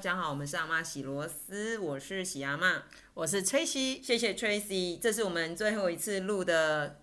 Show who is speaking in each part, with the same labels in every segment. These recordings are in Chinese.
Speaker 1: 家好，我们是阿妈喜螺丝，我是喜阿妈，
Speaker 2: 我是崔西，
Speaker 1: 谢谢 Tracy，这是我们最后一次录的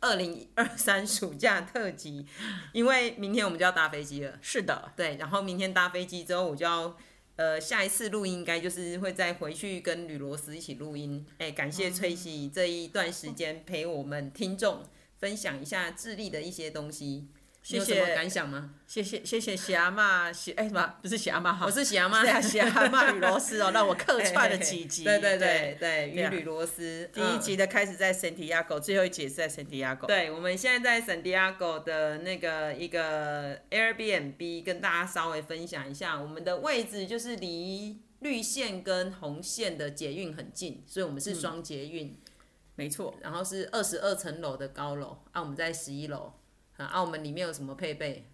Speaker 1: 二零二三暑假特辑，因为明天我们就要搭飞机了，
Speaker 2: 是的，
Speaker 1: 对，然后明天搭飞机之后我就要。呃，下一次录音应该就是会再回去跟吕罗斯一起录音。哎、感谢
Speaker 2: 哦
Speaker 1: 崔西这一段时间陪我们听众分享一下智利的一些东西，你有
Speaker 2: 谢
Speaker 1: 什么感想吗？
Speaker 2: 谢谢谢谢喜阿妈喜哎什么不是喜阿妈哈，
Speaker 1: 我是喜阿妈，
Speaker 2: 对 啊喜阿妈与罗斯哦，让我客串了几集，
Speaker 1: 对对对对，
Speaker 2: 对
Speaker 1: 与
Speaker 2: 啊
Speaker 1: 吕罗斯
Speaker 2: 第一集的开始在圣地亚哥，最后一集也是在圣地亚哥，
Speaker 1: 嗯对，我们现在在 San Diego 的那个一个 Airbnb 跟大家稍微分享一下，我们的位置就是离绿线跟红线的捷运很近，所以我们
Speaker 2: 嗯
Speaker 1: 是双捷运，
Speaker 2: 没错，
Speaker 1: 然后是二十二层楼的高楼，啊，我们在十一楼，啊，啊，我们里面有什么配备？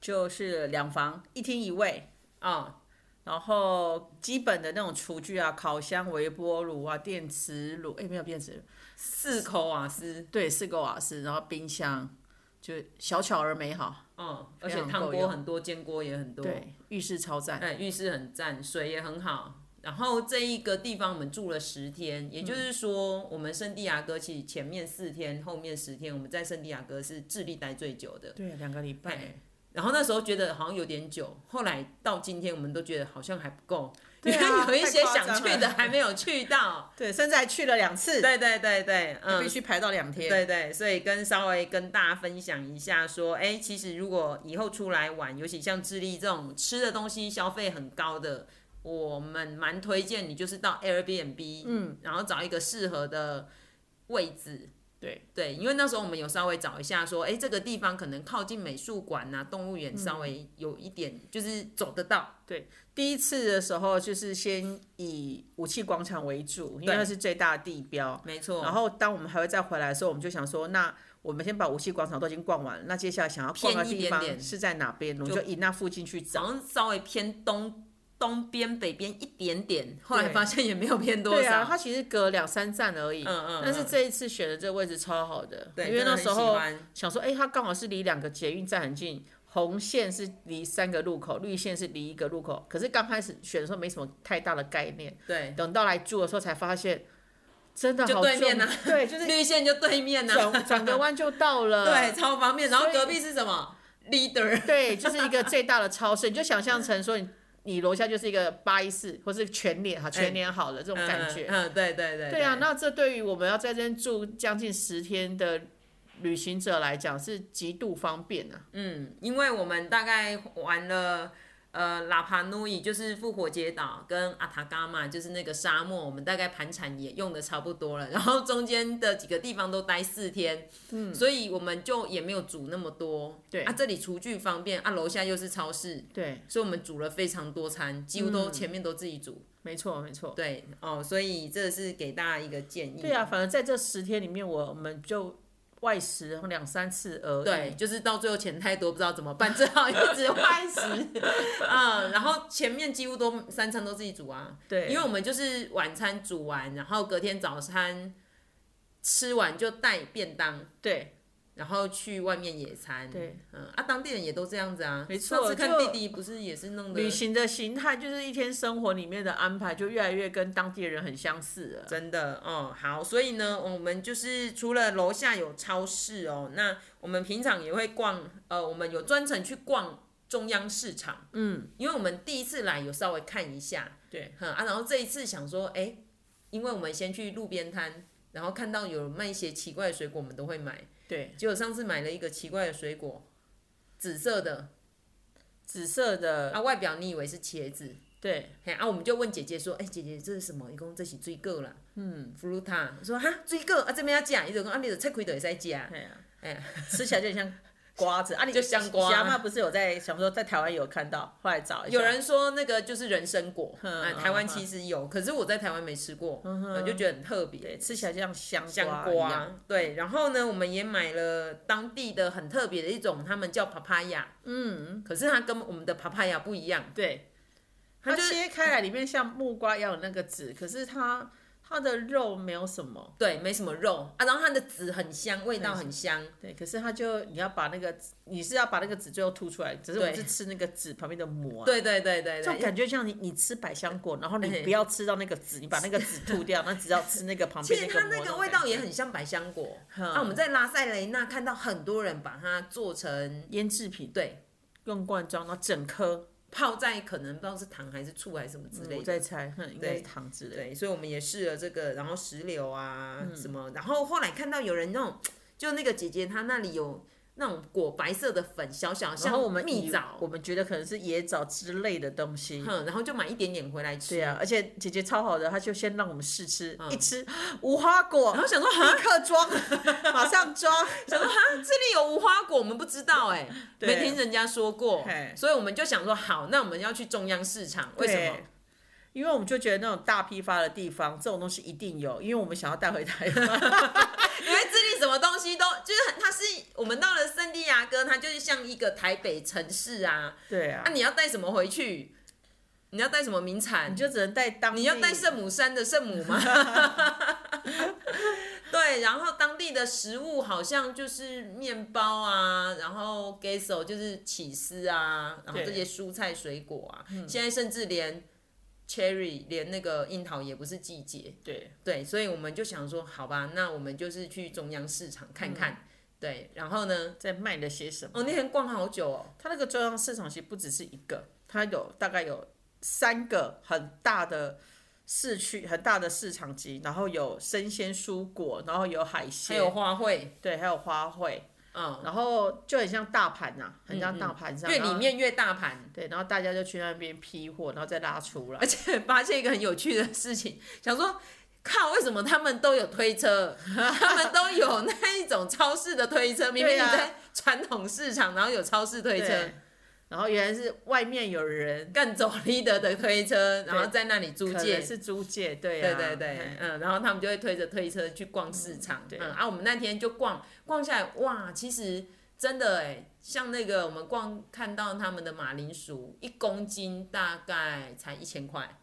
Speaker 2: 就是两房一厅一卫，
Speaker 1: 啊、
Speaker 2: 然后基本的那种厨具啊，烤箱、微波炉啊、电磁炉，哎没有电磁炉，
Speaker 1: 四口瓦斯，
Speaker 2: 对，四个瓦斯，然后冰箱，就小巧而美好，
Speaker 1: 嗯，而
Speaker 2: 非
Speaker 1: 且
Speaker 2: 常
Speaker 1: 汤
Speaker 2: 够
Speaker 1: 锅
Speaker 2: 用
Speaker 1: 很多，煎锅也很多，
Speaker 2: 对，浴室超赞，
Speaker 1: 哎，浴室很赞，水也很好。然后这一个地方我们住了十天，也
Speaker 2: 嗯
Speaker 1: 就是说，我们圣地亚哥其实前面四天，后面十天，我们在圣地亚哥是智利待最久的。
Speaker 2: 对，两个礼拜
Speaker 1: 哎。然后那时候觉得好像有点久，后来到今天我们都觉得好像还不够， 因
Speaker 2: 对
Speaker 1: 为
Speaker 2: 啊
Speaker 1: 有一些
Speaker 2: 太夸张
Speaker 1: 想去的
Speaker 2: 了
Speaker 1: 还没有去到。
Speaker 2: 对，甚至还去了两次，
Speaker 1: 对对对对，嗯，
Speaker 2: 必须排到两天。
Speaker 1: 对对，所以跟稍微跟大家分享一下，说，哎，其实如果以后出来玩，尤其像智利这种吃的东西消费很高的，我们蛮推荐你就是到 Airbnb，嗯，然后找一个适合的位置。
Speaker 2: 对
Speaker 1: 对，因为那时候我们有稍微找一下，说，哎，这个地方可能靠近美术馆呐、动物
Speaker 2: 嗯
Speaker 1: 园，稍微有一点、就是走得到。
Speaker 2: 第一次的时候就是先以武器广场为主，因为
Speaker 1: 对
Speaker 2: 那是最大的地标。
Speaker 1: 没错，
Speaker 2: 然后当我们还会再回来的时候，我们就想说，那我们先把武器广场都已经逛完了，那接下来想要逛的
Speaker 1: 偏一
Speaker 2: 地
Speaker 1: 点
Speaker 2: 方
Speaker 1: 点
Speaker 2: 是在哪边？我们就以那附近去找。
Speaker 1: 早上稍微偏东东边北边一点点，后来发现也没有偏多少。
Speaker 2: 对啊，它其实隔两三站而已。
Speaker 1: 嗯嗯
Speaker 2: 但是
Speaker 1: 嗯
Speaker 2: 这一次选的这个位置超好的，
Speaker 1: 对
Speaker 2: 因为
Speaker 1: 真的
Speaker 2: 那
Speaker 1: 很
Speaker 2: 时
Speaker 1: 喜
Speaker 2: 候
Speaker 1: 欢
Speaker 2: 想说，哎、它刚好是离两个捷运站很近，红线是离三个路口，绿线是离一个路口。可是刚开始选的时候没什么太大的概念，
Speaker 1: 对，
Speaker 2: 等到来住的时候才发现，真的
Speaker 1: 就
Speaker 2: 好
Speaker 1: 对
Speaker 2: 重
Speaker 1: 面啊
Speaker 2: 对，就 是
Speaker 1: 绿线就对面呐、
Speaker 2: 转转个弯就到 了。
Speaker 1: 对，超方便。然后
Speaker 2: 所以
Speaker 1: 隔壁是什么？Leader，
Speaker 2: 对，就是一个最大的超市，你就想象成说你你楼下就是一个八一四或是全脸哈，全脸好了这种 感觉。
Speaker 1: 嗯，嗯对对对。
Speaker 2: 对啊，那这对于我们要在这边住将近十天的旅行者来讲是极度方便啊。
Speaker 1: 嗯，因为我们大概玩了。呃，拉帕努伊就是复活节岛跟阿塔伽马，就是那个沙漠，我们大概盘缠也用的差不多了，然后中间的几个地方都待四天，嗯，所以我们就也没有煮那么多，
Speaker 2: 对
Speaker 1: 啊，这里厨具方便，啊，楼下又是超市，
Speaker 2: 对，
Speaker 1: 所以我们煮了非常多餐，几乎都
Speaker 2: 嗯
Speaker 1: 前面都自己煮，
Speaker 2: 没错没错。
Speaker 1: 对哦，所以这是给大家一个建议。
Speaker 2: 对啊，，反正在这十天里面，我我们就外食然后两三次而已。
Speaker 1: 对，就是到最后钱太多，不知道怎么办，只好一 直外食。 嗯，然后前面几乎都三餐都自己煮啊，
Speaker 2: 对，
Speaker 1: 因为我们就是晚餐煮完，然后隔天早餐吃完就带便当，
Speaker 2: 对
Speaker 1: 然后去外面野餐。
Speaker 2: 对，
Speaker 1: 嗯啊，当地人也都这样子啊。
Speaker 2: 没错
Speaker 1: 上次看
Speaker 2: 就
Speaker 1: 弟弟不是也是弄的
Speaker 2: 旅行的形态就是一天生活里面的安排，就越来越跟当地人很相似了。
Speaker 1: 真的哦，好，所以呢，我们就是除了楼下有超市哦，那我们平常也会逛，呃，我们有专程去逛中央市场，嗯，因为我们第一次来有稍微看一下，
Speaker 2: 对，
Speaker 1: 哼啊，然后这一次想说，哎，因为我们先去路边摊，然后看到有卖一些奇怪的水果，我们都会买，
Speaker 2: 对，
Speaker 1: 结果上次买了一个奇怪的水果，紫色的，
Speaker 2: 紫色的，
Speaker 1: 啊，外表你以为是茄子，
Speaker 2: 对
Speaker 1: 嘿，啊，我们就问姐姐说，哎、姐姐这是什么？伊讲这是水果啦，嗯，fruta，说哈水果啊，这边要食，伊就讲啊，你就切开就会使食，
Speaker 2: 哎呀，
Speaker 1: 哎呀，
Speaker 2: 吃起来就很像瓜子啊，你
Speaker 1: 就香瓜
Speaker 2: 喜阿妈不是有在想说在台湾有看到，后来找一下，
Speaker 1: 有人说那个就是人参果，
Speaker 2: 嗯
Speaker 1: 啊，
Speaker 2: 嗯
Speaker 1: 台湾
Speaker 2: 嗯
Speaker 1: 其实有，可是我在台湾没吃过，我就觉得很特别
Speaker 2: 对，吃起来就像香
Speaker 1: 香
Speaker 2: 一样，
Speaker 1: 瓜，对，然后呢，我们也买了当地的很特别的一种，他们叫 papaya，嗯，可是它跟我们的 papaya 不一样，
Speaker 2: 对，
Speaker 1: 它
Speaker 2: 它
Speaker 1: 就是
Speaker 2: 切开来里面像木瓜一样有那个籽，可是它它的肉没有什么，
Speaker 1: 对，没什么肉啊，然后它的籽很香，味道很香，
Speaker 2: 对，可是它就你要把那个你是要把那个籽最后吐出来，只是我
Speaker 1: 对
Speaker 2: 是吃那个籽旁边的膜、啊，
Speaker 1: 对对对对
Speaker 2: 这种
Speaker 1: 对。
Speaker 2: 感觉像你你吃百香果，然后你
Speaker 1: 哎
Speaker 2: 不要吃到那个籽，你把那个籽吐 掉，那只要吃那个旁
Speaker 1: 其
Speaker 2: 边
Speaker 1: 实
Speaker 2: 个
Speaker 1: 它
Speaker 2: 膜。
Speaker 1: 那个味道也很像百香果。那、
Speaker 2: 哼
Speaker 1: 我们在拉塞雷纳看到很多人把它做成，
Speaker 2: 腌制品，
Speaker 1: 对，
Speaker 2: 用罐装，然后整颗，
Speaker 1: 泡在可能不知道是糖还是醋还是什么之类
Speaker 2: 嗯我
Speaker 1: 的。
Speaker 2: 在猜，哼，应该是糖之类的。嗯
Speaker 1: 对，所以我们也试了这个，然后石榴啊、什么，然后后来看到有人那种，就那个姐姐她那里有那种果白色的粉，小小
Speaker 2: 然
Speaker 1: 像
Speaker 2: 后我们
Speaker 1: 蜜
Speaker 2: 以
Speaker 1: 枣，
Speaker 2: 我们觉得可能是野枣之类的东西。
Speaker 1: 哼，然后就买一点点回来吃。
Speaker 2: 对啊，而且姐姐超好的，她就先让我们试吃，一吃无花果
Speaker 1: 然，后想说，哈，
Speaker 2: 立刻装， 马上装。
Speaker 1: 想说哈，啊这里有无花果，我们不知道哎、
Speaker 2: 对
Speaker 1: 没听人家说过
Speaker 2: 嘿，
Speaker 1: 所以我们就想说，好，那我们要去中央市场，为什么
Speaker 2: 对？？因为我们就觉得那种大批发的地方，这种东西一定有，因为我们想要带回台湾。
Speaker 1: 因为智利什么东西都就是很，它是我们到了圣地亚哥，它就是像一个台北城市啊。
Speaker 2: 对啊
Speaker 1: 那、，你要带什么回去？你要带什么名产
Speaker 2: 你？就只能带当地，
Speaker 1: 你要带圣母山的圣 母吗？对，然后当地的食物好像就是面包啊，然后 gesso 就是起司啊，然后
Speaker 2: 对嗯
Speaker 1: 这些蔬菜水果啊，现在甚至连 cherry 连那个樱桃也不是季节，
Speaker 2: 对，
Speaker 1: 对，所以我们就想说，好吧，那我们就是去中央市场看看。对，然后呢？
Speaker 2: 在嗯卖了些嗯什么？
Speaker 1: 哦，那天逛好久哦。
Speaker 2: 它那个中央市场其实不只是一个，它有大概有三个很大的市区、很大的市场集，然后有生鲜蔬果，然后有海
Speaker 1: 还
Speaker 2: 鲜，
Speaker 1: 有花卉，
Speaker 2: 对，还有花卉，
Speaker 1: 嗯，
Speaker 2: 然后就很像大盘呐、很像大盘上，
Speaker 1: 越
Speaker 2: 然
Speaker 1: 里
Speaker 2: 后
Speaker 1: 面越大盘。
Speaker 2: 对，然后大家就去那边批货，然后再拉出来
Speaker 1: 而。且发现一个很有趣的事情，想说，靠，为什么他们都有推车？ 他们都有那一种超市的推车，明明
Speaker 2: 对
Speaker 1: 你
Speaker 2: 啊
Speaker 1: 在传统市场，然后有超市推车
Speaker 2: 对，然后原来是外面有人，
Speaker 1: 干走 leader 的推车，然后在那里租
Speaker 2: 可
Speaker 1: 借
Speaker 2: 能，是租借，对
Speaker 1: 对
Speaker 2: 啊，
Speaker 1: 对对
Speaker 2: 嘿，，
Speaker 1: 嗯，然后他们就会推着推车去逛市场，
Speaker 2: 对
Speaker 1: 嗯，啊，我们那天就逛逛下来，哇，其实真的哎，像那个我们逛看到他们的马铃薯，一公斤大概才一千块，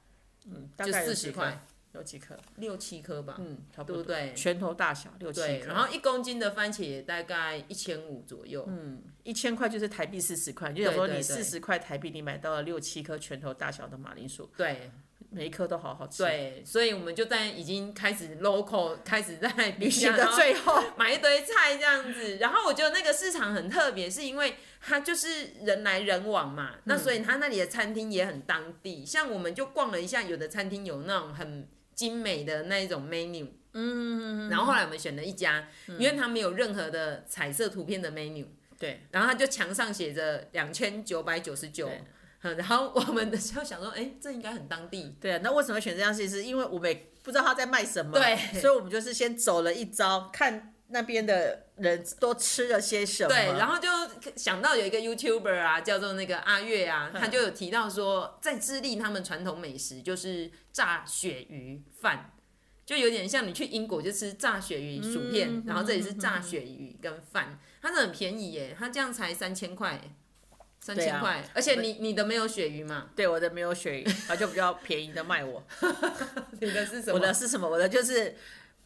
Speaker 2: 嗯，大
Speaker 1: 就
Speaker 2: 概有
Speaker 1: 四
Speaker 2: 几
Speaker 1: 十
Speaker 2: 颗，
Speaker 1: 块，
Speaker 2: 有几颗，
Speaker 1: 六七颗吧，
Speaker 2: 嗯，差不
Speaker 1: 对不
Speaker 2: 多，
Speaker 1: 对？
Speaker 2: 拳头大小，六七
Speaker 1: 对，
Speaker 2: 颗
Speaker 1: 然。后一公斤的番茄也大概一千五左右，
Speaker 2: 嗯一千块就是台币四十块，你就想说
Speaker 1: 对对
Speaker 2: 你四十块台币，你买到了六七颗拳头大小的马铃薯，
Speaker 1: 对
Speaker 2: 每一颗都好好吃。，
Speaker 1: 对，所以我们就在已经开始 local 开始在
Speaker 2: 旅
Speaker 1: 比
Speaker 2: 行
Speaker 1: 较
Speaker 2: 的最 后，
Speaker 1: 买一堆菜这样子。然后我觉得那个市场很特别，是因为它就是人来人往嘛，那所以它那里的餐厅也很当地。像我们就逛了一下，有的餐厅有那种很精美的那一种 menu。嗯，然后后来我们选了一家，因为它没有任何的彩色图片的 menu，
Speaker 2: 对，
Speaker 1: 然后它就墙上写着两千九百九十九
Speaker 2: 对，
Speaker 1: 嗯然后我们的就想说，哎，这应该很当地，
Speaker 2: 对啊。那为什么选这样事情？是因为我们也不知道他在卖什么，
Speaker 1: 对
Speaker 2: 所以我们就是先走了一遭，看那边的人都吃了些什么。
Speaker 1: 对，然
Speaker 2: 后
Speaker 1: 后就想到有一个 YouTuber 啊，叫做那个阿月啊，他就有提到说，在智利他们传统美食就是炸鳕鱼饭，就有点像你去英国就吃炸鳕鱼薯片，然后这里是炸鳕鱼跟饭，它是很便宜耶，它这样才三千块耶，三
Speaker 2: 对
Speaker 1: 千
Speaker 2: 啊
Speaker 1: 块，而且你你的没有鳕鱼嘛，
Speaker 2: 对我的没有选，然后就比较便宜的卖我。
Speaker 1: 你的是什
Speaker 2: 我
Speaker 1: 么？
Speaker 2: 的是什么？我的就是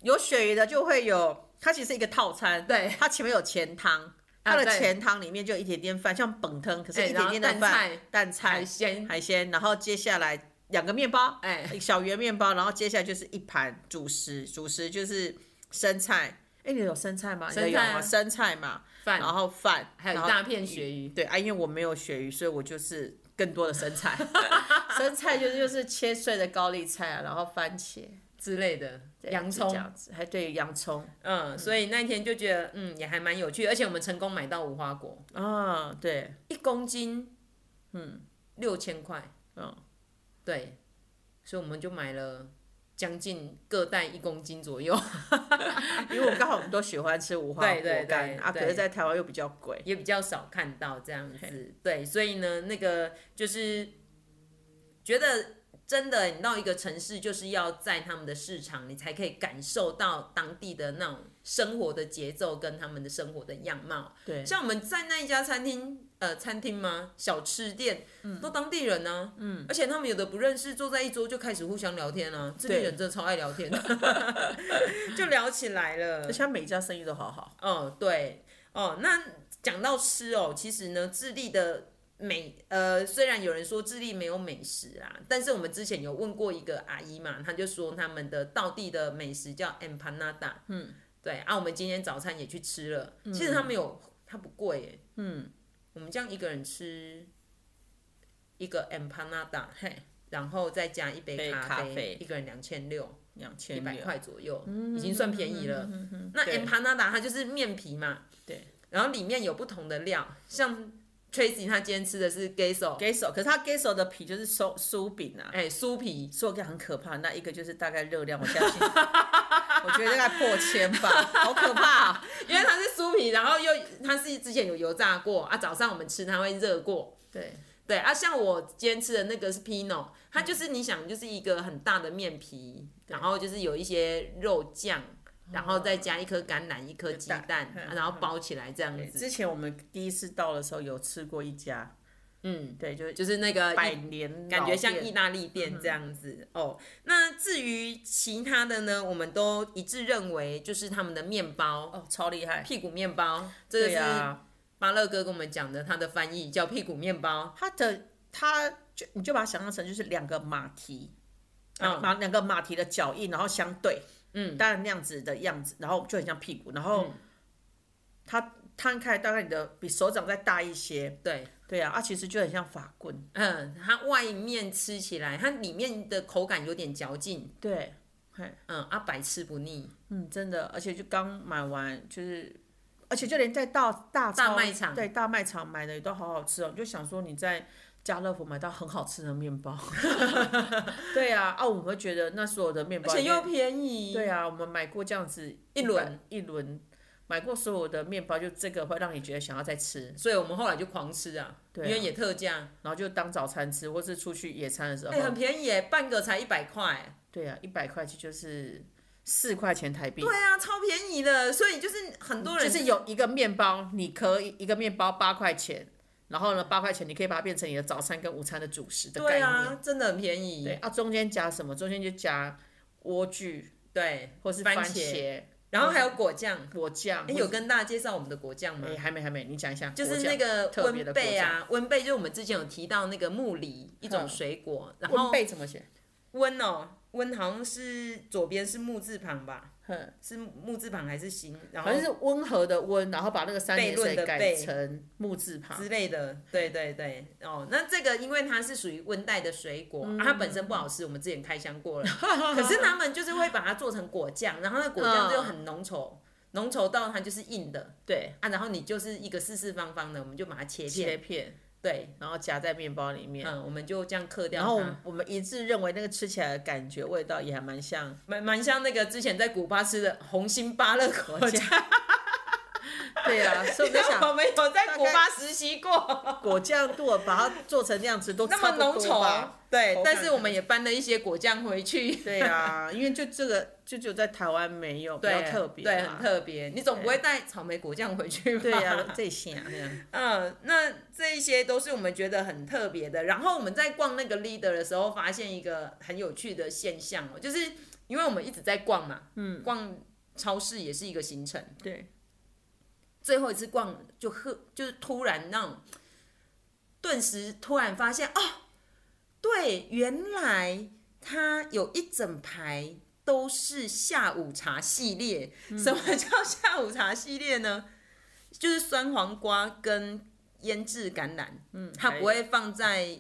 Speaker 2: 有鳕鱼的就会有，它其实是一个套餐，
Speaker 1: 对啊
Speaker 2: 它前面有前汤，它的
Speaker 1: 对
Speaker 2: 前汤里面就有一点点饭，像本汤，可是
Speaker 1: 哎
Speaker 2: 一点点的
Speaker 1: 然后
Speaker 2: 饭、
Speaker 1: 蛋
Speaker 2: 蛋菜、
Speaker 1: 海鲜，
Speaker 2: 海鲜，然后接下来两个面包，
Speaker 1: 哎，
Speaker 2: 小圆面包，然后接下来就是一盘主食，主食就是生菜。哎，你有生菜吗？你的有
Speaker 1: 生菜
Speaker 2: 吗？
Speaker 1: 啊
Speaker 2: 生菜嘛，
Speaker 1: 饭
Speaker 2: 然后饭，
Speaker 1: 还有
Speaker 2: 然后
Speaker 1: 一大片鳕鱼
Speaker 2: 对啊，因为我没有鳕鱼，所以我就是更多的 生菜。生菜就是就是切碎的高丽菜啊，然后番茄、
Speaker 1: 之类的，
Speaker 2: 对
Speaker 1: 洋
Speaker 2: 就
Speaker 1: 葱
Speaker 2: 这。样子，还对洋葱
Speaker 1: 嗯，所以那天就觉得，嗯，也还蛮有趣，而且我们成功买到无花果，
Speaker 2: 啊，对，
Speaker 1: 一公斤，嗯，六千块，
Speaker 2: 嗯，
Speaker 1: 对，所以我们就买了将近各带一公斤左右，
Speaker 2: 因为我刚好我们都喜欢吃无花
Speaker 1: 对对
Speaker 2: 果
Speaker 1: 对
Speaker 2: 干啊，可
Speaker 1: 对
Speaker 2: 是在台湾又比较贵，
Speaker 1: 也比较少看到这样子，对，所以呢，那个就是觉得真的，你到一个城市就是要在他们的市场，你才可以感受到当地的那种生活的节奏跟他们的生活的样貌。
Speaker 2: 对，
Speaker 1: 像我们在那一家餐厅，呃餐厅吗？小吃店，都当地人呢、嗯，而且他们有的不认识，坐在一桌就开始互相聊天啊。这地
Speaker 2: 对
Speaker 1: 人真的超爱聊天 的， 就聊起来了
Speaker 2: 而。且他每家生意都好好，
Speaker 1: 哦，对，哦，那讲到吃哦，其实呢，智利的美，呃，虽然有人说智利没有美食啊，但是我们之前有问过一个阿姨嘛，她就说他们的道地的美食叫 empanada，嗯，对啊，我们今天早餐也去吃了，其实他们有，它不贵耶，嗯，我们这样一个人吃一个 empanada，
Speaker 2: 嘿，
Speaker 1: 然后再加一杯
Speaker 2: 杯
Speaker 1: 咖啡，
Speaker 2: 咖啡
Speaker 1: 一个人两千六。
Speaker 2: 两
Speaker 1: 一
Speaker 2: 千
Speaker 1: 百
Speaker 2: 六，嗯
Speaker 1: 块左右，已经算便宜了。那
Speaker 2: 对
Speaker 1: empanada 它就是面皮嘛，
Speaker 2: 对，
Speaker 1: 然后里面有不同的料，像 Tracy 他今天吃的是 gesso，
Speaker 2: 给哦手，可是它给手的皮就是酥酥饼啊，
Speaker 1: 哎、酥皮，
Speaker 2: 所以我跟你讲很可怕。那一个就是大概热量，我相 信，我觉得大概破千吧，好可怕、啊
Speaker 1: 因为它是酥皮，然后又它是之前有油炸过啊，早上我们吃它会热过。
Speaker 2: 对，
Speaker 1: 对啊，像我今天吃的那个是 Pino，它就是你想就是一个很大的面皮，然后就是有一些肉酱，然后再加一颗橄榄、一颗鸡
Speaker 2: 哦蛋
Speaker 1: 蛋，
Speaker 2: 嗯
Speaker 1: 啊然后包起来这样子。
Speaker 2: 之前我们第一次到的时候有吃过一家，
Speaker 1: 嗯，
Speaker 2: 对，就是
Speaker 1: 就是那个
Speaker 2: 百年
Speaker 1: 感觉像
Speaker 2: 老
Speaker 1: 意
Speaker 2: 店嗯
Speaker 1: 大利店这样子、哦。那至于其他的呢，我们都一致认为就是他们的面包，
Speaker 2: 哦，超厉害，
Speaker 1: 屁股面包，这个
Speaker 2: 对
Speaker 1: 是
Speaker 2: 啊，
Speaker 1: 巴乐哥跟我们讲的，他的翻译叫屁股面包。
Speaker 2: 它的它就你就把它想象成就是两个马蹄，
Speaker 1: 嗯
Speaker 2: 马两个马蹄的脚印，然后相对，
Speaker 1: 嗯，
Speaker 2: 当然那样子的样子，然后就很像屁股，然后它摊开大概你的比手掌再大一些，
Speaker 1: 对，
Speaker 2: 对啊，啊其实就很像法棍，
Speaker 1: 嗯，它外面吃起来，它里面的口感有点嚼劲，
Speaker 2: 对，嘿，
Speaker 1: 嗯，啊，百吃不腻。
Speaker 2: 嗯，真的，而且就刚买完就是。而且就连在大大超
Speaker 1: 大卖场
Speaker 2: 对大卖场买的也都好好吃哦，你就想说你在家乐福买到很好吃的面 包， 对啊，啊我们会觉得那所有的面包
Speaker 1: 而且
Speaker 2: 里面
Speaker 1: 又便宜，
Speaker 2: 对啊，我们买过这样子
Speaker 1: 一轮
Speaker 2: 百一轮，买过所有的面包，就这个会让你觉得想要再吃，
Speaker 1: 所以我们后来就狂吃啊，
Speaker 2: 对啊
Speaker 1: 因为也特价，
Speaker 2: 然后就当早餐吃，或是出去野餐的时候，
Speaker 1: 哎、很便宜耶，半个才一百块，
Speaker 2: 对啊，一百块钱就是四块钱台币，
Speaker 1: 对啊，超便宜的，所以就是很多人
Speaker 2: 就是有一个面包，你可以一个面包八块钱，然后呢八块钱你可以把它变成你的早餐跟午餐的主食的概
Speaker 1: 对
Speaker 2: 念，
Speaker 1: 啊，真的很便宜。
Speaker 2: 对啊，中间加什么？中间就加莴苣
Speaker 1: 对，
Speaker 2: 或是
Speaker 1: 番
Speaker 2: 番茄、
Speaker 1: 然后还有果酱。
Speaker 2: 果酱，
Speaker 1: 哎，有跟大家介绍我们的果酱吗
Speaker 2: 哎、？还没还没，你讲一下，
Speaker 1: 就是
Speaker 2: 果
Speaker 1: 那
Speaker 2: 酱
Speaker 1: 个
Speaker 2: 特别
Speaker 1: 温
Speaker 2: 的果
Speaker 1: 贝啊，温贝就是我们之前有提到那个木梨一种
Speaker 2: 嗯
Speaker 1: 水果，然
Speaker 2: 温
Speaker 1: 后
Speaker 2: 贝怎么写？
Speaker 1: 温哦，温好像是左边是木字旁吧，
Speaker 2: 哼。
Speaker 1: 是木字旁还是心，然后
Speaker 2: 反正是温和的温，然后把那个三点
Speaker 1: 悖论
Speaker 2: 水
Speaker 1: 的
Speaker 2: 改
Speaker 1: 悖
Speaker 2: 成木字旁。
Speaker 1: 之类的，对对对，哦，那这个因为它是属于温带的水果、啊，它本身不好吃，我们之前开箱 过了，可是他们就是会把它做成果酱，然后那果酱就很浓稠，浓稠到它就是硬的
Speaker 2: 嗯对，
Speaker 1: 啊，然后你就是一个四四方方的，我们就把它切片，
Speaker 2: 切片，
Speaker 1: 对，
Speaker 2: 然后夹在面包里面。
Speaker 1: 嗯，我们就这样嗑掉
Speaker 2: 然后我
Speaker 1: 它，
Speaker 2: 们我们一致认为那个吃起来的感觉味道也还蛮像
Speaker 1: 蛮蛮像那个之前在古巴吃的红心芭乐果酱，
Speaker 2: 对啊， 所以我在想
Speaker 1: 我们有在古巴实习过。
Speaker 2: 果酱如果把它做成那样子都
Speaker 1: 那么
Speaker 2: 差不
Speaker 1: 浓
Speaker 2: 多
Speaker 1: 稠啊
Speaker 2: 吧，
Speaker 1: 对
Speaker 2: 口，感
Speaker 1: 但是我们也搬了一些果酱回去。
Speaker 2: 对啊，因为就这个就只有在台湾没有，比较
Speaker 1: 对，
Speaker 2: 特别，啊
Speaker 1: 对，很，特别。你总不会带草莓果酱回去吧？
Speaker 2: 对 啊， 这些啊，这样
Speaker 1: 嗯，那这一些都是我们觉得很特别的。然后我们在逛那个 leader 的时候，发现一个很有趣的现象哦，就是因为我们一直在逛嘛，嗯，逛超市也是一个行程。
Speaker 2: 对，
Speaker 1: 最后一次逛就喝，就是突然那种，顿时突然发现哦，对，原来它有一整排都是下午茶系列。什么叫下午茶系列呢？就是酸黄瓜跟腌制橄榄，嗯，它
Speaker 2: 还有
Speaker 1: 不会放在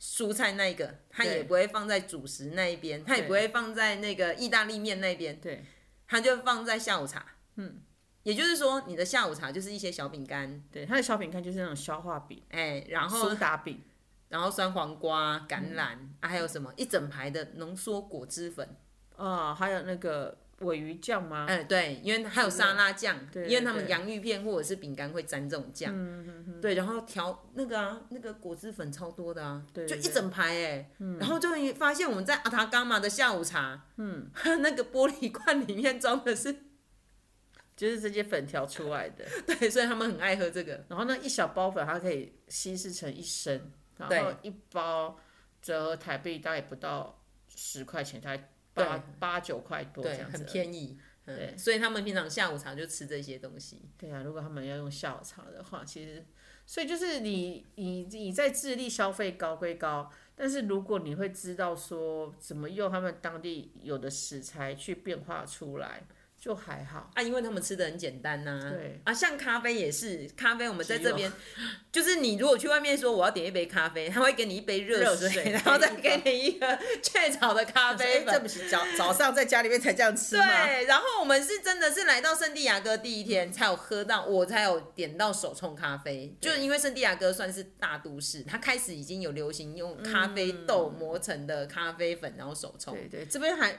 Speaker 1: 蔬菜那一个，它
Speaker 2: 对
Speaker 1: 也不会放在主食那一边，它也
Speaker 2: 对
Speaker 1: 不会放在那个意大利面那边，
Speaker 2: 对，
Speaker 1: 它就放在下午茶。嗯，也就是说，你的下午茶就是一些小饼干，
Speaker 2: 对，它的小饼干就是那种消化饼、
Speaker 1: 哎、然后
Speaker 2: 苏打饼，
Speaker 1: 然后酸黄瓜、
Speaker 2: 嗯
Speaker 1: 橄榄、啊，还有什么一整排的浓缩果汁粉，
Speaker 2: 啊，还有那个尾鱼酱吗？
Speaker 1: 哎、对，因为还有沙拉酱，
Speaker 2: 啊对
Speaker 1: 因为他们
Speaker 2: 对嗯
Speaker 1: 洋芋片或者是饼干会沾这种酱，对，然后调那个啊，那个果汁粉超多的啊，
Speaker 2: 对对嗯
Speaker 1: 就一整排哎、然后终于发现我们在阿 塔伽马的下午茶，嗯，那个玻璃罐里面装的是
Speaker 2: 就是这些粉条出来 的。
Speaker 1: 对，所以他们很爱喝这个。
Speaker 2: 然后那一小包粉它可以稀释成一升，然后一包折合台币大概不到十块钱，大概八八九块多这
Speaker 1: 对，
Speaker 2: 样
Speaker 1: 很
Speaker 2: 子。
Speaker 1: 便宜。嗯，所以他们平常下午茶就吃这些东西。
Speaker 2: 对啊，如果他们要用下午茶的话，其实所以就是你你你在智力消费高归高，但是如果你会知道说怎么用他们当地有的食材去变化出来，就还好。
Speaker 1: 啊，因为他们吃的很简单呐、
Speaker 2: 对
Speaker 1: 啊，像咖啡也是，咖啡我们在
Speaker 2: 鸡
Speaker 1: 这
Speaker 2: 肉
Speaker 1: 边， 就是你如果去外面说我要点一杯咖啡，他会给你一杯热
Speaker 2: 热水
Speaker 1: 然后再
Speaker 2: 配一
Speaker 1: 给你一个 雀巢的咖啡
Speaker 2: 哎这
Speaker 1: 粉。
Speaker 2: 不是早早上在家里面才这样吃吗？
Speaker 1: 对，然后我们是真的是来到圣地亚哥第一天才有喝到，我才有点到手冲咖啡，就是因为圣地亚哥算是大都市，它开始已经有流行用咖啡
Speaker 2: 嗯
Speaker 1: 豆磨成的咖啡粉，然后手冲。
Speaker 2: 对对，这边还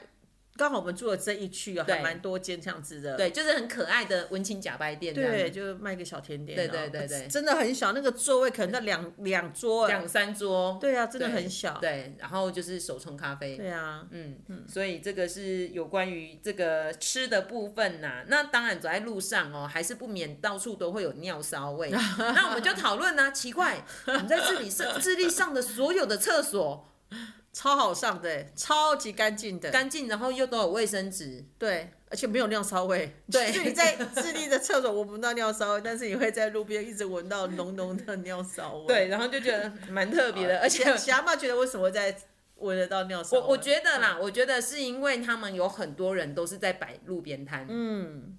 Speaker 2: 刚好我们住的这一区啊，
Speaker 1: 对
Speaker 2: 还蛮多间这样子的。
Speaker 1: 对，就是很可爱的文青假白店这样
Speaker 2: 对，
Speaker 1: 子，
Speaker 2: 就卖个小甜点
Speaker 1: 对
Speaker 2: 啊。
Speaker 1: 对对对
Speaker 2: 真的很小，那个座位可能在两两桌哎。
Speaker 1: 两三桌。
Speaker 2: 对啊，真的
Speaker 1: 对
Speaker 2: 很小。
Speaker 1: 对，然后就是手冲咖啡。
Speaker 2: 对啊，
Speaker 1: 嗯，所以这个是有关于这个吃的部分呐、那当然走在路上哦，还是不免到处都会有尿骚 味。那我们就讨论呢、奇怪，我们在这里 上智利上的所有的厕所
Speaker 2: 超好上的哎，超级干净的。
Speaker 1: 干净，然后又都有卫生纸，
Speaker 2: 对，而且没有尿骚味。
Speaker 1: 对
Speaker 2: 就是你在智利的厕所闻不到尿骚味，但是你会在路边一直闻到浓浓的尿骚味。
Speaker 1: 对，，然后就觉得蛮特别的，而且。
Speaker 2: 小阿妈觉得为什么在闻得到尿骚味？
Speaker 1: 我我觉得啦，我觉得是因为他们有很多人都是在摆路边摊，嗯，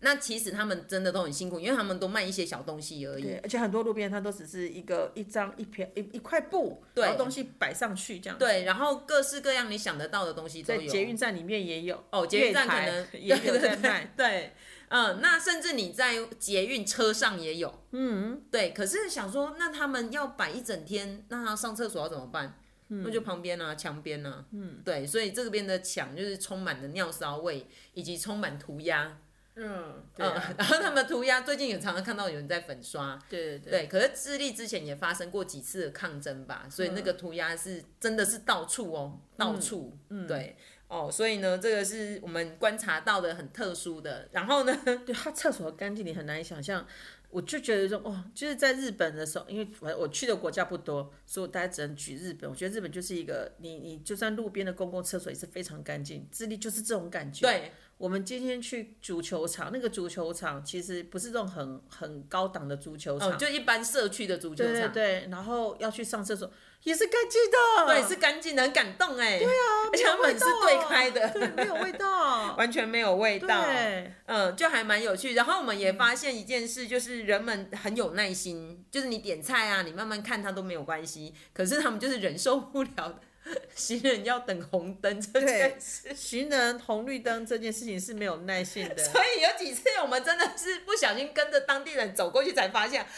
Speaker 1: 那其实他们真的都很辛苦，因为他们都卖一些小东西而已，
Speaker 2: 对，而且很多路边摊都只是一个一张一片一一块布，
Speaker 1: 对
Speaker 2: 然后东西摆上去这样。，
Speaker 1: 对，然后各式各样你想得到的东西都
Speaker 2: 在
Speaker 1: 有。
Speaker 2: 捷运站里面也有
Speaker 1: 哦，捷运站可
Speaker 2: 月台
Speaker 1: 能
Speaker 2: 也有在卖。
Speaker 1: 对对对，嗯，那甚至你在捷运车上也有。嗯，对。可是想说，那他们要摆一整天，那他上厕所要怎么办？
Speaker 2: 嗯
Speaker 1: 那就旁边啊，墙边啊，嗯，对，所以这边的墙就是充满了尿骚味，以及充满涂鸦，
Speaker 2: 嗯，对
Speaker 1: 嗯
Speaker 2: 啊，
Speaker 1: 然后他们涂鸦最近也常常看到有人在粉刷，
Speaker 2: 对对对，
Speaker 1: 对，可是智利之前也发生过几次的抗争吧，所以那
Speaker 2: 嗯
Speaker 1: 个涂鸦是真的是到处哦，到处，
Speaker 2: 嗯
Speaker 1: 对，哦，所以呢，这个是我们观察到的很特殊的。然后呢，
Speaker 2: 呃对他厕所干净，你很难想象。我就觉得说，哇，就是在日本的时候，因为我我去的国家不多，所以我大家只能举日本。我觉得日本就是一个，你你就算路边的公共厕所也是非常干净，智利就是这种感觉。
Speaker 1: 对，
Speaker 2: 我们今天去足球场，那个足球场其实不是这种很很高档的足球场，
Speaker 1: 哦，就一般社区的足球
Speaker 2: 对对
Speaker 1: 场，
Speaker 2: 对，然后要去上厕所也是干净的，
Speaker 1: 对，是干净的，很感动哎，对啊而且
Speaker 2: 没有
Speaker 1: 他们
Speaker 2: 味
Speaker 1: 是
Speaker 2: 道啊
Speaker 1: 对开
Speaker 2: 对，
Speaker 1: 的，
Speaker 2: 没有味 道，
Speaker 1: 完全没有味道，
Speaker 2: 对，嗯
Speaker 1: 嗯，就还蛮有趣。然后我们也发现一件事，就是人们很有耐心，就是你点菜啊，你慢慢看它都没有关系，可是他们就是忍受不了行人要等红灯这
Speaker 2: 对
Speaker 1: 件事。
Speaker 2: 行人红绿灯这件事情是没有耐性 的，
Speaker 1: 所以有几次我们真的是不小心跟着当地人走过去，才发现啊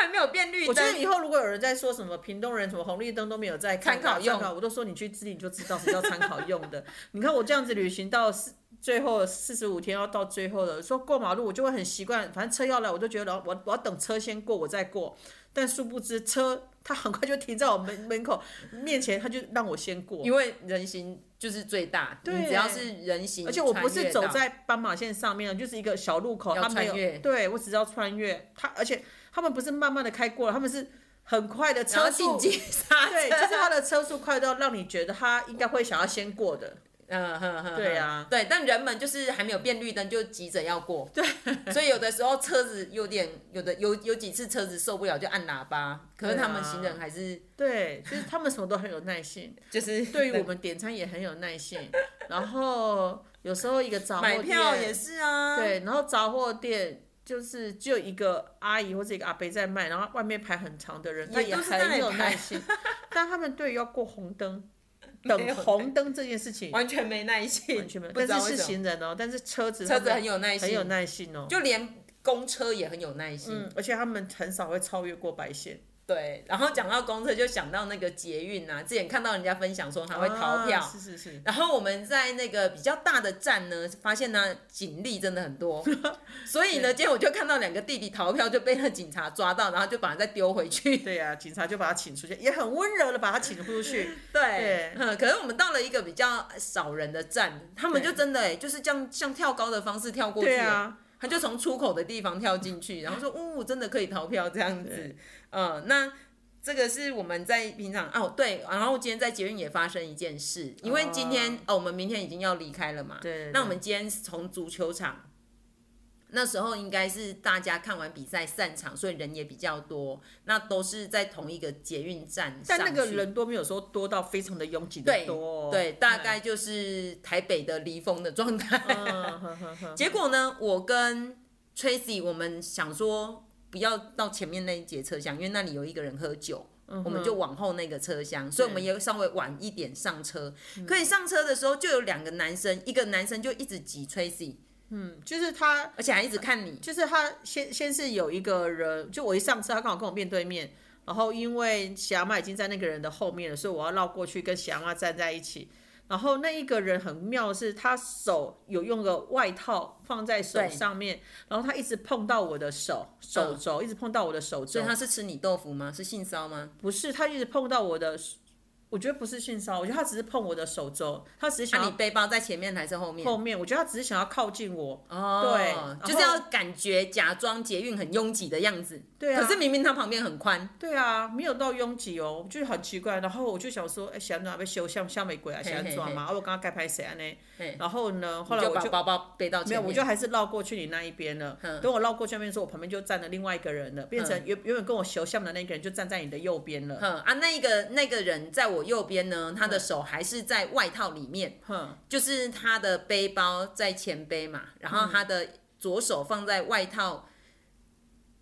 Speaker 1: 还没有变绿
Speaker 2: 我觉得
Speaker 1: 灯。
Speaker 2: 以后如果有人在说什么屏东人什么红绿灯都没有在看
Speaker 1: 参考用
Speaker 2: 参我都说你去自己你就知道什么叫参考用的。你看我这样子旅行到四最后四十五天要到最后了，说过马路我就会很习惯，反正车要来我就觉得我我要等车先过我再过，但殊不知车它很快就停在我门门口面前，它就让我先过。
Speaker 1: 因为人行就是最大，
Speaker 2: 对
Speaker 1: 你只要是人行，
Speaker 2: 而且我不是走
Speaker 1: 穿越
Speaker 2: 在斑马线上面，就是一个小路口，
Speaker 1: 要
Speaker 2: 他没有
Speaker 1: 穿越，
Speaker 2: 对我只要穿越它，而且他们不是慢慢的开过了，他们是很快的
Speaker 1: 到，然
Speaker 2: 车
Speaker 1: 后
Speaker 2: 速
Speaker 1: 紧急刹
Speaker 2: 对，
Speaker 1: 车
Speaker 2: 就是他的车速快到让你觉得他应该会想要先过的。
Speaker 1: 嗯哼哼，
Speaker 2: 对
Speaker 1: 呀，
Speaker 2: 啊
Speaker 1: 对，但人们就是还没有变绿灯就急着要过，对， 所以有的时候车子有点，有的有有几次车子受不了就按喇叭，可是
Speaker 2: 对啊
Speaker 1: 他们行人还是
Speaker 2: 对，就是他们什么都很有耐心，
Speaker 1: 就是
Speaker 2: 对于我们点餐也很有耐心。然后有时候一个杂货
Speaker 1: 买
Speaker 2: 店，
Speaker 1: 票也是啊，，
Speaker 2: 对，然后杂货店就是只有一个阿姨或者一个阿伯在卖，然后外面排很长的人，
Speaker 1: 也
Speaker 2: 他也
Speaker 1: 都是在那
Speaker 2: 很
Speaker 1: 里
Speaker 2: 有
Speaker 1: 排
Speaker 2: 耐心。 但他们对于要过红 灯、
Speaker 1: 没有
Speaker 2: 等红灯这件事情
Speaker 1: 完全没耐心，
Speaker 2: 完全没有，
Speaker 1: 不知道
Speaker 2: 但是
Speaker 1: 为什
Speaker 2: 是
Speaker 1: 么，
Speaker 2: 行人哦，但是车子
Speaker 1: 车
Speaker 2: 他
Speaker 1: 子
Speaker 2: 们
Speaker 1: 很有耐
Speaker 2: 很有
Speaker 1: 心，
Speaker 2: 耐心哦。
Speaker 1: 就连公车也很有耐心，
Speaker 2: 嗯，而且他们很少会超越过白线。
Speaker 1: 对，然后讲到公车就想到那个捷运啊，之前看到人家分享说他会逃票，
Speaker 2: 啊是是是，
Speaker 1: 然后我们在那个比较大的站呢，发现呢警力真的很 多，所以呢，今天我就看到两个弟弟逃票就被那警察抓到，然后就把他再丢回去。
Speaker 2: 对呀、啊警察就把他请出去，也很温柔的把他请 出去。
Speaker 1: 对
Speaker 2: 对，
Speaker 1: 嗯，可是我们到了一个 比较少人的站，他们就真的哎、就是这样像跳高的方式跳过去、
Speaker 2: 对啊，
Speaker 1: 他就从出口的地方跳进去，然后说：“呜、真的可以逃票这样子。”呃，那这个是我们在平常哦，对，然后今天在捷运也发生一件事，因为今
Speaker 2: 啊
Speaker 1: 天哦我们明天已经要离开了嘛，
Speaker 2: 对对对
Speaker 1: 那我们今天从足球场。那时候应该是大家看完比赛散场，所以人也比较多。那都是在同一个捷运站上
Speaker 2: 但
Speaker 1: 去，
Speaker 2: 那个人多没有说多到非常的拥挤
Speaker 1: 对
Speaker 2: 的多、哦，
Speaker 1: 对，大概就是台北的离峰的状态。
Speaker 2: 嗯，呵呵呵
Speaker 1: 结果呢，我跟 Tracy 我们想说不要到前面那一节车厢，因为那里有一个人喝酒。
Speaker 2: 嗯
Speaker 1: 我们就往后那个车厢，所以我们也稍微晚一点上车。
Speaker 2: 嗯
Speaker 1: 可以上车的时候，就有两个男生，一个男生就一直挤 Tracy，
Speaker 2: 嗯就是他
Speaker 1: 而且还一直看你。
Speaker 2: 就是他先先是有一个人，就我一上车，他刚好跟我面对面，然后因为喜阿妈已经在那个人的后面了，所以我要绕过去跟喜阿妈站在一起。然后那一个人很妙的是，他手有用个外套放在手
Speaker 1: 对
Speaker 2: 上面，然后他一直碰到我的手手肘，一直碰到我的手
Speaker 1: 所以。
Speaker 2: 肘
Speaker 1: 他是吃你豆腐吗？是性骚吗？
Speaker 2: 不是，他一直碰到我的，我觉得不是性骚扰，我觉得他只是碰我的手肘，他只是
Speaker 1: 那、
Speaker 2: 想
Speaker 1: 你
Speaker 2: 要
Speaker 1: 背包在前面还是后面？
Speaker 2: 后面，我觉得他只是想要靠近我。
Speaker 1: 哦，
Speaker 2: 对
Speaker 1: 就是
Speaker 2: 然后
Speaker 1: 要感觉假装捷运很拥挤的样子。
Speaker 2: 对啊
Speaker 1: 可是明明它旁边很宽。
Speaker 2: 对啊，没有到拥挤哦，就是很奇怪。然后我就想说，哎、想哪被修像像玫瑰啊，
Speaker 1: 嘿
Speaker 2: 想
Speaker 1: 嘿
Speaker 2: 抓
Speaker 1: 嘿
Speaker 2: 嘛，啊我刚刚该拍谁啊呢？然后呢，后
Speaker 1: 你
Speaker 2: 来
Speaker 1: 就
Speaker 2: 我
Speaker 1: 把
Speaker 2: 就
Speaker 1: 包包背到
Speaker 2: 没
Speaker 1: 前
Speaker 2: 有，我
Speaker 1: 面。
Speaker 2: 就还是绕过去你那一边了。等我绕过去那边的时候，我旁边就站了另外一个人了，变成原原本跟我修像的那个人就站在你的右边了。
Speaker 1: 哼啊，那个那个人在我右边呢，
Speaker 2: 嗯
Speaker 1: 他的手还是在外套里面，
Speaker 2: 哼，
Speaker 1: 就是他的背包在前背嘛，然后他的左手放在外套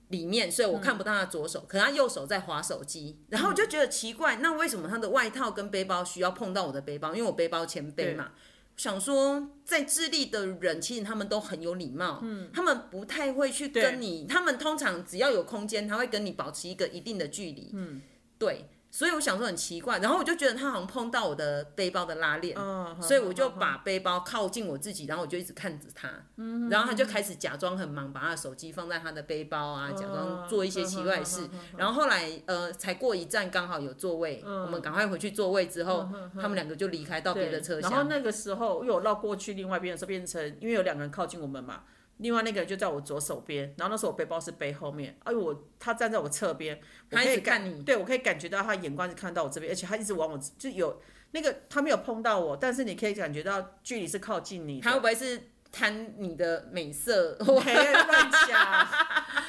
Speaker 1: 里面，所以我看不到他的左手，可他右手在划手机，然后我就觉得奇怪，那为什么他的外套跟背包需要碰到我的背包？因为我背包前背嘛。想说，在智利的人其实他们都很有礼貌，嗯，他们不太会去
Speaker 2: 对
Speaker 1: 跟你，他们通常只要有空间，他会跟你保持一个一定的距离，嗯，对，所以我想说很奇怪，然后我就觉得他好像碰到我的背包的拉链，
Speaker 2: 嗯，
Speaker 1: 所以我就
Speaker 2: 哼
Speaker 1: 把背包靠近我自己，然后我就一直看着他，
Speaker 2: 嗯
Speaker 1: 然后他就开始假装很忙，把他的手机放在他的背包
Speaker 2: 嗯
Speaker 1: 啊，假装做一些奇怪的事。然后后来呃，才过一站刚好有座位，
Speaker 2: 嗯
Speaker 1: 我们赶快回去座位之后，他们两个就离开到别的车
Speaker 2: 然后
Speaker 1: 厢。
Speaker 2: 那个时候，因为我绕过去另外一边的时候，变成因为有两个人靠近我们嘛，另外那个人就在我左手边，然后那时候我背包是背后面，哎呦我他站在我侧边，我
Speaker 1: 他一
Speaker 2: 可以
Speaker 1: 直
Speaker 2: 感
Speaker 1: 看你
Speaker 2: 对我可以感觉到他眼光是看到我这边，而且他一直往我就有那个他没有碰到我，但是你可以感觉到距离是靠近你的，
Speaker 1: 他会不会是贪你的美 色？
Speaker 2: 没有乱 讲。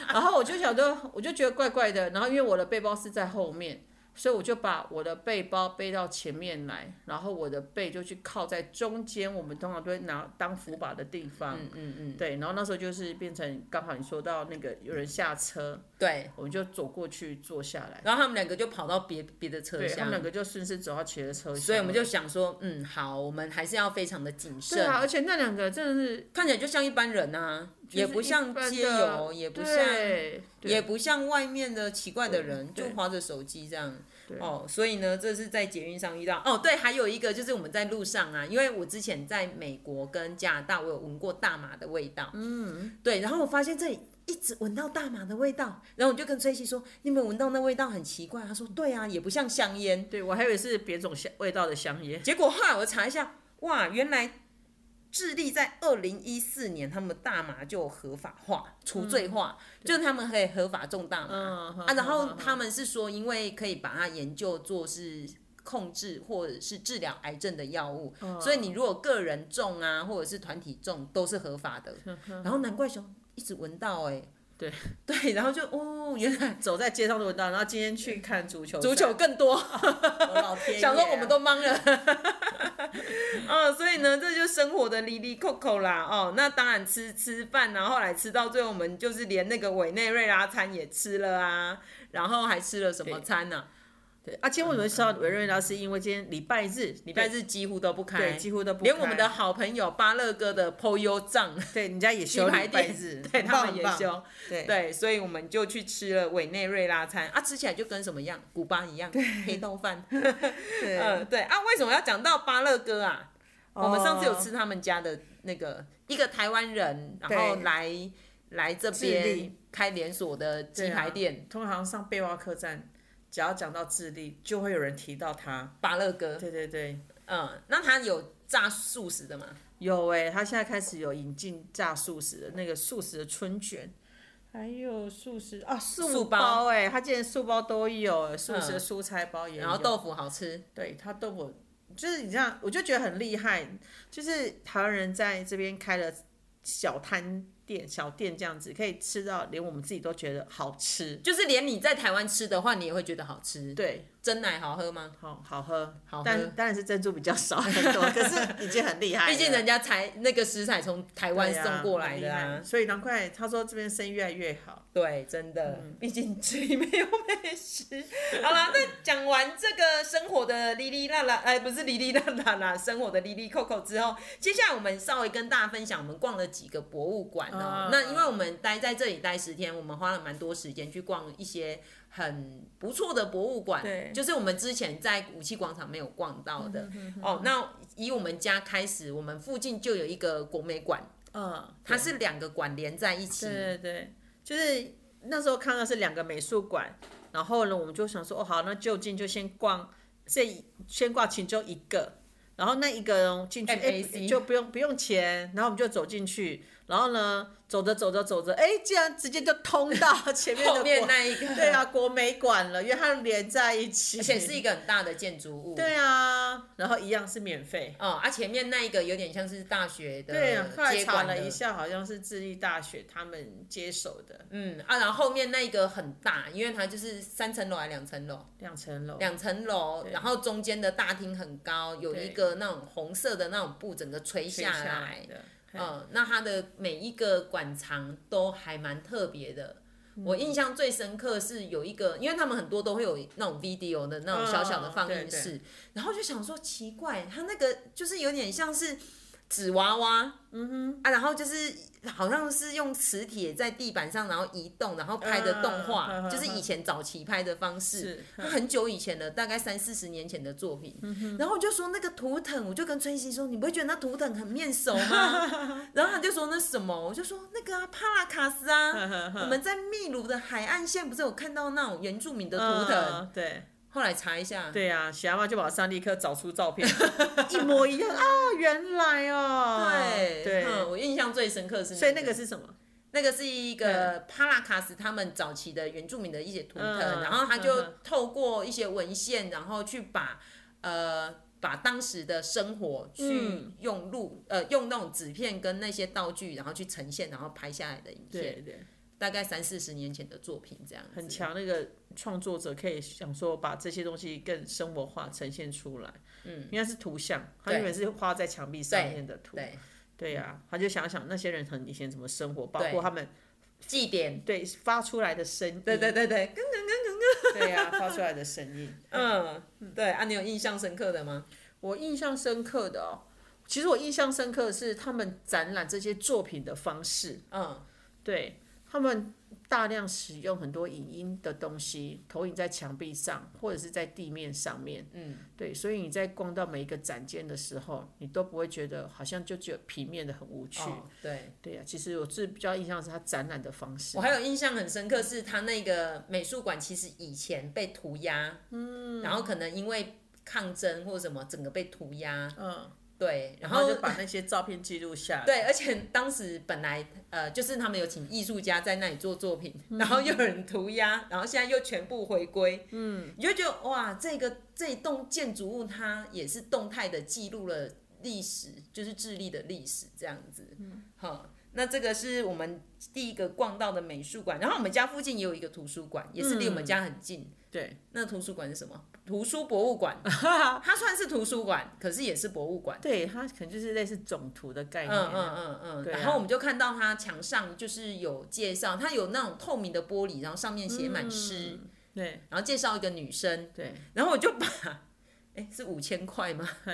Speaker 2: 然后我就想说，我就觉得怪怪的。然后因为我的背包是在后面，所以我就把我的背包背到前面来，然后我的背就去靠在中间，我们通常都会拿当扶把的地方。
Speaker 1: 嗯嗯嗯，
Speaker 2: 对，然后那时候就是变成刚好你说到那个有人下车，
Speaker 1: 对。
Speaker 2: 我们就走过去坐下来，
Speaker 1: 然后他们两个就跑到别别的车
Speaker 2: 对他们
Speaker 1: 厢
Speaker 2: 两，个就顺势走到其他车厢了，
Speaker 1: 所以我们就想说，嗯，好，我们还是要非常的谨
Speaker 2: 对
Speaker 1: 慎。
Speaker 2: 啊，而且那两个真的是
Speaker 1: 看起来就像一般人啊，
Speaker 2: 就是
Speaker 1: 也不像
Speaker 2: 一般的
Speaker 1: 街友，也不像
Speaker 2: 对对
Speaker 1: 也不像外面的奇怪的人，
Speaker 2: 对
Speaker 1: 就
Speaker 2: 对
Speaker 1: 划着手机这样。
Speaker 2: 对
Speaker 1: 哦，所以呢，这是在捷运上遇到。哦，对，还有一个就是我们在路上啊，因为我之前在美国跟加拿大，我有闻过大麻的味道。嗯，对，然后我发现这里。一直闻到大麻的味道，然后我就跟崔西说：“你有没有闻到那味道很奇怪？”他说：“对啊，也不像香烟。”
Speaker 2: 对我还以为是别种香味道的香烟。
Speaker 1: 结果后来我查一下，哇，原来智利在二零一四年他们大麻就合法化、除罪化，就是他们可以合法种大麻、
Speaker 2: 嗯
Speaker 1: 啊。然后
Speaker 2: 嗯嗯
Speaker 1: 他们是说，因为可以把它研究做是。控制或者是治疗癌症的药物，
Speaker 2: 嗯
Speaker 1: 所以你如果个人种啊，或者是团体种，都是合法的。然后难怪熊一直闻到哎、
Speaker 2: 嗯对
Speaker 1: 对，然后就哦，原 来
Speaker 2: 走在街上都闻到，然后今天去看足球赛，
Speaker 1: 足球更多。
Speaker 2: 我老 天爷啊、
Speaker 1: 想说我们都懵了， 哦，所以呢，这就是生活的离离扣扣啦，哦，那当然吃吃饭，然后后来吃到最后，我们就是连那个委内瑞拉餐也吃了啊，然后还吃了什么餐呢、
Speaker 2: 对啊，今天为什么知道委瑞拉？是因为今天礼拜日，礼
Speaker 1: 礼拜日几乎都不开，
Speaker 2: 对几乎都不
Speaker 1: 连
Speaker 2: 开
Speaker 1: 我们的好朋友巴乐哥的 POYO 账
Speaker 2: 对人家也休
Speaker 1: 鸡排
Speaker 2: 礼拜
Speaker 1: 店
Speaker 2: 日，
Speaker 1: 对
Speaker 2: 很
Speaker 1: 他
Speaker 2: 棒
Speaker 1: 们也，
Speaker 2: 很棒
Speaker 1: 休，
Speaker 2: 对
Speaker 1: 对，所以我们就去吃了委内瑞拉餐啊，吃起来就跟什么样，古巴一样，黑豆饭，
Speaker 2: 对
Speaker 1: 嗯，对啊，为什么要讲到巴乐哥啊？我们上次有
Speaker 2: 哦
Speaker 1: 吃他们家的那个一个台湾人，然后
Speaker 2: 对
Speaker 1: 来来这
Speaker 2: 智
Speaker 1: 边
Speaker 2: 利
Speaker 1: 开连锁的鸡排店，
Speaker 2: 通常上背包客栈，只要讲到智利，就会有人提到他。
Speaker 1: 巴乐哥。
Speaker 2: 对对对，
Speaker 1: 嗯，那他有炸素食的吗？
Speaker 2: 有哎、他现在开始有引进炸素食的那个素食的春卷，还有素食啊素
Speaker 1: 素包
Speaker 2: 包哎、他竟然素包都有，欸素食的
Speaker 1: 嗯
Speaker 2: 蔬菜包也有，
Speaker 1: 然后豆腐好吃，
Speaker 2: 对他豆腐就是你这样，我就觉得很厉害，就是台湾人在这边开了小摊店、小店这样子，可以吃到连我们自己都觉得好吃，
Speaker 1: 就是连你在台湾吃的话，你也会觉得好吃。
Speaker 2: 对，
Speaker 1: 真奶好喝吗？
Speaker 2: 好好喝，
Speaker 1: 好喝
Speaker 2: 但当然是珍珠比较少很多，可是已经很厉害 了，
Speaker 1: 毕竟人家才那个食材从台湾
Speaker 2: 对啊
Speaker 1: 送过来的
Speaker 2: 很厉
Speaker 1: 啊
Speaker 2: 害，所以难怪他说这边生意越来越好。
Speaker 1: 对，真的，毕竟这里没有美食。好啦，那讲完这个生活的哩哩啦啦，哎，不是哩哩啦啦啦，生活的哩哩扣扣之后，接下来我们稍微跟大家分享我们逛了几个博物馆哦、
Speaker 2: 啊
Speaker 1: 那因为我们待在这里待十天，我们花了蛮多时间去逛一些很不错的博物馆，
Speaker 2: 对
Speaker 1: 就是我们之前在武器广场没有逛到的。哦，那以我们家开始，我们附近就有一个国美馆，
Speaker 2: 嗯，
Speaker 1: 它是两个馆连在一起。
Speaker 2: 对对对，就是那时候看到是两个美术馆，然后呢，我们就想说，哦，好，那就近就先逛这一先逛其中一个，然后那一个呢进去，哎、
Speaker 1: MAC
Speaker 2: 就不用不用钱，然后我们就走进去，然后呢，走着走着走着，哎、竟然直接就通到 前面的
Speaker 1: 后面
Speaker 2: 国
Speaker 1: 那一个，
Speaker 2: 对啊，国美馆了，因为它连在一起，
Speaker 1: 而且是一个很大的建筑物。
Speaker 2: 对啊，然后一样是免费。
Speaker 1: 哦，啊，前面那一个有点像是大学的
Speaker 2: 对啊，后来
Speaker 1: 呃接
Speaker 2: 查
Speaker 1: 管
Speaker 2: 了一
Speaker 1: 的，
Speaker 2: 下，好像是智利大学他们接手的
Speaker 1: 嗯啊，然后后面那一个很大，因为它就是三层楼还是啊两层楼？
Speaker 2: 两层楼。
Speaker 1: 两层楼，然后中间的大厅很高，有
Speaker 2: 对
Speaker 1: 一个那种红色的那种布整个垂
Speaker 2: 垂
Speaker 1: 下
Speaker 2: 下
Speaker 1: 来。
Speaker 2: 的。
Speaker 1: 嗯，那它的每一个馆藏都还蛮特别的。
Speaker 2: 嗯
Speaker 1: 我印象最深刻是有一个，因为他们很多都会有那种 video 的那种小小的放
Speaker 2: 嗯
Speaker 1: 映
Speaker 2: 对
Speaker 1: 室，然后就想说奇怪，它那个就是有点像是纸娃娃，嗯哼啊，然后就是好像是用磁铁在地板上然后移动，然后拍的动画，
Speaker 2: 嗯嗯嗯嗯
Speaker 1: 就是以前早期拍的方式，
Speaker 2: 是
Speaker 1: 它很久以前的，大概三四十年前的作品。
Speaker 2: 嗯
Speaker 1: 然后我就说那个图腾，我就跟春熙说，你不会觉得那图腾很面熟 吗？然后他就说那什么，我就说那个啊，帕拉卡斯 啊，我们在秘鲁的海岸线不是有看到那种原住 民的图腾？
Speaker 2: 嗯对
Speaker 1: 后来查一下，
Speaker 2: 对啊，喜阿妈就马上立刻找出照 片，一模一样啊，原来哦，
Speaker 1: 对
Speaker 2: 对，
Speaker 1: 嗯我印象最深刻是，
Speaker 2: 所以那个是什么？
Speaker 1: 那个是一个帕拉卡斯他们早期的原住民的一些图腾，
Speaker 2: 嗯
Speaker 1: 然后他
Speaker 2: 嗯
Speaker 1: 就
Speaker 2: 嗯
Speaker 1: 透过一些文献，然后去把呃把当时的生活去
Speaker 2: 嗯
Speaker 1: 用录、呃用那种纸片跟那些道具，然后去呈现，然后拍下来的影片，
Speaker 2: 对对，
Speaker 1: 大概三四十年前的作品这样子。
Speaker 2: 很强，那个创作者可以想说把这些东西更生活化呈现出来，嗯，应该是图像，他
Speaker 1: 对
Speaker 2: 原本是画在墙壁上面的图，
Speaker 1: 对，
Speaker 2: 对呀、他就想想那些人很以前怎么生活，包
Speaker 1: 对
Speaker 2: 括他们
Speaker 1: 祭典，
Speaker 2: 对发出来的声音，
Speaker 1: 对对对对，
Speaker 2: 对呀、发出来的声音，
Speaker 1: 嗯，对啊，你有印象深刻的吗？
Speaker 2: 我印象深刻的哦，其实我印象深刻的是他们展览这些作品的方式，
Speaker 1: 嗯，
Speaker 2: 对他们大量使用很多影音的东西，投影在墙壁上或者是在地面上面，嗯，对，所以你在逛到每一个展间的时候，你都不会觉得好像就只有平面的很无趣，
Speaker 1: 哦对。
Speaker 2: 对呀、啊其实我是比较印象是他展览的方式
Speaker 1: 我，还有印象很深刻，是他那个美术馆其实以前被涂鸦，嗯，然后可能因为抗争或什么，整个被涂鸦，
Speaker 2: 嗯，
Speaker 1: 对，然
Speaker 2: 然后
Speaker 1: 后
Speaker 2: 就把那些照片记录下来，
Speaker 1: 对，而啊且当时本来呃，就是他们有请艺术家在那里做作品，然后又有人涂鸦，然后现在又全部回归，嗯，你就觉得哇，这个这一栋建筑物它也是动态的记录了历史，就是智利的历史这样子，嗯，好。那这个是我们第一个逛到的美术馆，然后我们家附近也有一个图书馆，也是离我们家很近。
Speaker 2: 对，
Speaker 1: 那图书馆是什么？图书博物 馆，它算是图书馆，可是也是博物馆。
Speaker 2: 对，他可能就是类似总图的概念
Speaker 1: 嗯
Speaker 2: 啊，
Speaker 1: 嗯嗯嗯，
Speaker 2: 对啊
Speaker 1: 然后我们就看到它墙上就是有介绍，它有那种透明的玻璃，然后上面写满诗，
Speaker 2: 对
Speaker 1: 然后介绍一个女生，
Speaker 2: 对，
Speaker 1: 然后我就把，哎、是五千块吗？
Speaker 2: 嘿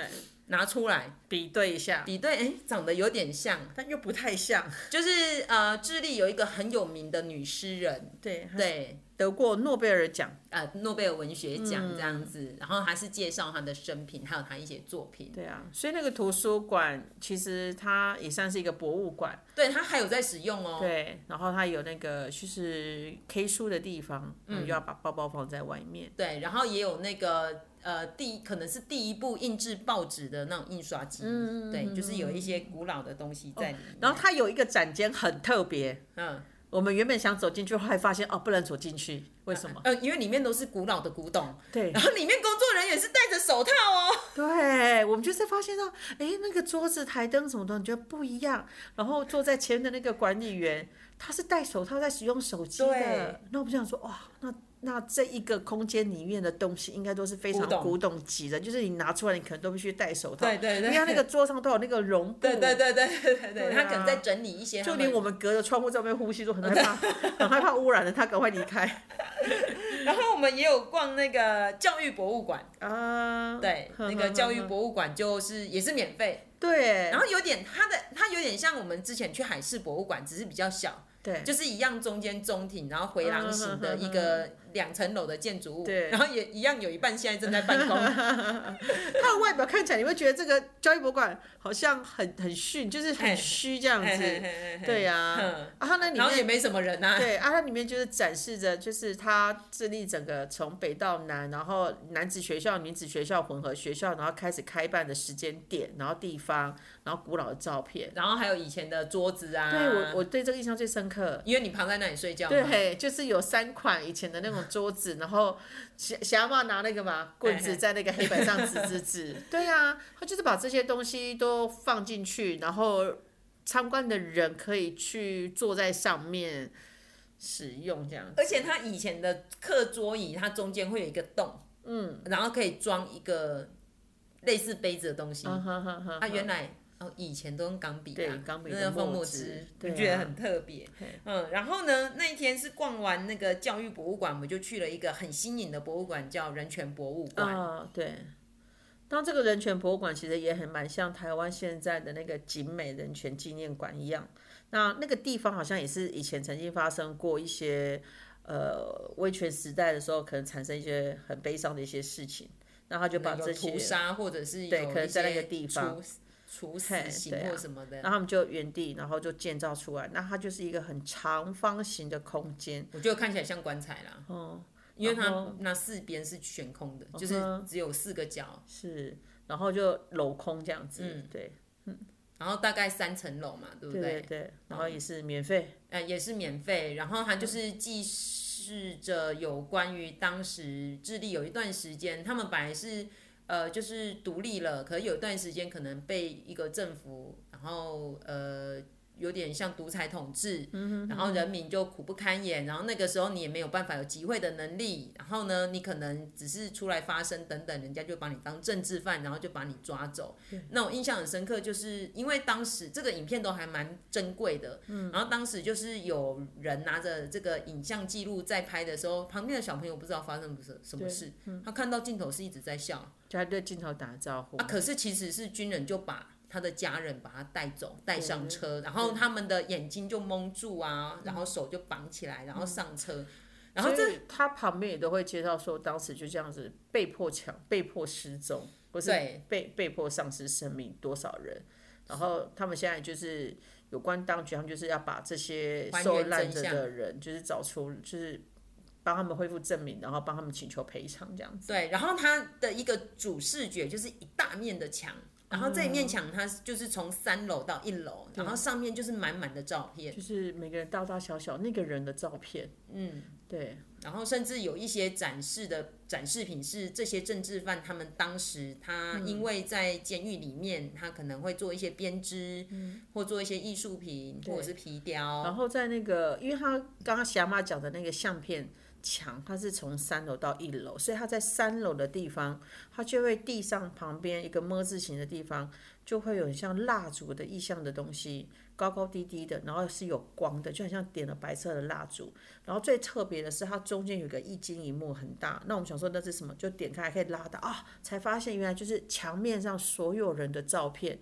Speaker 1: 拿出来
Speaker 2: 比对一下，
Speaker 1: 比对，哎、长得有点像，
Speaker 2: 但又不太像。
Speaker 1: 就是呃，智利有一个很有名的女诗人，
Speaker 2: 对，
Speaker 1: 对，
Speaker 2: 得过诺贝尔奖。
Speaker 1: 呃，诺贝尔文学奖这样子，然后还是介绍她的生平，还有她一些作品，
Speaker 2: 对啊，所以那个图书馆其实它也算是一个博物馆，
Speaker 1: 对，她还有在使用哦，
Speaker 2: 对，然后它有那个就是 K 书的地方，嗯，就要把包包放在外面。
Speaker 1: 对，然后也有那个呃第可能是第一部印制报纸的那种印刷机，
Speaker 2: 嗯
Speaker 1: 对，就是有一些古老的东西
Speaker 2: 哦
Speaker 1: 在里面。
Speaker 2: 然后它有一个展间很特别，
Speaker 1: 嗯，
Speaker 2: 我们原本想走进去，后来发现哦不能走进去，为什么？
Speaker 1: 呃，因为里面都是古老的古董，
Speaker 2: 对
Speaker 1: 然后里面工作人员是戴着手套哦，
Speaker 2: 对，我们就是发现到，哎，那个桌子、台灯什么的，你觉得不一样。然后坐在前面的那个管理员，他是戴手套在使用手机的
Speaker 1: 对。
Speaker 2: 那我们想说，哇，那那这一个空间里面的东西，应该都是非常
Speaker 1: 古董
Speaker 2: 古董级的，就是你拿出来，你可能都必须戴手套。
Speaker 1: 对对对
Speaker 2: 你看那个桌上都有那个绒布。
Speaker 1: 对对对对对对
Speaker 2: 对啊
Speaker 1: 他可能在整理一些他
Speaker 2: 就
Speaker 1: 们，
Speaker 2: 连我们隔着窗户在外面呼吸都很害 怕，很害怕污染的，他赶快离开
Speaker 1: 然后我们也有逛那个教育博物馆，
Speaker 2: 啊！
Speaker 1: 对，
Speaker 2: 呵
Speaker 1: 那个教育
Speaker 2: 呵呵
Speaker 1: 博物馆就是也是免费，
Speaker 2: 对
Speaker 1: 然后有点它的它有点像我们之前去海事博物馆，只是比较小，
Speaker 2: 对
Speaker 1: 就是一样中间中庭，然后回廊型的
Speaker 2: 嗯嗯嗯
Speaker 1: 一个两层楼的建筑物，
Speaker 2: 对
Speaker 1: 然后也一样有一半现在正在办公，
Speaker 2: 它的外表看起来，你会觉得这个交易博物馆好像很很逊，就是很虚 这样
Speaker 1: 嘿嘿
Speaker 2: 子。
Speaker 1: 嘿嘿
Speaker 2: 对呀、啊
Speaker 1: 嗯，
Speaker 2: 它那里
Speaker 1: 然后也
Speaker 2: 面
Speaker 1: 没什么人啊，
Speaker 2: 对 啊，它里面就是展示着，就是它致力整个从北到南，然后男子学校、女子学校、混合学校，然后开始开办的时间点，然后地方，然后古老的照片。
Speaker 1: 然后还有以前的桌子啊，
Speaker 2: 对我，我对这个印象最深刻。
Speaker 1: 因为你躺在那里睡觉嘛，
Speaker 2: 对，就是有三款以前的那种 桌子，然后小小阿妈拿那个嘛棍
Speaker 1: 嘿
Speaker 2: 子
Speaker 1: 嘿
Speaker 2: 在那个黑板上指指 指。对啊，他就是把这些东西都放进去，然后参观的人可以去坐在上面使用这样子。
Speaker 1: 而且它以前的课桌椅，它中间会有一个洞，嗯，然后可以装一个类似杯子的东西，
Speaker 2: 嗯哼哼哼
Speaker 1: 啊，原
Speaker 2: 哼
Speaker 1: 来哦，以前都用钢笔、啊，
Speaker 2: 对钢笔
Speaker 1: 那
Speaker 2: 的
Speaker 1: 个
Speaker 2: 墨
Speaker 1: 墨
Speaker 2: 汁
Speaker 1: 汁，
Speaker 2: 对
Speaker 1: 你觉得
Speaker 2: 啊
Speaker 1: 很特别
Speaker 2: 嘿。
Speaker 1: 嗯，然后呢，那一天是逛完那个教育博物馆，我们就去了一个很新颖的博物馆，叫人权博物馆。
Speaker 2: 啊、对。那这个人权博物馆其实也很蛮像台湾现在的那个景美人权纪念馆一样。那那个地方好像也是以前曾经发生过一些呃威权时代的时候，可能产生一些很悲伤的一些事情。那他就
Speaker 1: 可
Speaker 2: 把
Speaker 1: 能有
Speaker 2: 这些
Speaker 1: 屠，杀，或者是
Speaker 2: 对
Speaker 1: 有
Speaker 2: 可能
Speaker 1: 一
Speaker 2: 在那
Speaker 1: 些
Speaker 2: 个地方
Speaker 1: 处死处
Speaker 2: 嘿
Speaker 1: 死刑
Speaker 2: 对啊
Speaker 1: 或什么的，
Speaker 2: 然后他们就原地，然后就建造出来。那它就是一个很长方形的空间。
Speaker 1: 我觉得看起来像棺材啦，
Speaker 2: 哦，
Speaker 1: 因为
Speaker 2: 然
Speaker 1: 它
Speaker 2: 后
Speaker 1: 那四边是悬空的，就是
Speaker 2: 嗯哼
Speaker 1: 只有四个角，
Speaker 2: 是，然后就镂空这样子。
Speaker 1: 嗯
Speaker 2: 对
Speaker 1: 然后大概三层楼嘛，对嗯不
Speaker 2: 对对对，然后也是免费。
Speaker 1: 呃，也是免费，然后它就是记事着有关于当时智利有一段时间，他们本来是呃就是独立了，可是有一段时间可能被一个政府，然后呃有点像独裁统治，然后人民就苦不堪言，然后那个时候你也没有办法有集会的能力，然后呢，你可能只是出来发声等等，人家就把你当政治犯，然后就把你抓走。那我印象很深刻，就是因为当时这个影片都还蛮珍贵的，
Speaker 2: 嗯
Speaker 1: 然后当时就是有人拿着这个影像记录在拍的时候，旁边的小朋友不知道发生什什么事，
Speaker 2: 嗯
Speaker 1: 他看到镜头是一直在笑，
Speaker 2: 就他对镜头打招呼。
Speaker 1: 啊，可是其实是军人就把他的家人把他带走，带上车，然后他们的眼睛就蒙住啊，
Speaker 2: 嗯
Speaker 1: 然后手就绑起来，然后上车，然后这
Speaker 2: 这他旁边也都会介绍说，当时就这样子被迫抢、被迫失踪，不是
Speaker 1: 对
Speaker 2: 被被迫丧失生命多少人。然后他们现在就是有关当局，他们就是要把这些
Speaker 1: 还原
Speaker 2: 受难者
Speaker 1: 真相
Speaker 2: 的人，就是找出，就是帮他们恢复证明，然后帮他们请求赔偿这样子。
Speaker 1: 对，然后它的一个主视觉就是一大面的墙，然后这一
Speaker 2: 嗯
Speaker 1: 面墙它就是从三楼到一楼，然后上面就是满满的照片，
Speaker 2: 就是每个人大大小小那个人的照片，
Speaker 1: 嗯。
Speaker 2: 对，
Speaker 1: 然后甚至有一些展示的展示品是这些政治犯他们当时他
Speaker 2: 嗯
Speaker 1: 因为在监狱里面，他可能会做一些编织，或做一些艺术品
Speaker 2: 嗯对
Speaker 1: 或者是皮雕，
Speaker 2: 然后在那个，因为他刚刚霞妈讲的那个相片墙，它是从三楼到一楼，所以他在三楼的地方，它就会地上旁边一个么字形的地方，就会有很像蜡烛的意象的东西，高高低低的，然后是有光的，就很像点了白色的蜡烛。然后最特别的是，它中间有个一惊一幕很大，那我们想说那是什么？就点开还可以拉到啊，才发现原来就是墙面上所有人的照片，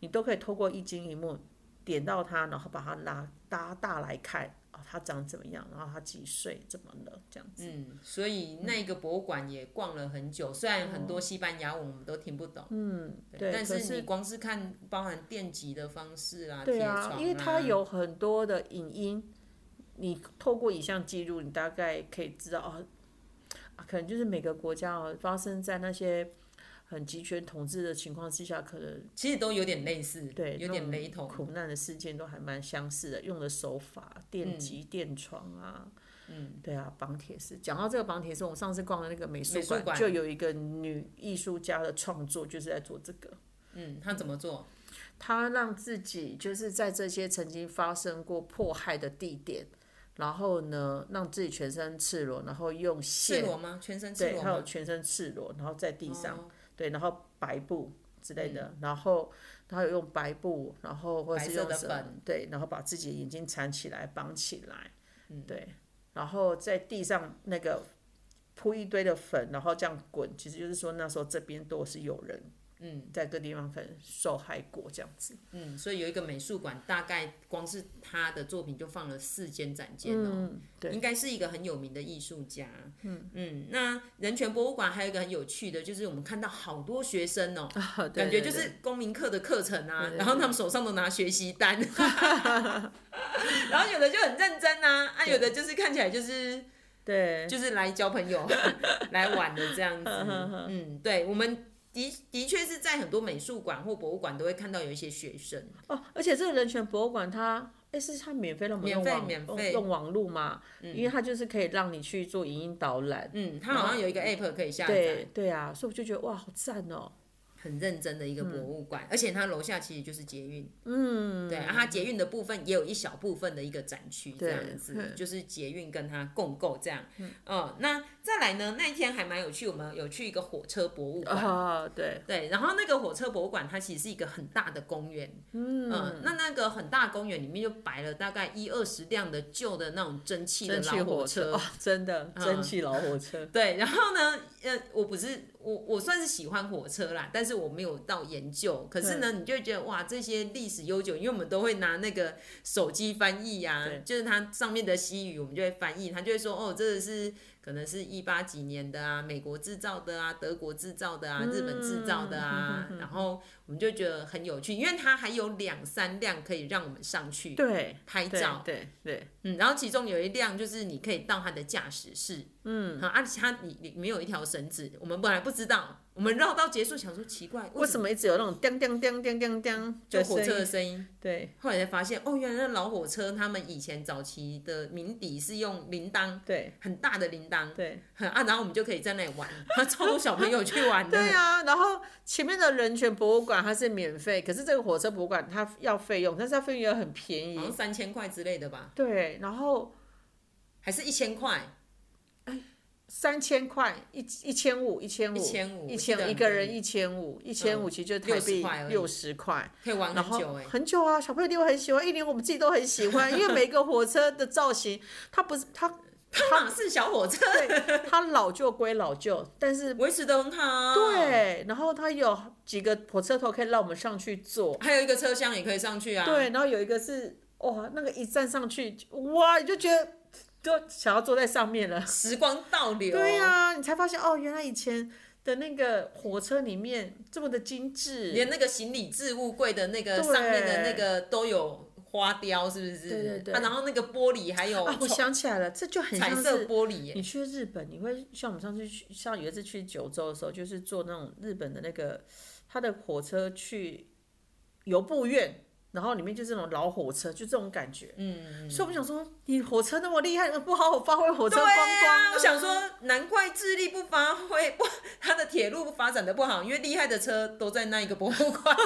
Speaker 2: 你都可以透过一惊一幕。点到他，然后把他拉拉大来看，哦，他长怎么样，然后他几岁，怎么了，这样子。
Speaker 1: 嗯，所以那个博物馆也逛了很久，虽然很多西班牙文我们都听不懂，
Speaker 2: 嗯，对，
Speaker 1: 对但
Speaker 2: 可
Speaker 1: 是你光是看包含电极的方式啊，
Speaker 2: 对
Speaker 1: 铁
Speaker 2: 啊，
Speaker 1: 床
Speaker 2: 因为它有很多的影音，你透过影像记录，你大概可以知道哦。啊可能就是每个国家哦，发生在那些很集权统治的情况之下，可能
Speaker 1: 其实都有点类似，
Speaker 2: 对
Speaker 1: 有点雷同。
Speaker 2: 苦难的事件都还蛮相似的，用的手法，电击、
Speaker 1: 嗯
Speaker 2: 电床啊，嗯，对啊，绑铁丝。讲到这个绑铁丝，我上次逛的那个美术
Speaker 1: 美术
Speaker 2: 馆
Speaker 1: 馆
Speaker 2: 就有一个女艺术家的创作，就是在做这个。
Speaker 1: 嗯，他怎么做？
Speaker 2: 他让自己就是在这些曾经发生过迫害的地点，然后呢，让自己全身赤裸，然后用
Speaker 1: 赤
Speaker 2: 线
Speaker 1: 裸吗？全身赤
Speaker 2: 对，
Speaker 1: 裸
Speaker 2: 还有
Speaker 1: 吗？
Speaker 2: 全身赤裸，然后在地上、
Speaker 1: 哦嗯
Speaker 2: 对，然后白布之类的，然后他有用白布，然后或者
Speaker 1: 白
Speaker 2: 是
Speaker 1: 色
Speaker 2: 用
Speaker 1: 的
Speaker 2: 什么
Speaker 1: 粉
Speaker 2: 对，然后把自己的眼睛缠起来绑起来，
Speaker 1: 嗯
Speaker 2: 对，然后在地上那个铺一堆的粉，然后这样滚，其实就是说那时候这边都是有人
Speaker 1: 嗯
Speaker 2: 在各地方可能受害过这样子。
Speaker 1: 嗯，所以有一个美术馆，大概光是他的作品就放了四间展间哦。
Speaker 2: 嗯，对，
Speaker 1: 应该是一个很有名的艺术家。嗯嗯，那人权博物馆还有一个很有趣的，就是我们看到好多学生哦、
Speaker 2: 啊
Speaker 1: 感觉就是公民课的课程啊，
Speaker 2: 对对对
Speaker 1: 然后他们手上都拿学习单， 然后有的就很认真啊，啊，有的就是看起来就是
Speaker 2: 对
Speaker 1: 就是来交朋 友、来玩的这样子。嗯，对，我们的的确是在很多美术馆或博物馆都会看到有一些学生，
Speaker 2: 哦，而且这个人权博物馆它。哎，是它免费让我们
Speaker 1: 免
Speaker 2: 用
Speaker 1: 费
Speaker 2: 网
Speaker 1: 免
Speaker 2: 用
Speaker 1: 费
Speaker 2: 用网路嘛？因为它就是可以让你去做影音导览。
Speaker 1: 嗯，他好像有一个 app 可以下载
Speaker 2: 哦对，对啊，所以我就觉得哇，好赞哦！
Speaker 1: 很认真的一个博物
Speaker 2: 嗯
Speaker 1: 馆，而且它楼下其实就是捷运，嗯，对，啊、它捷运的部分也有一小部分的一个展区这
Speaker 2: 对
Speaker 1: 样子，
Speaker 2: 嗯
Speaker 1: 就是捷运跟它共构这样，嗯、那再来呢，那一天还蛮有趣，我们有去一个火车博物馆。
Speaker 2: 啊，对，
Speaker 1: 对，然后那个火车博物馆，它其实是一个很大的公园，嗯、那那个很大的公园里面就摆了大概一二十辆的旧的那种蒸汽的
Speaker 2: 蒸汽
Speaker 1: 老
Speaker 2: 火
Speaker 1: 车，嗯
Speaker 2: 车，哦真的蒸汽老火车。
Speaker 1: 对，然后呢，呃，我不是我我算是喜欢火车啦，但是我没有到研究。可是呢，你就会觉得哇，这些历史悠久，因为我们都会拿那个手机翻译啊
Speaker 2: 对，
Speaker 1: 就是它上面的西语，我们就会翻译，它就会说哦，这个是可能是一八几年的啊，美国制造的啊，德国制造的啊，日本制造的啊，
Speaker 2: 嗯
Speaker 1: 然后我们就觉得很有趣，因为它还有两三辆可以让我们上去
Speaker 2: 对，
Speaker 1: 拍
Speaker 2: 对
Speaker 1: 照，
Speaker 2: 对对，
Speaker 1: 嗯，然后其中有一辆就是你可以到它的驾驶室，嗯，好，而且它里里面有一条绳子，我们本来不知道，我们绕到结束想说奇怪，
Speaker 2: 为
Speaker 1: 么
Speaker 2: 什么一直有那种叮叮叮叮叮叮
Speaker 1: 就
Speaker 2: 的
Speaker 1: 火
Speaker 2: 声
Speaker 1: 车的
Speaker 2: 音？
Speaker 1: 声音？
Speaker 2: 对
Speaker 1: 后来才发现，哦，原来那老火车他们以前早期的鸣笛是用铃铛，
Speaker 2: 对
Speaker 1: 很大的铃铛，
Speaker 2: 对
Speaker 1: 很啊，然后我们就可以在那里玩，啊超多小朋友去玩的，
Speaker 2: 对啊！然后前面的人权博物馆它是免费，可是这个火车博物馆它要费用，但是它费用也很便宜
Speaker 1: 好。像三千块之类的吧，
Speaker 2: 对，然后
Speaker 1: 还是一千块，
Speaker 2: 三千块，一一千五，一千五，
Speaker 1: 1500
Speaker 2: 一
Speaker 1: 我记得
Speaker 2: 千一
Speaker 1: 很
Speaker 2: 个
Speaker 1: 便宜
Speaker 2: 人一千五，一千五其实就台
Speaker 1: 60
Speaker 2: 币
Speaker 1: 块而已
Speaker 2: 六十块，
Speaker 1: 可以玩
Speaker 2: 然
Speaker 1: 很
Speaker 2: 后
Speaker 1: 久哎、
Speaker 2: 很久啊，小朋友一定会很喜欢，一连我们自己都很喜欢，因为每个火车的造型，它不是它
Speaker 1: 它是小火车，
Speaker 2: 它老旧归老旧，但是
Speaker 1: 维持的很好，，
Speaker 2: 对，然后它有几个火车头可以让我们上去坐，
Speaker 1: 还有一个车厢也可以上去啊，
Speaker 2: 对，然后有一个是哇，那个一站上去，哇，你就觉得就想要坐在上面了。
Speaker 1: 时光倒流，
Speaker 2: 对呀、你才发现哦，原来以前的那个火车里面这么的精致。
Speaker 1: 连那个行李置物柜的那个
Speaker 2: 对
Speaker 1: 上面的那个都有花雕，是不是？
Speaker 2: 对对对
Speaker 1: 啊，然后那个玻璃还有
Speaker 2: 啊，我
Speaker 1: 彩
Speaker 2: 想起来了，这就很
Speaker 1: 彩
Speaker 2: 像
Speaker 1: 色
Speaker 2: 是
Speaker 1: 玻璃耶，
Speaker 2: 你去日本，你会像我们上次去，像有一次去九州的时候，就是坐那种日本的那个他的火车去游步院，然后里面就是那种老火车，就这种感觉。
Speaker 1: 嗯。
Speaker 2: 所以我们想说，你火车那么厉害，不好好发挥火车
Speaker 1: 对
Speaker 2: 风光、
Speaker 1: 啊，我想，说，难怪智利不发挥不，它的铁路发展的不好，因为厉害的车都在那一个博物馆。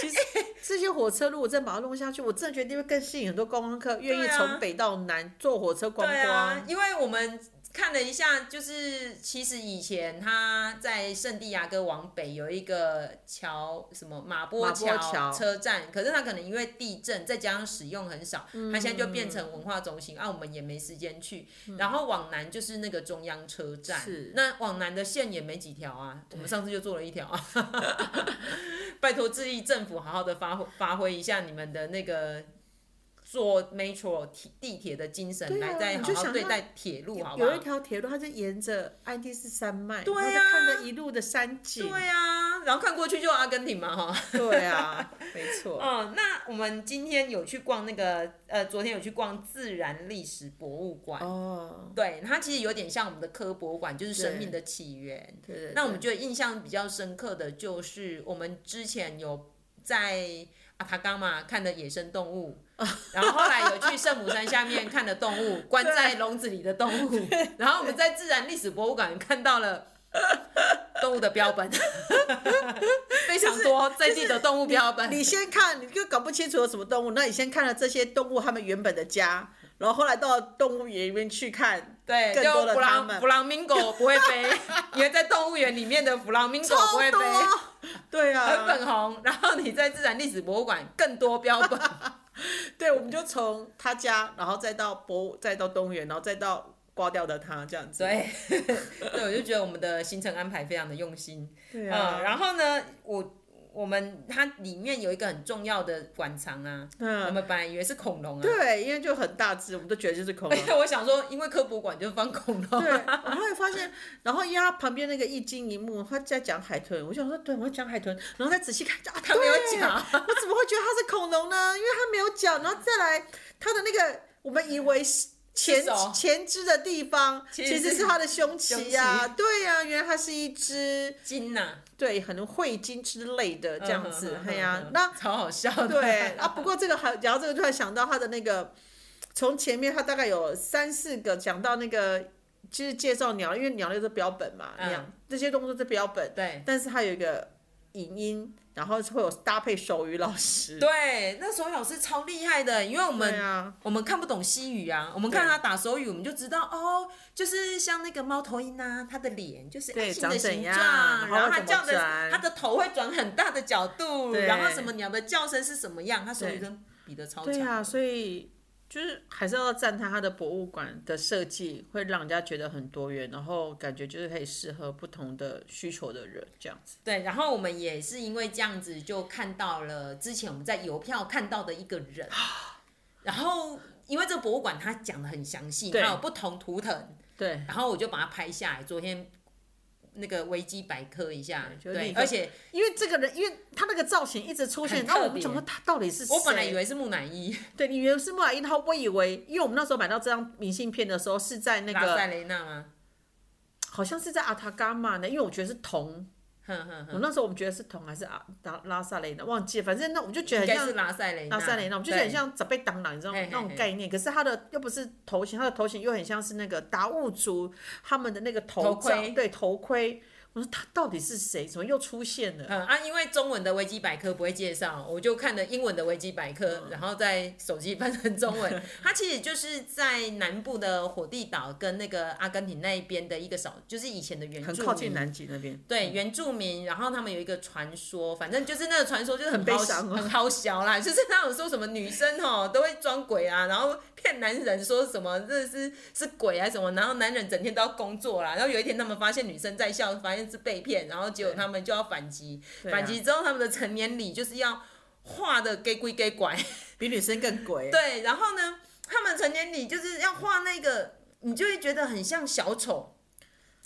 Speaker 2: 其实 这些火车如果真把它弄下去，我真的觉得会更吸引很多观光客，愿意
Speaker 1: 对啊
Speaker 2: 从北到南坐火车观
Speaker 1: 对啊
Speaker 2: 光。，
Speaker 1: 因为我们看了一下，就是其实以前他在圣地亚哥往北有一个桥，什么马波
Speaker 2: 马波
Speaker 1: 桥
Speaker 2: 桥
Speaker 1: 车站，可是它可能因为地震，再加上使用很少，
Speaker 2: 嗯
Speaker 1: 它现在就变成文化中心啊，我们也没时间去。然后往南就是那个中央车站
Speaker 2: 嗯是，
Speaker 1: 那往南的线也没几条啊，我们上次就做了一条啊。拜托智利政府好好的发挥发挥一下你们的那个坐 metro 地地铁的精神，
Speaker 2: 对啊
Speaker 1: 来再
Speaker 2: 你
Speaker 1: 好
Speaker 2: 就
Speaker 1: 好
Speaker 2: 想
Speaker 1: 对
Speaker 2: 要
Speaker 1: 待铁路，好不
Speaker 2: 有一
Speaker 1: 好？
Speaker 2: 条铁路，它就沿着爱丽丝山脉，
Speaker 1: 对啊
Speaker 2: 然后就看着一路的山景。
Speaker 1: 对啊，然后看过去就阿根廷嘛，哈。
Speaker 2: 对啊，没 错。
Speaker 1: 哦，那我们今天有去逛那个，呃，昨天有去逛自然历史博物馆。
Speaker 2: 哦，
Speaker 1: 对，它其实有点像我们的科博物馆，就是生命的起源。
Speaker 2: 对对
Speaker 1: 那我们觉得印象比较深刻的就是我们之前有在阿塔伽马看的野生动 物，然后后来有去圣母山下面看的动物，关在笼子里的动物，然后我们在自然历史博物馆看到了。动物的标 本非常多，在地的动物标本。
Speaker 2: 你先看，你就搞不清楚有什么动物，那你先看了这些动物它们原本的家，然后后来到动物园里面去看，
Speaker 1: 对，
Speaker 2: 更多
Speaker 1: 就
Speaker 2: 的
Speaker 1: 弗
Speaker 2: 它
Speaker 1: 朗
Speaker 2: 们
Speaker 1: 弗朗明狗不会飞，因为在动物园里面的弗朗明狗
Speaker 2: 超
Speaker 1: 不会飞，
Speaker 2: 多，对
Speaker 1: 很
Speaker 2: 啊，
Speaker 1: 粉红。然后你在自然历史博物馆更多标本，
Speaker 2: 对，我们就从他家，然后再到博物，再到动物园，然后再到刮掉的他这样子，
Speaker 1: 对， 对，我就觉得我们的行程安排非常的用心。
Speaker 2: 对
Speaker 1: 嗯，
Speaker 2: 啊，
Speaker 1: 然后呢，我我们它里面有一个很重要的馆藏啊，我
Speaker 2: 嗯，
Speaker 1: 们本来以为是恐龙啊，
Speaker 2: 对，因为就很大只，我们都觉得就是恐
Speaker 1: 而
Speaker 2: 龙。
Speaker 1: 且我想说，因为科博馆就放恐龙
Speaker 2: 对，
Speaker 1: 啊，
Speaker 2: 我后来发现，然后因为他旁边那个一惊一幕，他在讲海豚，我想说，对，我要讲海豚，然后再仔细看，啊，
Speaker 1: 他没有
Speaker 2: 对
Speaker 1: 讲，
Speaker 2: 我怎么会觉得它是恐龙呢？因为它没有脚，然后再来它的那个我们以为是前
Speaker 1: 是手
Speaker 2: 前肢的地方，
Speaker 1: 其
Speaker 2: 其
Speaker 1: 实是
Speaker 2: 实是它的胸鳍呀、
Speaker 1: 胸
Speaker 2: 对呀、原来它是一只
Speaker 1: 金呐，嗯
Speaker 2: 对很会鲸之类的这样子，哎呀、那
Speaker 1: 超好笑的，
Speaker 2: 对啊，不过这个还聊到这个，突然想到它的那个从前面它大概有三四个讲到那个。就是介绍鸟类，因为鸟类是标本嘛，
Speaker 1: 嗯
Speaker 2: 鸟、这些动物都是标本，
Speaker 1: 对。
Speaker 2: 但是它有一个影音，然后会有搭配手语老师，
Speaker 1: 对，那手语老师超厉害的，因为我们、
Speaker 2: 嗯对啊，
Speaker 1: 我们看不懂西语啊，我们看他打手语，我们就知道哦，就是像那个猫头鹰啊，它的脸就是
Speaker 2: 对
Speaker 1: 爱心的
Speaker 2: 长怎
Speaker 1: 形
Speaker 2: 样
Speaker 1: 状，然
Speaker 2: 然后
Speaker 1: 它
Speaker 2: 怎么
Speaker 1: 叫的
Speaker 2: 转
Speaker 1: 它的头会转很大的角度，
Speaker 2: 对
Speaker 1: 然后什么鸟的叫声是什么样，它手语
Speaker 2: 对
Speaker 1: 跟比的超
Speaker 2: 对
Speaker 1: 强。
Speaker 2: 啊，所以就是还是要赞叹它的博物馆的设计，会让人家觉得很多元，然后感觉就是可以适合不同的需求的人这样子。
Speaker 1: 对，然后我们也是因为这样子就看到了之前我们在邮票看到的一个 人，然后因为这个博物馆它讲的很详细，
Speaker 2: 对
Speaker 1: 它有不同图腾，
Speaker 2: 对，
Speaker 1: 然后我就把它拍下来，昨天那个维基百科一下，
Speaker 2: 对就
Speaker 1: 对，
Speaker 2: 立刻
Speaker 1: 而且
Speaker 2: 因为这个人，因为他那个造型一直出现，
Speaker 1: 很
Speaker 2: 然后我
Speaker 1: 特
Speaker 2: 们
Speaker 1: 别
Speaker 2: 想说他到底是谁？
Speaker 1: 我本来以为是木乃伊，
Speaker 2: 对，你以为是木乃伊，然后我以为，因为我们那时候买到这张明信片的时候是在那
Speaker 1: 拉塞
Speaker 2: 个，
Speaker 1: 雷纳吗？
Speaker 2: 好像是在阿塔伽马呢，因为我觉得是铜，
Speaker 1: 哼哼
Speaker 2: 我
Speaker 1: 哼，
Speaker 2: 那时候我们觉得是铜还是阿拉拉萨雷呢，忘记了，反正那我们就觉得
Speaker 1: 应
Speaker 2: 很
Speaker 1: 该
Speaker 2: 像
Speaker 1: 是拉塞雷纳，
Speaker 2: 拉萨雷那，我们就觉得很像长辈当郎，你知道吗
Speaker 1: 嘿嘿？
Speaker 2: 那种概念。可是他的又不是头型，他的头型又很像是那个达悟族他们的那个
Speaker 1: 头
Speaker 2: 头
Speaker 1: 盔
Speaker 2: 罩对头盔。我说他到底是谁？怎么又出现
Speaker 1: 对。
Speaker 2: 了？
Speaker 1: 嗯啊，因为中文的维基百科不会介绍，我就看了英文的维基百科，
Speaker 2: 嗯
Speaker 1: 然后在手机翻成中 文。它其实就是在南部的火地岛跟那个阿根廷那一边的一个少，就是以前的原住
Speaker 2: 很
Speaker 1: 民，
Speaker 2: 靠近南极那边。
Speaker 1: 对原住民，然后他们有一个传说，反正就是那个传说就是很
Speaker 2: 很悲
Speaker 1: 好
Speaker 2: 伤哦
Speaker 1: 很好笑啦， 就是那种说什么女生哦都会装鬼啊，然后骗男人说什么这是是鬼啊什么，然后男人整天都要工作啦，然后有一天他们发现女生在笑，发现是被骗，然后结果他们就要反击，
Speaker 2: 对啊
Speaker 1: 反击之后他们的成年礼就是要画的给鬼给拐，
Speaker 2: 比女生更鬼。
Speaker 1: 对，然后呢，他们成年礼就是要画那个，你就会觉得很像小丑，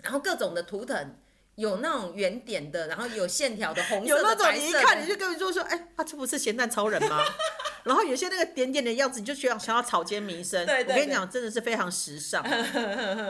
Speaker 1: 然后各种的图腾，有那种圆点的，然后有线条的红
Speaker 2: 有
Speaker 1: 色
Speaker 2: 那
Speaker 1: 的、
Speaker 2: 种
Speaker 1: 白
Speaker 2: 你一
Speaker 1: 色的。
Speaker 2: 看你就跟人说说，哎，他这不是咸蛋超人吗？ 然后有些那个点点的样子，你就觉得想要草间弥生。
Speaker 1: 对对
Speaker 2: 我跟你
Speaker 1: 对
Speaker 2: 讲，真的是非常 时尚。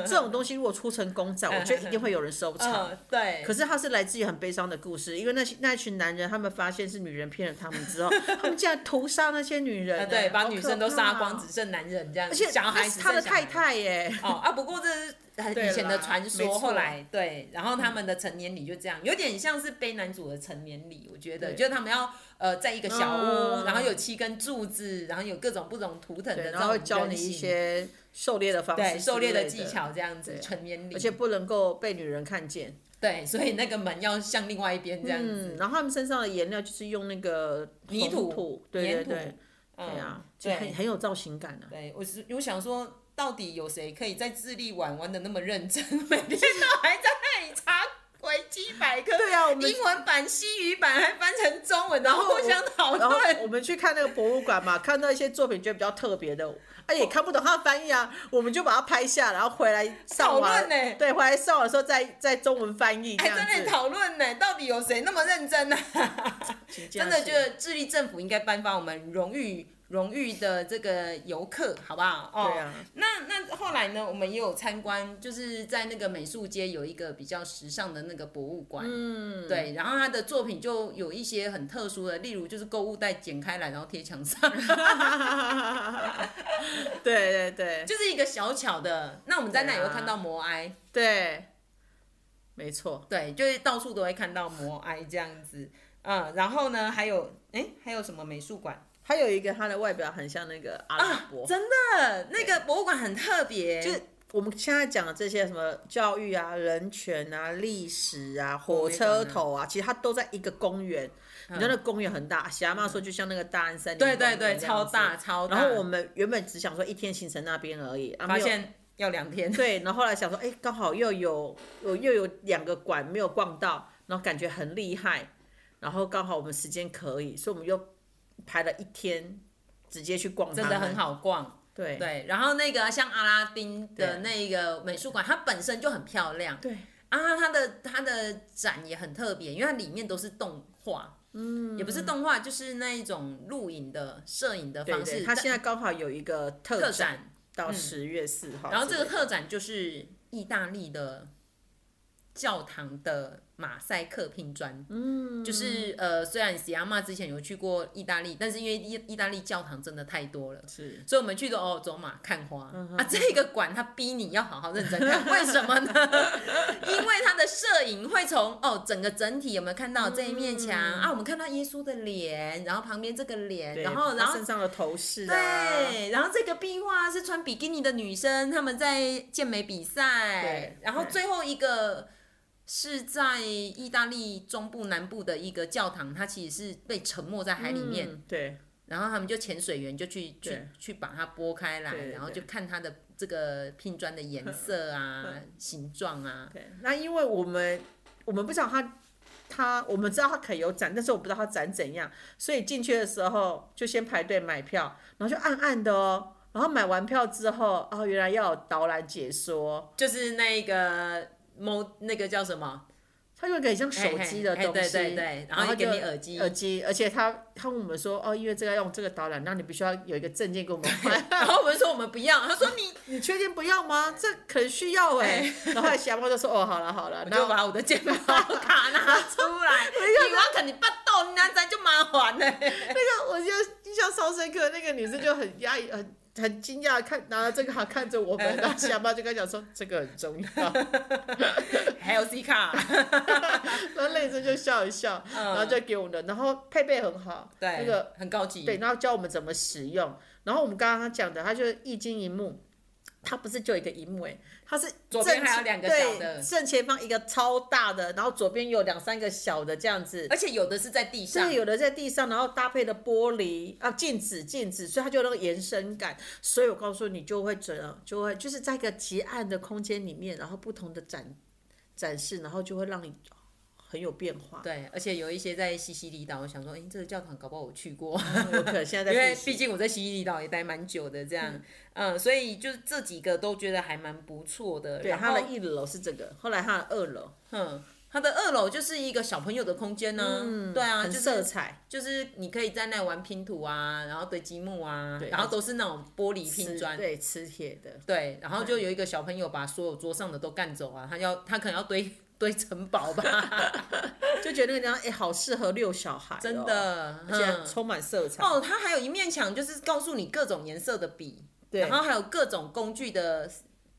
Speaker 2: 这种东西如果出成公仔，我觉得一定会有人收藏。
Speaker 1: 嗯，对，
Speaker 2: 可是它是来自于很悲伤的故事，因为那些那一群男人，他们发现是女人骗了他们之后，他们竟然屠杀那些女 人、欸
Speaker 1: 呃对，把
Speaker 2: 好
Speaker 1: 女
Speaker 2: 可
Speaker 1: 生都杀
Speaker 2: 怕
Speaker 1: 光，
Speaker 2: 哦
Speaker 1: 只剩男人这样，
Speaker 2: 而且
Speaker 1: 小孩
Speaker 2: 那
Speaker 1: 只
Speaker 2: 是他的
Speaker 1: 剩小孩
Speaker 2: 太。太欸耶，
Speaker 1: 哦啊，不过这是很
Speaker 2: 对
Speaker 1: 以前的
Speaker 2: 啦
Speaker 1: 传
Speaker 2: 没
Speaker 1: 说，
Speaker 2: 错嗯
Speaker 1: 后来对，然后他们的成年礼就这样，有点像是卑南族的成年礼，我觉得，
Speaker 2: 对
Speaker 1: 就是他们要呃在一个小屋，
Speaker 2: 嗯
Speaker 1: 然后有七根柱子，然后有各种不同图腾的
Speaker 2: 对，
Speaker 1: 这
Speaker 2: 然后会
Speaker 1: 种
Speaker 2: 教
Speaker 1: 人
Speaker 2: 你一
Speaker 1: 形
Speaker 2: 些狩猎的方式之类
Speaker 1: 对
Speaker 2: 的，
Speaker 1: 狩猎的技巧这样子，
Speaker 2: 对啊
Speaker 1: 成年礼
Speaker 2: 而，且不能够被女人看见。
Speaker 1: 对，所以那个门要向另外一边这样
Speaker 2: 嗯，
Speaker 1: 子，
Speaker 2: 然后他们身上的颜料就是用那个
Speaker 1: 泥
Speaker 2: 红
Speaker 1: 土
Speaker 2: 土，对对
Speaker 1: 粘土
Speaker 2: 对，对
Speaker 1: 嗯，
Speaker 2: 啊，就很
Speaker 1: 对
Speaker 2: 很有造型感 啊。
Speaker 1: 对我是我想说，到底有谁可以在智利玩玩的那么认真，每天都还在那里查维基百科，
Speaker 2: 对啊，我们哦
Speaker 1: 英文版、西语版还翻成中文，然后互相讨
Speaker 2: 然后
Speaker 1: 论。
Speaker 2: 我们去看那个博物馆嘛，看到一些作品觉得比较特别的，哎、也看不懂它的翻译啊，我们就把它拍下，然后回来上
Speaker 1: 讨
Speaker 2: 网，
Speaker 1: 论呢
Speaker 2: 对，回来上网的时候再再中文翻译这
Speaker 1: 还
Speaker 2: 样
Speaker 1: 真的
Speaker 2: 子。
Speaker 1: 讨论呢，到底有谁那么认真呢、
Speaker 2: 请这
Speaker 1: 真
Speaker 2: 样
Speaker 1: 的
Speaker 2: 子
Speaker 1: 觉得智利政府应该颁发我们荣誉荣誉的这个游客，好不好？哦，
Speaker 2: 对啊
Speaker 1: 那那后来呢，我们也有参观，就是在那个美术街有一个比较时尚的那个博物馆，嗯，对，然后他的作品就有一些很特殊的，例如就是购物袋剪开来然后贴墙上，
Speaker 2: 对对对
Speaker 1: 就是一个小巧的。那我们在那里
Speaker 2: 对
Speaker 1: 会
Speaker 2: 啊
Speaker 1: 看到摩埃，
Speaker 2: 对，没错，
Speaker 1: 对，就是到处都会看到摩埃这样子，嗯，然后呢，还有哎、还有什么美术馆？啊
Speaker 2: 还有一个它的外表很像那个阿拉伯，
Speaker 1: 真的，那个博物馆很特别，
Speaker 2: 就是我们现在讲的这些什么教育啊、人权啊、历史
Speaker 1: 哦
Speaker 2: 啊、火
Speaker 1: 嗯
Speaker 2: 车头啊，其实它都在一个公园。你知道那公园很大，喜阿妈说就像那个大安森
Speaker 1: 嗯
Speaker 2: 林，
Speaker 1: 对对对，超大。超大。
Speaker 2: 然后我们原本只想说一天行程那边而已，啊、
Speaker 1: 发
Speaker 2: 没有
Speaker 1: 现要两 天，
Speaker 2: 对，然后后来想说，哎，刚好又有有又有两个馆没有逛到，然后感觉很厉害，然后刚好我们时间可以，所以我们又排了一天，直接去逛，
Speaker 1: 真的很。好逛。
Speaker 2: 对
Speaker 1: 对，然后那个像阿拉丁的那个美术馆，它本身就很漂亮
Speaker 2: 对，
Speaker 1: 啊，它的它的展也很特别，因为它里面都是动画，嗯，也不是动画，就是那一种录影的、摄影的
Speaker 2: 对
Speaker 1: 方式。
Speaker 2: 对，他
Speaker 1: 但
Speaker 2: 现在刚好有一个特
Speaker 1: 特
Speaker 2: 展
Speaker 1: 展，
Speaker 2: 到十月四号之类的、
Speaker 1: 嗯然后这个特展就是意大利的教堂的马赛克拼砖，嗯，就是呃，虽然喜阿妈之前有去过意大利，但是因为意意大利教堂真的太多了。
Speaker 2: 是嗯
Speaker 1: 所以我们去的哦，走马看花、啊，这个馆它逼你要好好认真 看，为什么呢？ 因为它的摄影会从哦整个整体有没有看到这一面墙、啊，我们看到耶稣的脸，然后旁边这个脸，
Speaker 2: 嗯对
Speaker 1: 然后
Speaker 2: 他
Speaker 1: 然后
Speaker 2: 身上的头饰啊，
Speaker 1: 对，然后这个壁画是穿比基尼的女生，她们在健美比赛
Speaker 2: 对。
Speaker 1: 然后
Speaker 2: 对
Speaker 1: 最后一个是在意大利中部南部的一个教堂，它其实是被沉没在海里面，
Speaker 2: 嗯对
Speaker 1: 然后他们就潜水员就去去
Speaker 2: 对
Speaker 1: 去把它拨开来，
Speaker 2: 对对
Speaker 1: 然后就看它的这个拼砖的颜色 啊、形状啊。
Speaker 2: 对。那因为我们我们不知道他他我们知道他可以有展，但是我不知道他展怎样，所以进去的时候就先排队买票，然后就暗暗的哦。然后买完票之后，哦，原来要有导览解说，
Speaker 1: 就是那个某那个叫什么
Speaker 2: 它有一个很像手机的
Speaker 1: 嘿嘿
Speaker 2: 东
Speaker 1: 嘿
Speaker 2: 西，
Speaker 1: 对对对，然后
Speaker 2: 后
Speaker 1: 就给
Speaker 2: 就
Speaker 1: 你耳机，
Speaker 2: 耳机，而且他他问我们说，哦，因为这个要用这个导览，那你必须要有一个证件给我 们拍。
Speaker 1: 然后我们说我们不要，他说你
Speaker 2: 你确定不要吗？这可能需要哎、然后后来小猫就说：“哦，好了好了，
Speaker 1: 我
Speaker 2: 那
Speaker 1: 就把我的健保卡拿出 来，你我肯定不动，那咱就麻烦了。
Speaker 2: 那个我就印象超深刻，那个女生就很压抑，很很惊讶，看拿了这个卡看着 我们，然后小猫就跟她讲说这个很重要，
Speaker 1: 还有 C 卡，
Speaker 2: 然后那女生就笑一笑，然后就给我们的，然后配备很好，
Speaker 1: 嗯对，
Speaker 2: 那个
Speaker 1: 很高级，
Speaker 2: 对，然后教我们怎么使用，然后我们刚刚讲的，它就是一金一幕。它不是就一个荧幕哎、它是
Speaker 1: 左边
Speaker 2: 正
Speaker 1: 还有
Speaker 2: 前
Speaker 1: 两个
Speaker 2: 对
Speaker 1: 小的
Speaker 2: 正前方一个超大的，然后左边有两三个小的这样子，
Speaker 1: 而且有的是在地
Speaker 2: 就
Speaker 1: 上
Speaker 2: 是，有的在地上，然后搭配的玻璃啊镜子镜子，所以它就有那个延伸感。所以我告诉你，就会整就会就是在一个极暗的空间里面，然后不同的展展示，然后就会让你很有变化。
Speaker 1: 对，而且有一些在西西里岛，我想说，哎、这个教堂搞不好我去过，
Speaker 2: 我可能现 在
Speaker 1: 因为
Speaker 2: 在复
Speaker 1: 毕
Speaker 2: 习。
Speaker 1: 竟我在西西里岛也待蛮久的，这样，嗯所以就是这几个都觉得还蛮不错的。
Speaker 2: 对，
Speaker 1: 然
Speaker 2: 它
Speaker 1: 后
Speaker 2: 的一楼是这个，后来它的二楼，
Speaker 1: 嗯，它的二楼就是一个小朋友的空间呢、对啊，
Speaker 2: 很
Speaker 1: 就是
Speaker 2: 色彩，
Speaker 1: 就是你可以在那玩拼图啊，然后堆积木啊，
Speaker 2: 对
Speaker 1: 然后都是那种玻璃拼
Speaker 2: 瓷
Speaker 1: 砖，
Speaker 2: 对磁铁的，
Speaker 1: 对，然后就有一个小朋友把所有桌上的都干走啊，他要他可能要堆 堆城堡吧，
Speaker 2: 就觉得那个地方哎、好适合遛小孩、哦
Speaker 1: 真，的，
Speaker 2: 而且
Speaker 1: 嗯
Speaker 2: 充满色彩。
Speaker 1: 哦，它还有一面墙就是告诉你各种颜色的笔，
Speaker 2: 对
Speaker 1: 然后还有各种工具的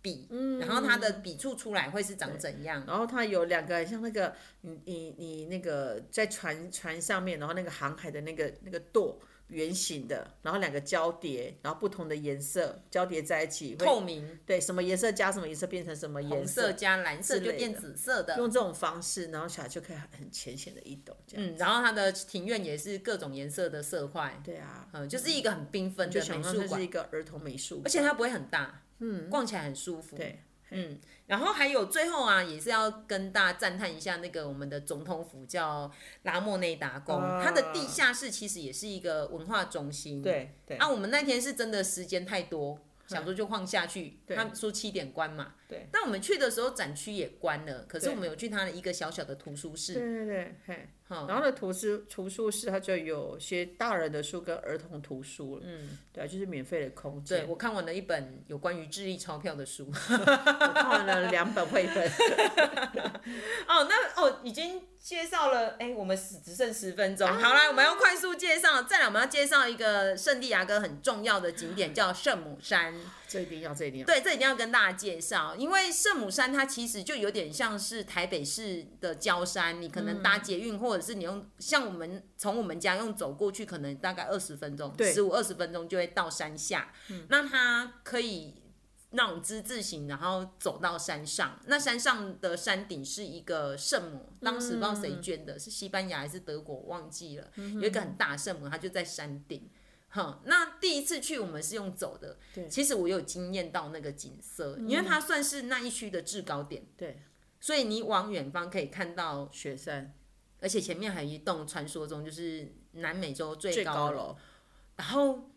Speaker 1: 笔，然后它的笔触出来会是长怎样？
Speaker 2: 然后它有两个很像那个你你你那个在船船上面，然后那个航海的那个那个舵圆形的，然后两个交叠，然后不同的颜色交叠在一起，会
Speaker 1: 透明
Speaker 2: 对什么颜色加什么颜色变成什么
Speaker 1: 红
Speaker 2: 颜
Speaker 1: 色加蓝色
Speaker 2: 之类
Speaker 1: 就变
Speaker 2: 的
Speaker 1: 紫色的，
Speaker 2: 用这种方式，然后小孩就可以很浅显的一懂这样。
Speaker 1: 嗯，然后它的庭院也是各种颜色的色块，
Speaker 2: 对啊，
Speaker 1: 嗯，就是一个很缤纷
Speaker 2: 就
Speaker 1: 的
Speaker 2: 想
Speaker 1: 美
Speaker 2: 到
Speaker 1: 术
Speaker 2: 它是
Speaker 1: 馆
Speaker 2: 一，个儿童美术馆，
Speaker 1: 而且它不会很大，嗯，逛起来很舒服，
Speaker 2: 对，
Speaker 1: 嗯，然后还有最后啊，也是要跟大家赞叹一下那个我们的总统府叫拉莫内达宫，
Speaker 2: 啊
Speaker 1: 它的地下室其实也是一个文化中心。
Speaker 2: 对对嗯
Speaker 1: 啊，我们那天是真的时间太多，想说就晃下去。他说七点关嘛，
Speaker 2: 对
Speaker 1: 但我们去的时候展区也关了，可是
Speaker 2: 对
Speaker 1: 我们有去它的一个小小的图书
Speaker 2: 对
Speaker 1: 室。
Speaker 2: 对对，嘿。
Speaker 1: 哈，
Speaker 2: 然后呢，图书图书室它就有些大人的书跟儿童图书了，嗯，对啊，就是免费的空
Speaker 1: 对
Speaker 2: 间。
Speaker 1: 我看完了一本有关于智力钞票的书。
Speaker 2: 我看完了两本绘本，
Speaker 1: 哦，那哦，已经介绍了，哎、我们只只剩十分钟，好啦，我们要快速介绍。再来，我们要介绍一个圣地亚哥很重要的景点，叫圣母山。
Speaker 2: 这一定要，这一定要。
Speaker 1: 对，这一定要跟大家介绍，因为圣母山它其实就有点像是台北市的郊山，你可能搭捷运，或者是你用像我们从我们家用走过去，可能大概二十分钟，
Speaker 2: 对
Speaker 1: 十五二十分钟就会到山下。那它可以那种之字形，然后走到山上。那山上的山顶是一个圣母，当时不知道谁捐的，是西班牙还是德国，忘记了。有一个很大的圣母，它就在山顶。哼，那第一次去我们是用走的，
Speaker 2: 对嗯
Speaker 1: 其实我有惊艳到那个景色，因为它算是那一区的制高点，
Speaker 2: 对，
Speaker 1: 所以你往远方可以看到，
Speaker 2: 雪山
Speaker 1: 而且前面还有一栋传说中就是南美洲最
Speaker 2: 最
Speaker 1: 高
Speaker 2: 高
Speaker 1: 楼，
Speaker 2: 楼，
Speaker 1: 然后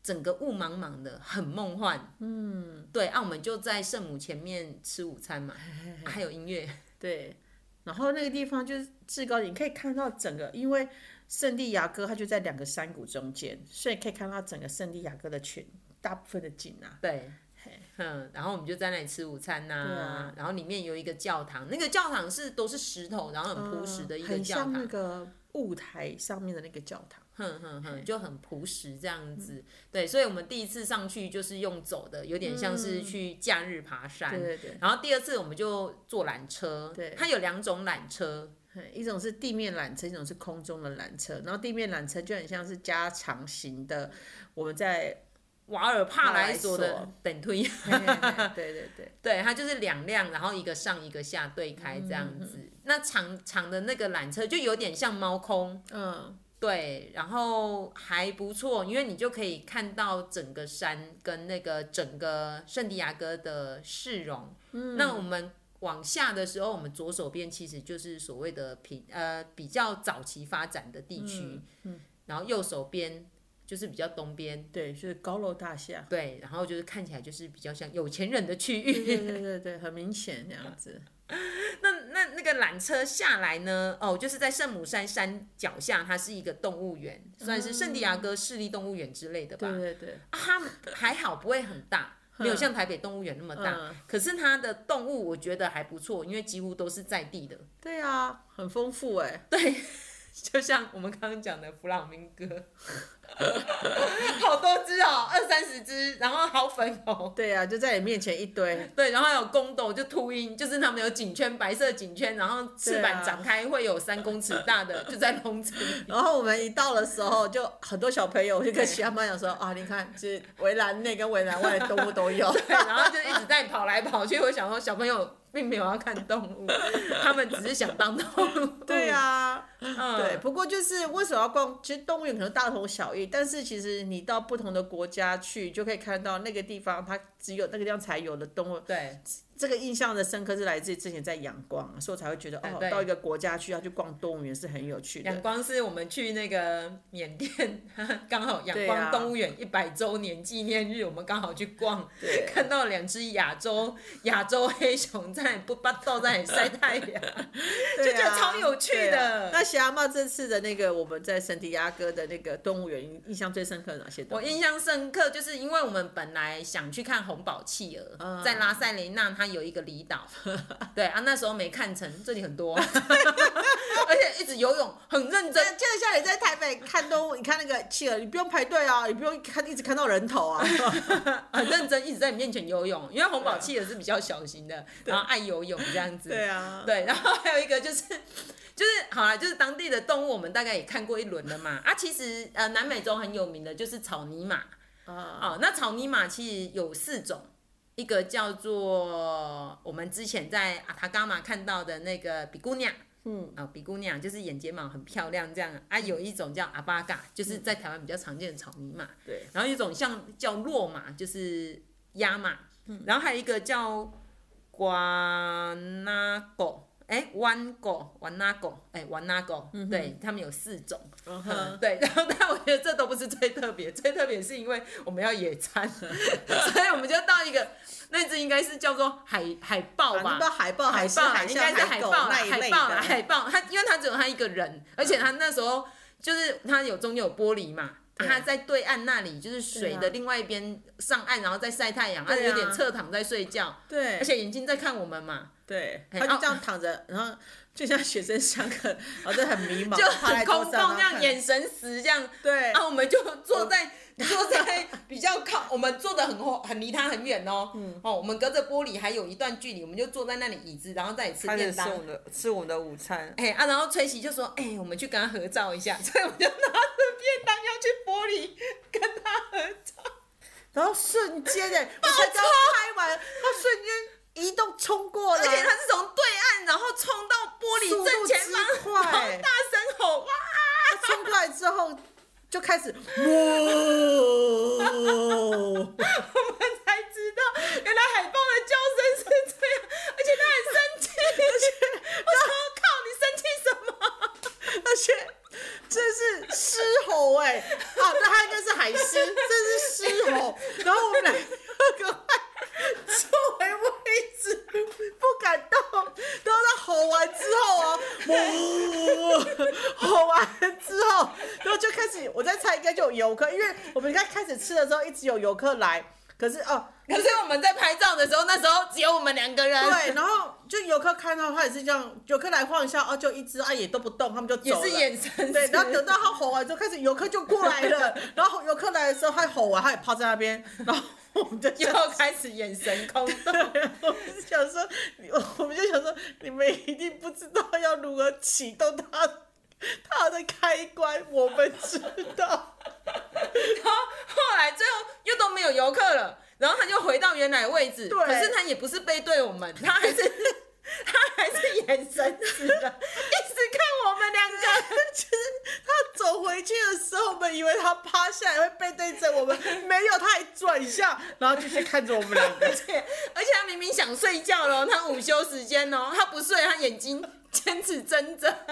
Speaker 1: 整个雾茫茫的，很梦幻。嗯，对，啊，我们就在圣母前面吃午餐嘛，啊还有音乐，
Speaker 2: 对。然后那个地方就是制高点，你可以看到整个，因为圣地亚哥它就在两个山谷中间，所以可以看到整个圣地亚哥的全大部分的景啊。
Speaker 1: 对。 嗯，然后我们就在那里吃午餐呐、
Speaker 2: 对啊
Speaker 1: 然后里面有一个教堂，那个教堂是都是石头，然后很朴实的一
Speaker 2: 嗯
Speaker 1: 个
Speaker 2: 很
Speaker 1: 教
Speaker 2: 像
Speaker 1: 堂，
Speaker 2: 那个舞台上面的那个教堂。
Speaker 1: 哼哼哼，就很朴实这样子。
Speaker 2: 嗯
Speaker 1: 对，所以我们第一次上去就是用走的，有点像是去假日爬山。
Speaker 2: 对对嗯对
Speaker 1: 然后第二次我们就坐缆车，
Speaker 2: 对
Speaker 1: 它有两种缆车，
Speaker 2: 嘿，一种是地面缆车，一种是空中的缆车。然后地面缆车就很像是加长型的，我们在
Speaker 1: 瓦尔帕莱索
Speaker 2: 帕莱
Speaker 1: 的
Speaker 2: 索
Speaker 1: 等推，
Speaker 2: 嘿嘿 嘿对对对，
Speaker 1: 对，它就是两辆，然后一个上一个下对开这样
Speaker 2: 嗯
Speaker 1: 子。那长长的那个缆车就有点像猫空，
Speaker 2: 嗯，
Speaker 1: 对，然后还不错，因为你就可以看到整个山跟那个整个圣地亚哥的市容。嗯，那我们往下的时候，我们左手边其实就是所谓的平呃比较早期发展的地区，嗯，然后右手边就是比较东边，
Speaker 2: 对，就是高楼大厦。
Speaker 1: 对，然后就是看起来就是比较像有钱人的区
Speaker 2: 对对
Speaker 1: 域。
Speaker 2: 对对对，很明显这样子。
Speaker 1: 那那那个缆车下来呢？哦，就是在圣母山山脚下，它是一个动物园，算是圣地亚哥市立动物园之类的吧。
Speaker 2: 对对对，
Speaker 1: 啊它还好不会很大，没有像台北动物园那么大。
Speaker 2: 嗯
Speaker 1: 可是它的动物我觉得还不错，因为几乎都是在地 的，
Speaker 2: 对啊，很丰富哎、
Speaker 1: 就像我们刚刚讲的弗朗明 哥，好多只哦，二三十只，然后好粉红。
Speaker 2: 对啊，就在你面前一堆。
Speaker 1: 对，然后还有公斗，就秃鹰，就是它们有颈圈，白色颈圈，然后翅
Speaker 2: 对
Speaker 1: 膀
Speaker 2: 啊
Speaker 1: 展开会有三公尺大 的，就在笼子里。
Speaker 2: 然后我们一到的时候，就很多小朋友，我就跟其他妈讲说啊，你看，就是围栏内跟围栏外的动物都有。
Speaker 1: 对，然后就一直在跑来跑去。我想说，小朋友并没有要看动 物，他们只是想当动物。
Speaker 2: 对啊，
Speaker 1: 嗯，
Speaker 2: 对，不过就是为什么要逛？其实动物园可能大同小异，但是其实你到不同的国家去，就可以看到那个地方它只有那个地方才有的动物。
Speaker 1: 对。
Speaker 2: 这个印象的深刻是来自于之前在仰光，所以我才会觉得
Speaker 1: 哎
Speaker 2: 哦
Speaker 1: 对，
Speaker 2: 到一个国家去要去逛动物园是很有趣
Speaker 1: 阳
Speaker 2: 的。
Speaker 1: 光是我们去那个缅甸， 刚好阳
Speaker 2: 对
Speaker 1: 光
Speaker 2: 啊
Speaker 1: 动物园一百周年纪念日，我们刚好去逛，
Speaker 2: 对，
Speaker 1: 看到两只亚洲 亚洲黑熊在不巴豆在那里晒太 阳，
Speaker 2: 对
Speaker 1: 就觉得
Speaker 2: 啊
Speaker 1: 超有趣的
Speaker 2: 对啊那霞妈这次的那个我们在圣地亚哥的那个动物园，印象最深刻的哪些动
Speaker 1: 我
Speaker 2: 物？
Speaker 1: 印象深刻，就是因为我们本来想去看红宝企鹅，
Speaker 2: 嗯
Speaker 1: 在拉塞雷纳它有一个离 岛，对啊，那时候没看成，这里很多，啊 而且一直游泳很认真
Speaker 2: 对，，就像你在台北看动物，你看那个企鹅，你不用排队啊，你不用看一直看到人头啊。
Speaker 1: 很认真，一直在你面前游泳，因为红宝企鹅是比较小型的，然后爱游泳这样子，
Speaker 2: 对啊，
Speaker 1: 对，然后还有一个就是。就是好啦，就是当地的动物，我们大概也看过一轮了嘛。啊，其实呃，南美洲很有名的就是草泥马
Speaker 2: 啊，
Speaker 1: 哦。那草泥马其实有四种，一个叫做我们之前在阿塔伽马看到的那个比姑娘，
Speaker 2: 嗯，
Speaker 1: 啊、比姑娘就是眼睫毛很漂亮这样啊。有一种叫阿巴嘎，就是在台湾比较常见的草泥马。
Speaker 2: 对。
Speaker 1: 然后有一种像叫骆马，就是压马，然后还有一个叫瓜那狗，哎，弯狗，弯那狗，哎，弯那狗，对他们有四种，
Speaker 2: 嗯
Speaker 1: 嗯，
Speaker 2: 哼，
Speaker 1: 对， 然后但我觉得这都不是最特别，最特别是因为我们要野餐， 所以我们就到一个那只应该是叫做海海豹
Speaker 2: 反正
Speaker 1: 吧
Speaker 2: 不知。道海豹、
Speaker 1: 海
Speaker 2: 海狮、
Speaker 1: 豹啦，
Speaker 2: 海
Speaker 1: 应
Speaker 2: 象、
Speaker 1: 该是海
Speaker 2: 狗
Speaker 1: 豹啦，
Speaker 2: 那一
Speaker 1: 海
Speaker 2: 类
Speaker 1: 豹啦，
Speaker 2: 的。嗯
Speaker 1: 海豹。他因为他只有他一个人，而且他那时候就是他有中间有玻璃嘛，
Speaker 2: 对
Speaker 1: 他在对岸那里就是水
Speaker 2: 对
Speaker 1: 的
Speaker 2: 啊
Speaker 1: 另外一边上岸，然后再晒太阳，他
Speaker 2: 对啊
Speaker 1: 有点侧躺在睡觉，
Speaker 2: 对
Speaker 1: 而，且眼睛在看我们嘛，
Speaker 2: 对，
Speaker 1: 哎
Speaker 2: 他就
Speaker 1: 哦
Speaker 2: 这样躺着，然后就像学生上 课，然后就很迷茫，
Speaker 1: 就
Speaker 2: 趴在
Speaker 1: 很
Speaker 2: 桌
Speaker 1: 空洞，
Speaker 2: 上
Speaker 1: 这样。眼哦神死这样。
Speaker 2: 然
Speaker 1: 然
Speaker 2: 后
Speaker 1: 后我们就坐 在坐在 比较靠，我们坐的很后很离他很远哦，
Speaker 2: 嗯
Speaker 1: 哦，我们隔着玻璃还有一段距离，我们就坐在那里椅子，然后再吃
Speaker 2: 看对，
Speaker 1: 便
Speaker 2: 开始吃
Speaker 1: 当
Speaker 2: 我，们的吃我们的午餐，
Speaker 1: 哎、啊，然后崔琦就说：“哎、我们去跟他合照一下。”所以我就拿着便当要去玻璃跟他合照。
Speaker 2: 然后瞬间 的，我才刚拍完，他瞬间移动冲过 来，
Speaker 1: 而且他是从对岸，然后冲到玻璃
Speaker 2: 速
Speaker 1: 正
Speaker 2: 度
Speaker 1: 前方，
Speaker 2: 之
Speaker 1: 然后
Speaker 2: 快
Speaker 1: 大，声吼：“哇！”
Speaker 2: 他冲过来之后就 开始， 哇！
Speaker 1: 我们才知道，原来海豹的叫声是这样，而且他很生气。我说：“靠，你生气什么
Speaker 2: 而且这是狮吼哎、啊，那它应该是海狮，这是狮吼。然后我们两个赶快坐回位置，不敢动。然后它吼完之后哦，吼完之后，然后就开始，我在猜应该就有游客，因为我们刚开始吃的时候一直有游客来，可是哦。？”
Speaker 1: 可是我们在拍照的时候，那时候只有我们两个人，
Speaker 2: 对，然后就游客看到它也是这样，游客来晃一下，啊，就一只啊也都不动，他们就走
Speaker 1: 也
Speaker 2: 了。
Speaker 1: 是眼神
Speaker 2: 对，
Speaker 1: 死
Speaker 2: 然后等到他吼完之后，开始游客就过来了，然后游客来的时候，他吼完，他也趴在那边，然后我们就 想，
Speaker 1: 又开始眼神空洞。
Speaker 2: 我们就想说，你 我们就想说，你们一定不知道要如何启动他他的开关，我们知道，
Speaker 1: 然后后来最后又都没有游客了，然后他就回到原来的位置，
Speaker 2: 对
Speaker 1: 可是他也不是背对我们，他还是 他还是眼神死 了，一直看我们两个。
Speaker 2: 就是他走回去的时候，我们以为他趴下来会背对着我们，没有，他还转一下，然后继续看着我们两个
Speaker 1: 而。且而且他明明想睡觉了，他午休时间哦，他不睡，他眼睛 坚持睁着。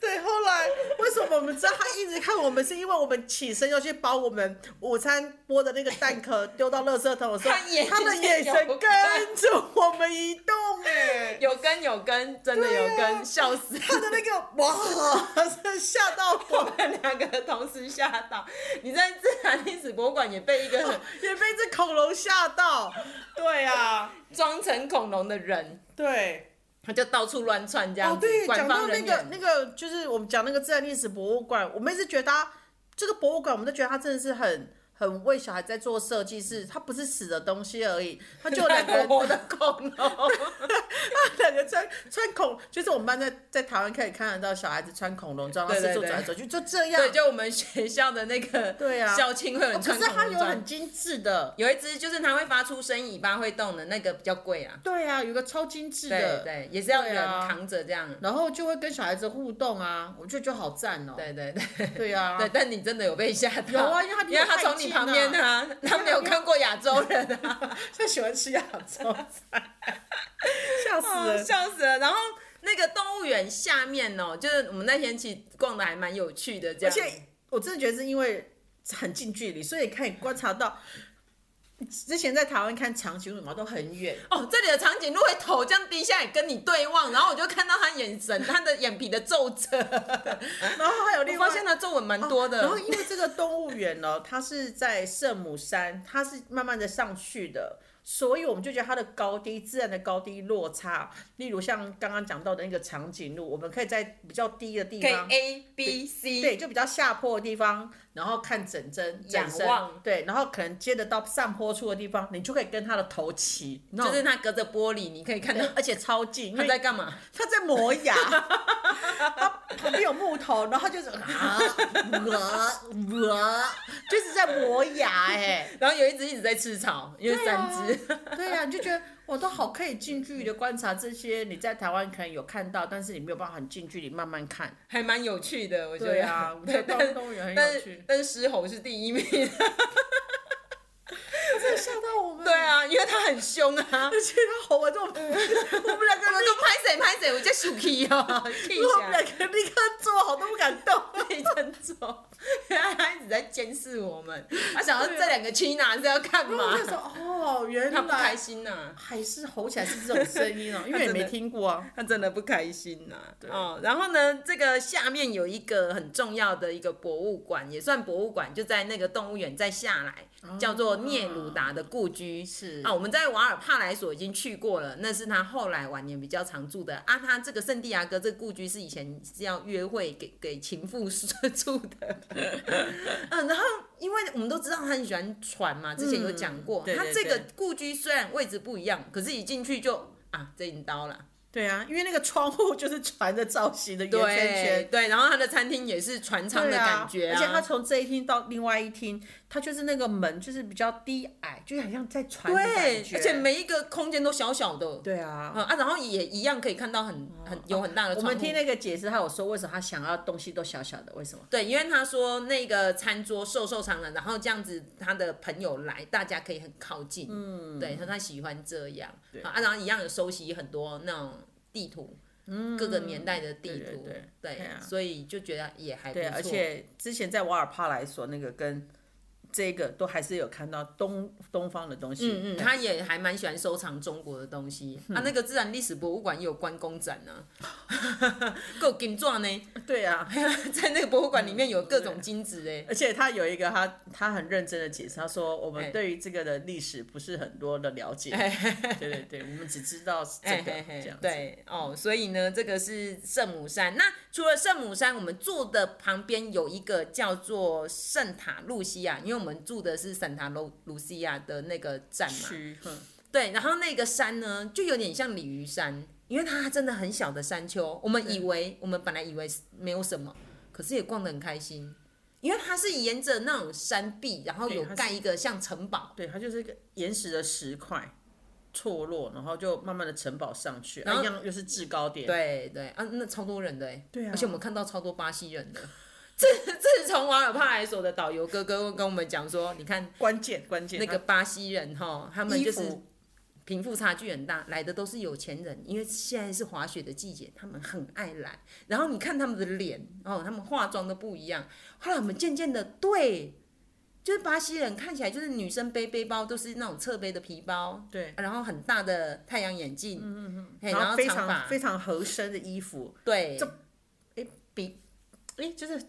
Speaker 2: 对，后来为什么我们知道他一直看我们，是因为我们起身要去把我们午餐剥的那个蛋壳丢到垃圾桶的时候
Speaker 1: 他眼，
Speaker 2: 他的眼神跟着我们移动，哎，
Speaker 1: 有根有根，真的有
Speaker 2: 对
Speaker 1: 根，
Speaker 2: 啊
Speaker 1: 笑死！
Speaker 2: 他的那个哇，吓到
Speaker 1: 我
Speaker 2: 我，
Speaker 1: 们两个同时吓到。你在自然历史博物馆也被一个很
Speaker 2: 也被一只恐龙吓到。对啊，
Speaker 1: 装成恐龙的人，
Speaker 2: 对。
Speaker 1: 他就到处乱窜这样
Speaker 2: 哦，
Speaker 1: 子。
Speaker 2: 对，
Speaker 1: 官
Speaker 2: 讲
Speaker 1: 方
Speaker 2: 到那
Speaker 1: 人
Speaker 2: 个
Speaker 1: 员
Speaker 2: 那个，就是我们讲那个自然历史博物馆，我们一直觉得它这个博物馆，我们都觉得它真的是很很为小孩在做设计，是它不是死的东西而已，它就 有两个人
Speaker 1: 活的恐 龙，
Speaker 2: 两个穿穿恐，就是我们班在在台湾可以看得到小孩子穿恐龙装，然
Speaker 1: 对
Speaker 2: 后四
Speaker 1: 对
Speaker 2: 处
Speaker 1: 对
Speaker 2: 走来走去，就 这样。
Speaker 1: 对，就我们学校的那个
Speaker 2: 对啊
Speaker 1: 校庆会有人
Speaker 2: 哦可
Speaker 1: 穿
Speaker 2: 是
Speaker 1: 恐
Speaker 2: 它
Speaker 1: 龙
Speaker 2: 有
Speaker 1: 装
Speaker 2: 很，精致的，
Speaker 1: 有一只就是它会发出声尾巴会动的那个比较贵啊，
Speaker 2: 对啊，有个超精致
Speaker 1: 对
Speaker 2: 的，
Speaker 1: 对，也哦是要
Speaker 2: 对
Speaker 1: 人
Speaker 2: 啊
Speaker 1: 扛着这样，
Speaker 2: 然后就会跟小孩子互动啊，我觉得就好赞哦。
Speaker 1: 对对对。
Speaker 2: 对啊，
Speaker 1: 对，但你真哦的有被吓到？
Speaker 2: 有啊因为它离
Speaker 1: 因为
Speaker 2: 我
Speaker 1: 他
Speaker 2: 太
Speaker 1: 从你
Speaker 2: 近
Speaker 1: 旁
Speaker 2: 了
Speaker 1: 边 啊，他没有看过亚洲人啊，
Speaker 2: 他喜欢吃亚洲菜，哦吓死
Speaker 1: 哦
Speaker 2: 人。
Speaker 1: 笑死了。然后那个动物园下面哦，就是我们那天其实逛的还蛮有趣的，这
Speaker 2: 而
Speaker 1: 样。
Speaker 2: 且我真的觉得是因为很近距离，所以可以观察到。之前在台湾看长颈鹿嘛，都很 远，
Speaker 1: 哦，这里的长颈鹿会头这样低下来跟你对望，然后我就看到他眼神，他的眼皮的皱褶。
Speaker 2: 然后还有另
Speaker 1: 我
Speaker 2: 外
Speaker 1: 发现它皱纹蛮多的。
Speaker 2: 哦然后因为这个动物园呢，它是在圣母山，它是慢慢的上去的，所以我们就觉得它的高低自然的高低落差，例如像刚刚讲到的那个长颈鹿，我们可以在比较低的地
Speaker 1: 可以
Speaker 2: 方。
Speaker 1: A B C，
Speaker 2: 对，就比较下坡的地方，然后看整针
Speaker 1: 仰
Speaker 2: 整身
Speaker 1: 望，
Speaker 2: 对，然后可能接得到上坡处的地方，你就可以跟它的头齐，就
Speaker 1: 就是它隔着玻璃，你可以看到
Speaker 2: 而且超近，因
Speaker 1: 它
Speaker 2: 为
Speaker 1: 在干嘛。
Speaker 2: 他在磨牙， 他旁边有木头，然后他就是啊啊啊，就是在磨牙哎、
Speaker 1: 然后有一只一直在吃草，因为三只。
Speaker 2: 啊 对啊呀、你就觉得我都好可以近距离的观察这些，你在台湾可能有看到，但是你没有办法很近距离慢慢看。
Speaker 1: 还蛮有趣的，我觉得。
Speaker 2: 对啊，我觉
Speaker 1: 对
Speaker 2: 得
Speaker 1: 但
Speaker 2: 动物动物园很
Speaker 1: 但
Speaker 2: 有
Speaker 1: 是
Speaker 2: 趣，
Speaker 1: 但是狮吼是第一名。
Speaker 2: 真的吓到我们。
Speaker 1: 对，啊，因为它
Speaker 2: 他很凶啊，而且他吼完 之后，我们两个
Speaker 1: 我
Speaker 2: 人
Speaker 1: 都拍谁拍谁，我就生气哦，气
Speaker 2: 我们
Speaker 1: 下
Speaker 2: 两。个立刻坐好都不敢动。
Speaker 1: 被震走，他一直在监视我们。他想要这两个亲男是要干
Speaker 2: 然后我
Speaker 1: 嘛
Speaker 2: 就？说哦，原
Speaker 1: 他不开
Speaker 2: 来
Speaker 1: 心呐、
Speaker 2: 还是吼起来是这种声 音哦，因为也没听过啊。
Speaker 1: 他真的不开心呐、哦，然后呢，这个下面有一个很重要的一个博物馆，也算博物馆，就在那个动物园再下来，叫做聂鲁达的故居。
Speaker 2: 哦是
Speaker 1: 啊，我们在瓦尔帕莱索已经去过了，那是他后来晚年比较常住的啊。他这个圣地亚哥这个故居是以前是要约会给给情妇 住 的，嗯，然后因为我们都知道他很喜欢船嘛，之前有讲过，
Speaker 2: 嗯对
Speaker 1: 他
Speaker 2: 对
Speaker 1: 这个
Speaker 2: 对
Speaker 1: 故居虽然位置不一样，可是一进去就啊，这一刀了。
Speaker 2: 对啊，因为那个窗户就是船的造型的圆
Speaker 1: 对
Speaker 2: 圈圈。
Speaker 1: 对，然后他的餐厅也是船舱的
Speaker 2: 对啊
Speaker 1: 感觉、啊
Speaker 2: 而且它从这一厅到另外一厅，它就是那个门就是比较低矮，就很像在船的
Speaker 1: 对
Speaker 2: 感觉。
Speaker 1: 而且每一个空间都小小的，
Speaker 2: 对啊，
Speaker 1: 嗯啊，然后也一样可以看到很很有哦很大的
Speaker 2: 我
Speaker 1: 窗户。
Speaker 2: 们听那个解释，他有说为什么他想要东西都小小的，为什么？
Speaker 1: 对，因为他说那个餐桌瘦瘦长长，然后这样子他的朋友来，大家可以很靠近，嗯，对，他他喜欢这样，啊，然后一样有收集很多那种地图，嗯，各个年代的地
Speaker 2: 对对
Speaker 1: 图，
Speaker 2: 对对啊
Speaker 1: 所以就觉得也还不
Speaker 2: 对，
Speaker 1: 错，
Speaker 2: 而且之前在瓦尔帕莱索那个跟这个都还是有看到东东方的东西。
Speaker 1: 嗯嗯，
Speaker 2: 哎
Speaker 1: 他也还蛮喜欢收藏中国的东西。啊，那个自然历史博物馆也有关公展呢、啊， 够金壮呢，
Speaker 2: 对啊，
Speaker 1: 在那个博物馆里面有各种金子哎。
Speaker 2: 而且他有一个他他很认真的解释，他说我
Speaker 1: 哎
Speaker 2: 们对于这个的历史不是很多的了解，对对对，我们只知道是这
Speaker 1: 哎
Speaker 2: 个
Speaker 1: 嘿嘿
Speaker 2: 这样子。
Speaker 1: 对哦，所以呢，这个是圣母山。那除了圣母山，我们住的旁边有一个叫做圣塔露西亚，因为我们住的是圣塔露露西亚的那个站嘛。
Speaker 2: 区，哼
Speaker 1: 对，然后那个山呢，就有点像鲤鱼山，因为它真的很小的山丘。我们以为我们本来以为是没有什么，可是也逛得很开心，因为它是沿着那种山壁，然后
Speaker 2: 对
Speaker 1: 有
Speaker 2: 它是
Speaker 1: 盖一个像城堡，
Speaker 2: 对，它就是一个岩石的石块错落，然后就慢慢的城堡上去，
Speaker 1: 然
Speaker 2: 然
Speaker 1: 后
Speaker 2: 后一样又是制高点。
Speaker 1: 对对啊，那超多人的哎，
Speaker 2: 对啊
Speaker 1: 而且我们看到超多巴西人的。 这这是从瓦尔帕莱索的导游哥哥跟我们讲说，你看
Speaker 2: 关键关键
Speaker 1: 那个巴西人哈，他们
Speaker 2: 衣
Speaker 1: 就是
Speaker 2: 服
Speaker 1: 贫富差距很大，来的都是有钱人，因为现在是滑雪的季节，他们很爱来。然后你看他们的脸，哦，他们化妆都不一样。后来我们渐渐的，对，就是巴西人看起来就是女生背背包都是那种侧背的皮包，
Speaker 2: 对，
Speaker 1: 然后很大的太阳眼镜，嗯嗯嗯，然
Speaker 2: 然后非
Speaker 1: 长
Speaker 2: 常
Speaker 1: 发，
Speaker 2: 非常合身的衣服，
Speaker 1: 对，
Speaker 2: 这哎，就是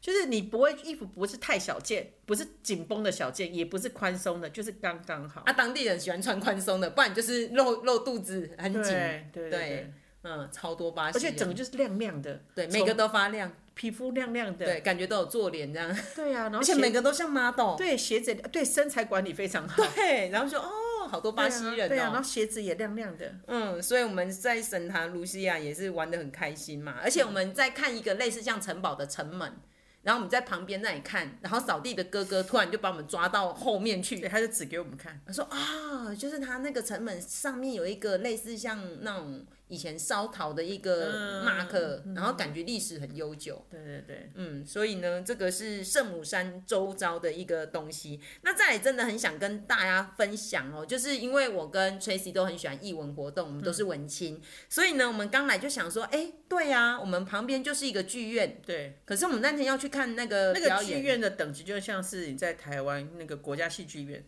Speaker 2: 就是你不会衣服不是太小件，不是紧绷的小件，也不是宽松的，就是刚刚好。
Speaker 1: 啊，当地人喜欢穿宽松的，不然就是露露肚子很紧，
Speaker 2: 对对
Speaker 1: 对，嗯，超多巴西
Speaker 2: 而
Speaker 1: 人，
Speaker 2: 且整个就是亮亮的，
Speaker 1: 对
Speaker 2: 从
Speaker 1: 每个都发亮，
Speaker 2: 皮肤亮 亮的，
Speaker 1: 对，感觉都有做脸这样，
Speaker 2: 对啊，然后
Speaker 1: 而且
Speaker 2: 鞋
Speaker 1: 每个都像 model。
Speaker 2: 对鞋子也对身材管理非常好，
Speaker 1: 对，然后就哦，好多巴西人哦，
Speaker 2: 对啊，然后鞋子也亮亮的，
Speaker 1: 嗯，所以我们在圣塔卢西亚也是玩的很开心
Speaker 2: 嗯
Speaker 1: 嘛，而且我们在看一个类似像城堡的城门，然后我们在旁边那里看，然后扫地的哥哥突然就把我们抓到后面
Speaker 2: 对，
Speaker 1: 去，
Speaker 2: 他就指给我们看。
Speaker 1: 他说啊、就是他那个城门上面有一个类似像那种以前烧陶的一
Speaker 2: 嗯
Speaker 1: 个 mark，、然后感觉历史很悠久。
Speaker 2: 对对对，
Speaker 1: 嗯，所以呢，这个是圣母山周遭的一个东西。那再来，真的很想跟大家分享哦，就是因为我跟 Tracy 都很喜欢艺文活动，我们都
Speaker 2: 嗯
Speaker 1: 是文青，所以呢，我们刚来就想说，哎，对啊，我们旁边就是一个剧院，
Speaker 2: 对，
Speaker 1: 可是我们那天要去看那个
Speaker 2: 那
Speaker 1: 呃表
Speaker 2: 个
Speaker 1: 演，
Speaker 2: 剧院的等级就像是你在台湾那个国家戏剧院。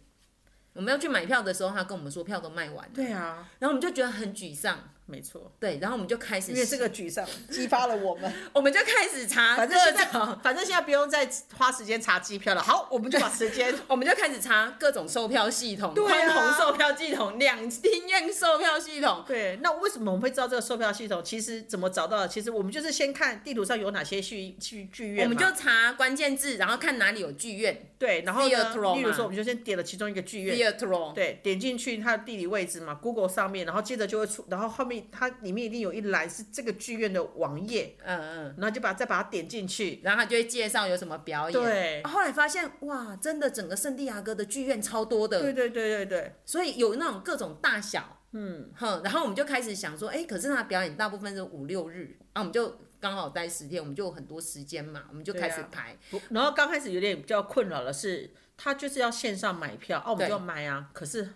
Speaker 1: 我们要去买票的时候，他跟我们说票都卖完了，
Speaker 2: 对啊，
Speaker 1: 然后我们就觉得很沮丧，
Speaker 2: 没错，
Speaker 1: 对，然后我们就开始，
Speaker 2: 因为这个 沮丧激发了我们。
Speaker 1: 我们就开始查
Speaker 2: 反
Speaker 1: 各
Speaker 2: 正现在
Speaker 1: 种。，
Speaker 2: 反正现在不用再花时间查机票了。好，我们就把 时间
Speaker 1: 我们就开始查各种售票系统，
Speaker 2: 对啊
Speaker 1: 宽宏售票系统、两厅院售票系统，
Speaker 2: 对。那为什么我们会知道这个售票系统？其实怎么找到的？其实我们就是先看地图上有哪些剧剧剧院
Speaker 1: 我
Speaker 2: 嘛，
Speaker 1: 们就查关键字，然后看哪里有剧院
Speaker 2: 对，然后
Speaker 1: theatre
Speaker 2: 呢，例如
Speaker 1: 嘛
Speaker 2: 说我们就先点了其中一个剧院，
Speaker 1: theatre。
Speaker 2: 对，点进去它的地理位置嘛，Google 上面，然后接着就会出，然后后面它里面一定有一栏是这个剧院的网页，
Speaker 1: 嗯嗯，
Speaker 2: 然后就把再把它点进去。
Speaker 1: 然后他就会介绍有什么表演。
Speaker 2: 对
Speaker 1: 啊后来发现哇，真的整个圣地亚哥的剧院超多的，
Speaker 2: 对对对对对，
Speaker 1: 所以有那种各种大小，嗯哼，然后我们就开始想说，哎，可是他表演大部分是五六日，啊，我们就刚好待十天，我们就有很多时间嘛，我们就
Speaker 2: 对
Speaker 1: 开始
Speaker 2: 啊
Speaker 1: 排。
Speaker 2: 不然后哦
Speaker 1: 嗯
Speaker 2: 刚开始有点比较困扰的是，他就是要线上买票，啊，我们就要买啊，可是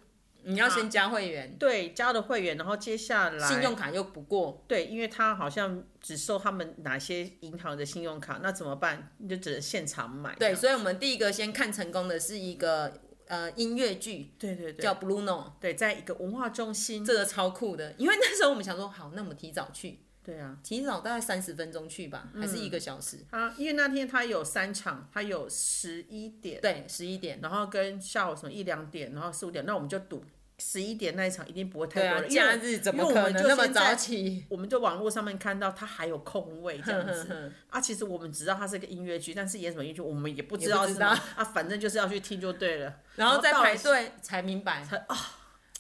Speaker 1: 你要先加会员，
Speaker 2: 对，加了会员，然后接下来
Speaker 1: 信用卡又不过，
Speaker 2: 对，因为他好像只收他们哪些银行的信用卡，那怎么办？你就只能现场买。
Speaker 1: 对，所以我们第一个先看成功的是一个呃音乐剧
Speaker 2: 对对对，
Speaker 1: 叫 Bruno，
Speaker 2: 对，在一个文化中心。
Speaker 1: 这个超酷的，因为那时候我们想说，好，那我们提早去，
Speaker 2: 对啊，嗯
Speaker 1: 提早大概三十分钟去吧，还是一个小时？
Speaker 2: 他因为那天他有三场，他有十一点，
Speaker 1: 对，十一点。
Speaker 2: 然后跟下午什么一两点，然后四五点，那我们就赌十一点那一场一定不会太
Speaker 1: 对
Speaker 2: 多
Speaker 1: 啊，
Speaker 2: 人，因为
Speaker 1: 假日怎么
Speaker 2: 因为我
Speaker 1: 可
Speaker 2: 们
Speaker 1: 能
Speaker 2: 就
Speaker 1: 那么
Speaker 2: 现在
Speaker 1: 早起？
Speaker 2: 我们就网络上面看到他还有空位这样
Speaker 1: 哼哼
Speaker 2: 子
Speaker 1: 哼
Speaker 2: 啊，其实我们只知道他是个音乐剧，但是演什么音乐剧我们也不
Speaker 1: 也
Speaker 2: 知
Speaker 1: 不
Speaker 2: 道
Speaker 1: 知
Speaker 2: 是吗啊，反正就是要去听就对了。
Speaker 1: 然后再
Speaker 2: 到了
Speaker 1: 排队才明白。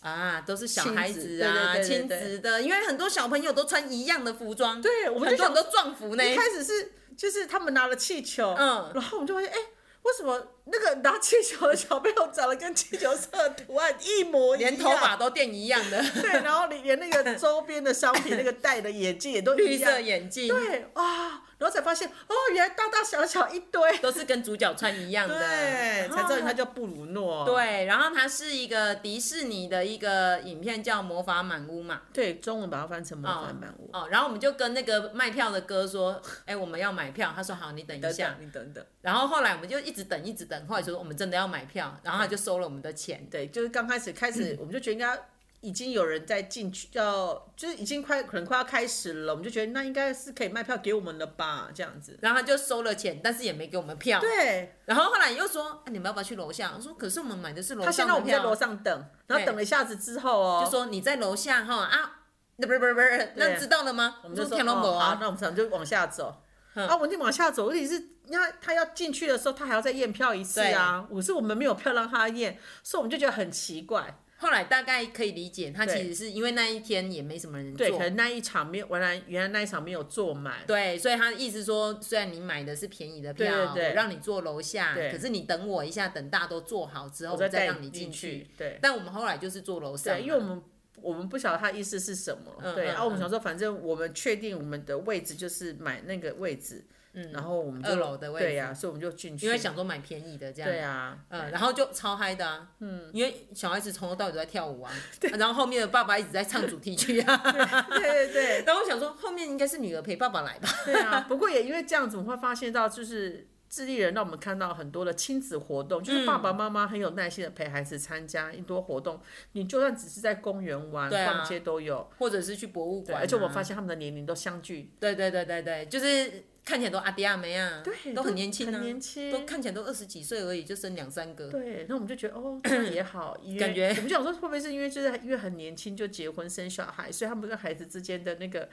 Speaker 1: 啊，都是小
Speaker 2: 亲
Speaker 1: 孩
Speaker 2: 子
Speaker 1: 子
Speaker 2: 对
Speaker 1: 啊，
Speaker 2: 对对
Speaker 1: 亲
Speaker 2: 对
Speaker 1: 子的，因为很多小朋友都穿一样的服装，
Speaker 2: 对，我们
Speaker 1: 很
Speaker 2: 就
Speaker 1: 多
Speaker 2: 想
Speaker 1: 人都撞服呢。
Speaker 2: 一开始是就是他们拿了气球，
Speaker 1: 哎嗯
Speaker 2: 然后我们就发现哎。为什么那个拿气球的小朋友长得跟气球色的图案一模一样？
Speaker 1: 连头发都垫一样的
Speaker 2: 对，然后连那个周边的商品，那个戴的眼镜也都
Speaker 1: 绿
Speaker 2: 一样
Speaker 1: 色眼镜，
Speaker 2: 对哇，然后才发现哦，原来大大小小一堆，
Speaker 1: 都是跟主角穿一样的，
Speaker 2: 对，才知道他
Speaker 1: 他。
Speaker 2: 叫布鲁诺。
Speaker 1: 啊对，然后它是一个迪士尼的一个影片叫《魔法满屋》嘛，
Speaker 2: 对，中文把它翻成魔法满屋。
Speaker 1: 哦，然后我们就跟那个卖票的哥说，哎，我们要买票，他说好，你等一
Speaker 2: 等
Speaker 1: 下
Speaker 2: 等，。你等等，
Speaker 1: 然后后来我们就一直等，一直等，后来就说我们真的要买票，然后他就收了我们的钱。
Speaker 2: 对，就是刚开始开
Speaker 1: 嗯
Speaker 2: 始，我们就觉得应该已经有人在进去，要就是已经快可能快要开始了，我们就觉得那应该是可以卖票给我们了吧，这样子。
Speaker 1: 然后他就收了钱，但是也没给我们票。
Speaker 2: 对，
Speaker 1: 然后后来又说、啊你们要不要去楼下？我说可是我们买的是楼
Speaker 2: 他先
Speaker 1: 上
Speaker 2: 让
Speaker 1: 的
Speaker 2: 我们在
Speaker 1: 票
Speaker 2: 楼
Speaker 1: 啊，
Speaker 2: 上等，然后
Speaker 1: 对
Speaker 2: 等了一下子之后哦，
Speaker 1: 就说你在楼下哈啊，那不是不是不是，那
Speaker 2: 对
Speaker 1: 知道了吗？
Speaker 2: 我们就
Speaker 1: 说
Speaker 2: 说
Speaker 1: 看到
Speaker 2: 哦
Speaker 1: 没
Speaker 2: 好
Speaker 1: 啊，
Speaker 2: 那我们想就往下走。
Speaker 1: 嗯
Speaker 2: 啊，我就往下走，问题是，那他要进去的时候，他还要再验票一次啊。我是我们没有票让他验，所以我们就觉得很奇怪。
Speaker 1: 后来大概可以理解，他
Speaker 2: 对
Speaker 1: 其实是因为那一天也没什么人
Speaker 2: 对，可
Speaker 1: 做。
Speaker 2: 能那一场没有，原来原来那一场没有坐满。
Speaker 1: 对，所以他的意思说，虽然你买的是便宜的票，
Speaker 2: 对对对
Speaker 1: 我让你坐楼下，
Speaker 2: 对
Speaker 1: 可是你等我一下，等大家都坐好之后，
Speaker 2: 我
Speaker 1: 我再
Speaker 2: 带
Speaker 1: 让你
Speaker 2: 进
Speaker 1: 进去。。
Speaker 2: 对
Speaker 1: 但我们后来就是坐楼上嘛，
Speaker 2: 对，因为我们我们不晓得他意思是什么。
Speaker 1: 啊嗯
Speaker 2: 对，
Speaker 1: 嗯
Speaker 2: 然后我们
Speaker 1: 嗯
Speaker 2: 想说，反正我们确定我们的位置就是买那个位置，
Speaker 1: 嗯
Speaker 2: 然后我们就
Speaker 1: 二楼的位置
Speaker 2: 对呀、所以我们就进去。
Speaker 1: 因为想说买便宜的这样，
Speaker 2: 对啊，
Speaker 1: 嗯，然后就超嗨的啊，嗯，因为小孩子从头到尾都在跳舞 啊，然后后面的爸爸一直在唱主题曲啊，
Speaker 2: 对对对。
Speaker 1: 然后我想说后面应该是女儿陪爸爸来吧，
Speaker 2: 对啊，不过也因为这样子，我们会发现到就是。智利人让我们看到很多的亲子活动，
Speaker 1: 嗯
Speaker 2: 就是爸爸妈妈很有耐心的陪孩子参加很多活动。你就算只是在公园玩、
Speaker 1: 对啊
Speaker 2: 逛街都有，
Speaker 1: 或者是去博物
Speaker 2: 对，
Speaker 1: 馆啊、
Speaker 2: 而且我发现他们的年龄都相距，
Speaker 1: 对对对对对，就是看起来都阿迪亚梅啊，
Speaker 2: 对，
Speaker 1: 都很年轻啊
Speaker 2: 很，年
Speaker 1: 都
Speaker 2: 轻，
Speaker 1: 看起来都二十几岁而已，就生两三个，
Speaker 2: 对。那我们就觉得 哦，这样也好，因为
Speaker 1: 感觉
Speaker 2: 我们就想说，会不会是因为就是因为很年轻就结婚生小孩，所以他们跟孩子之间的那个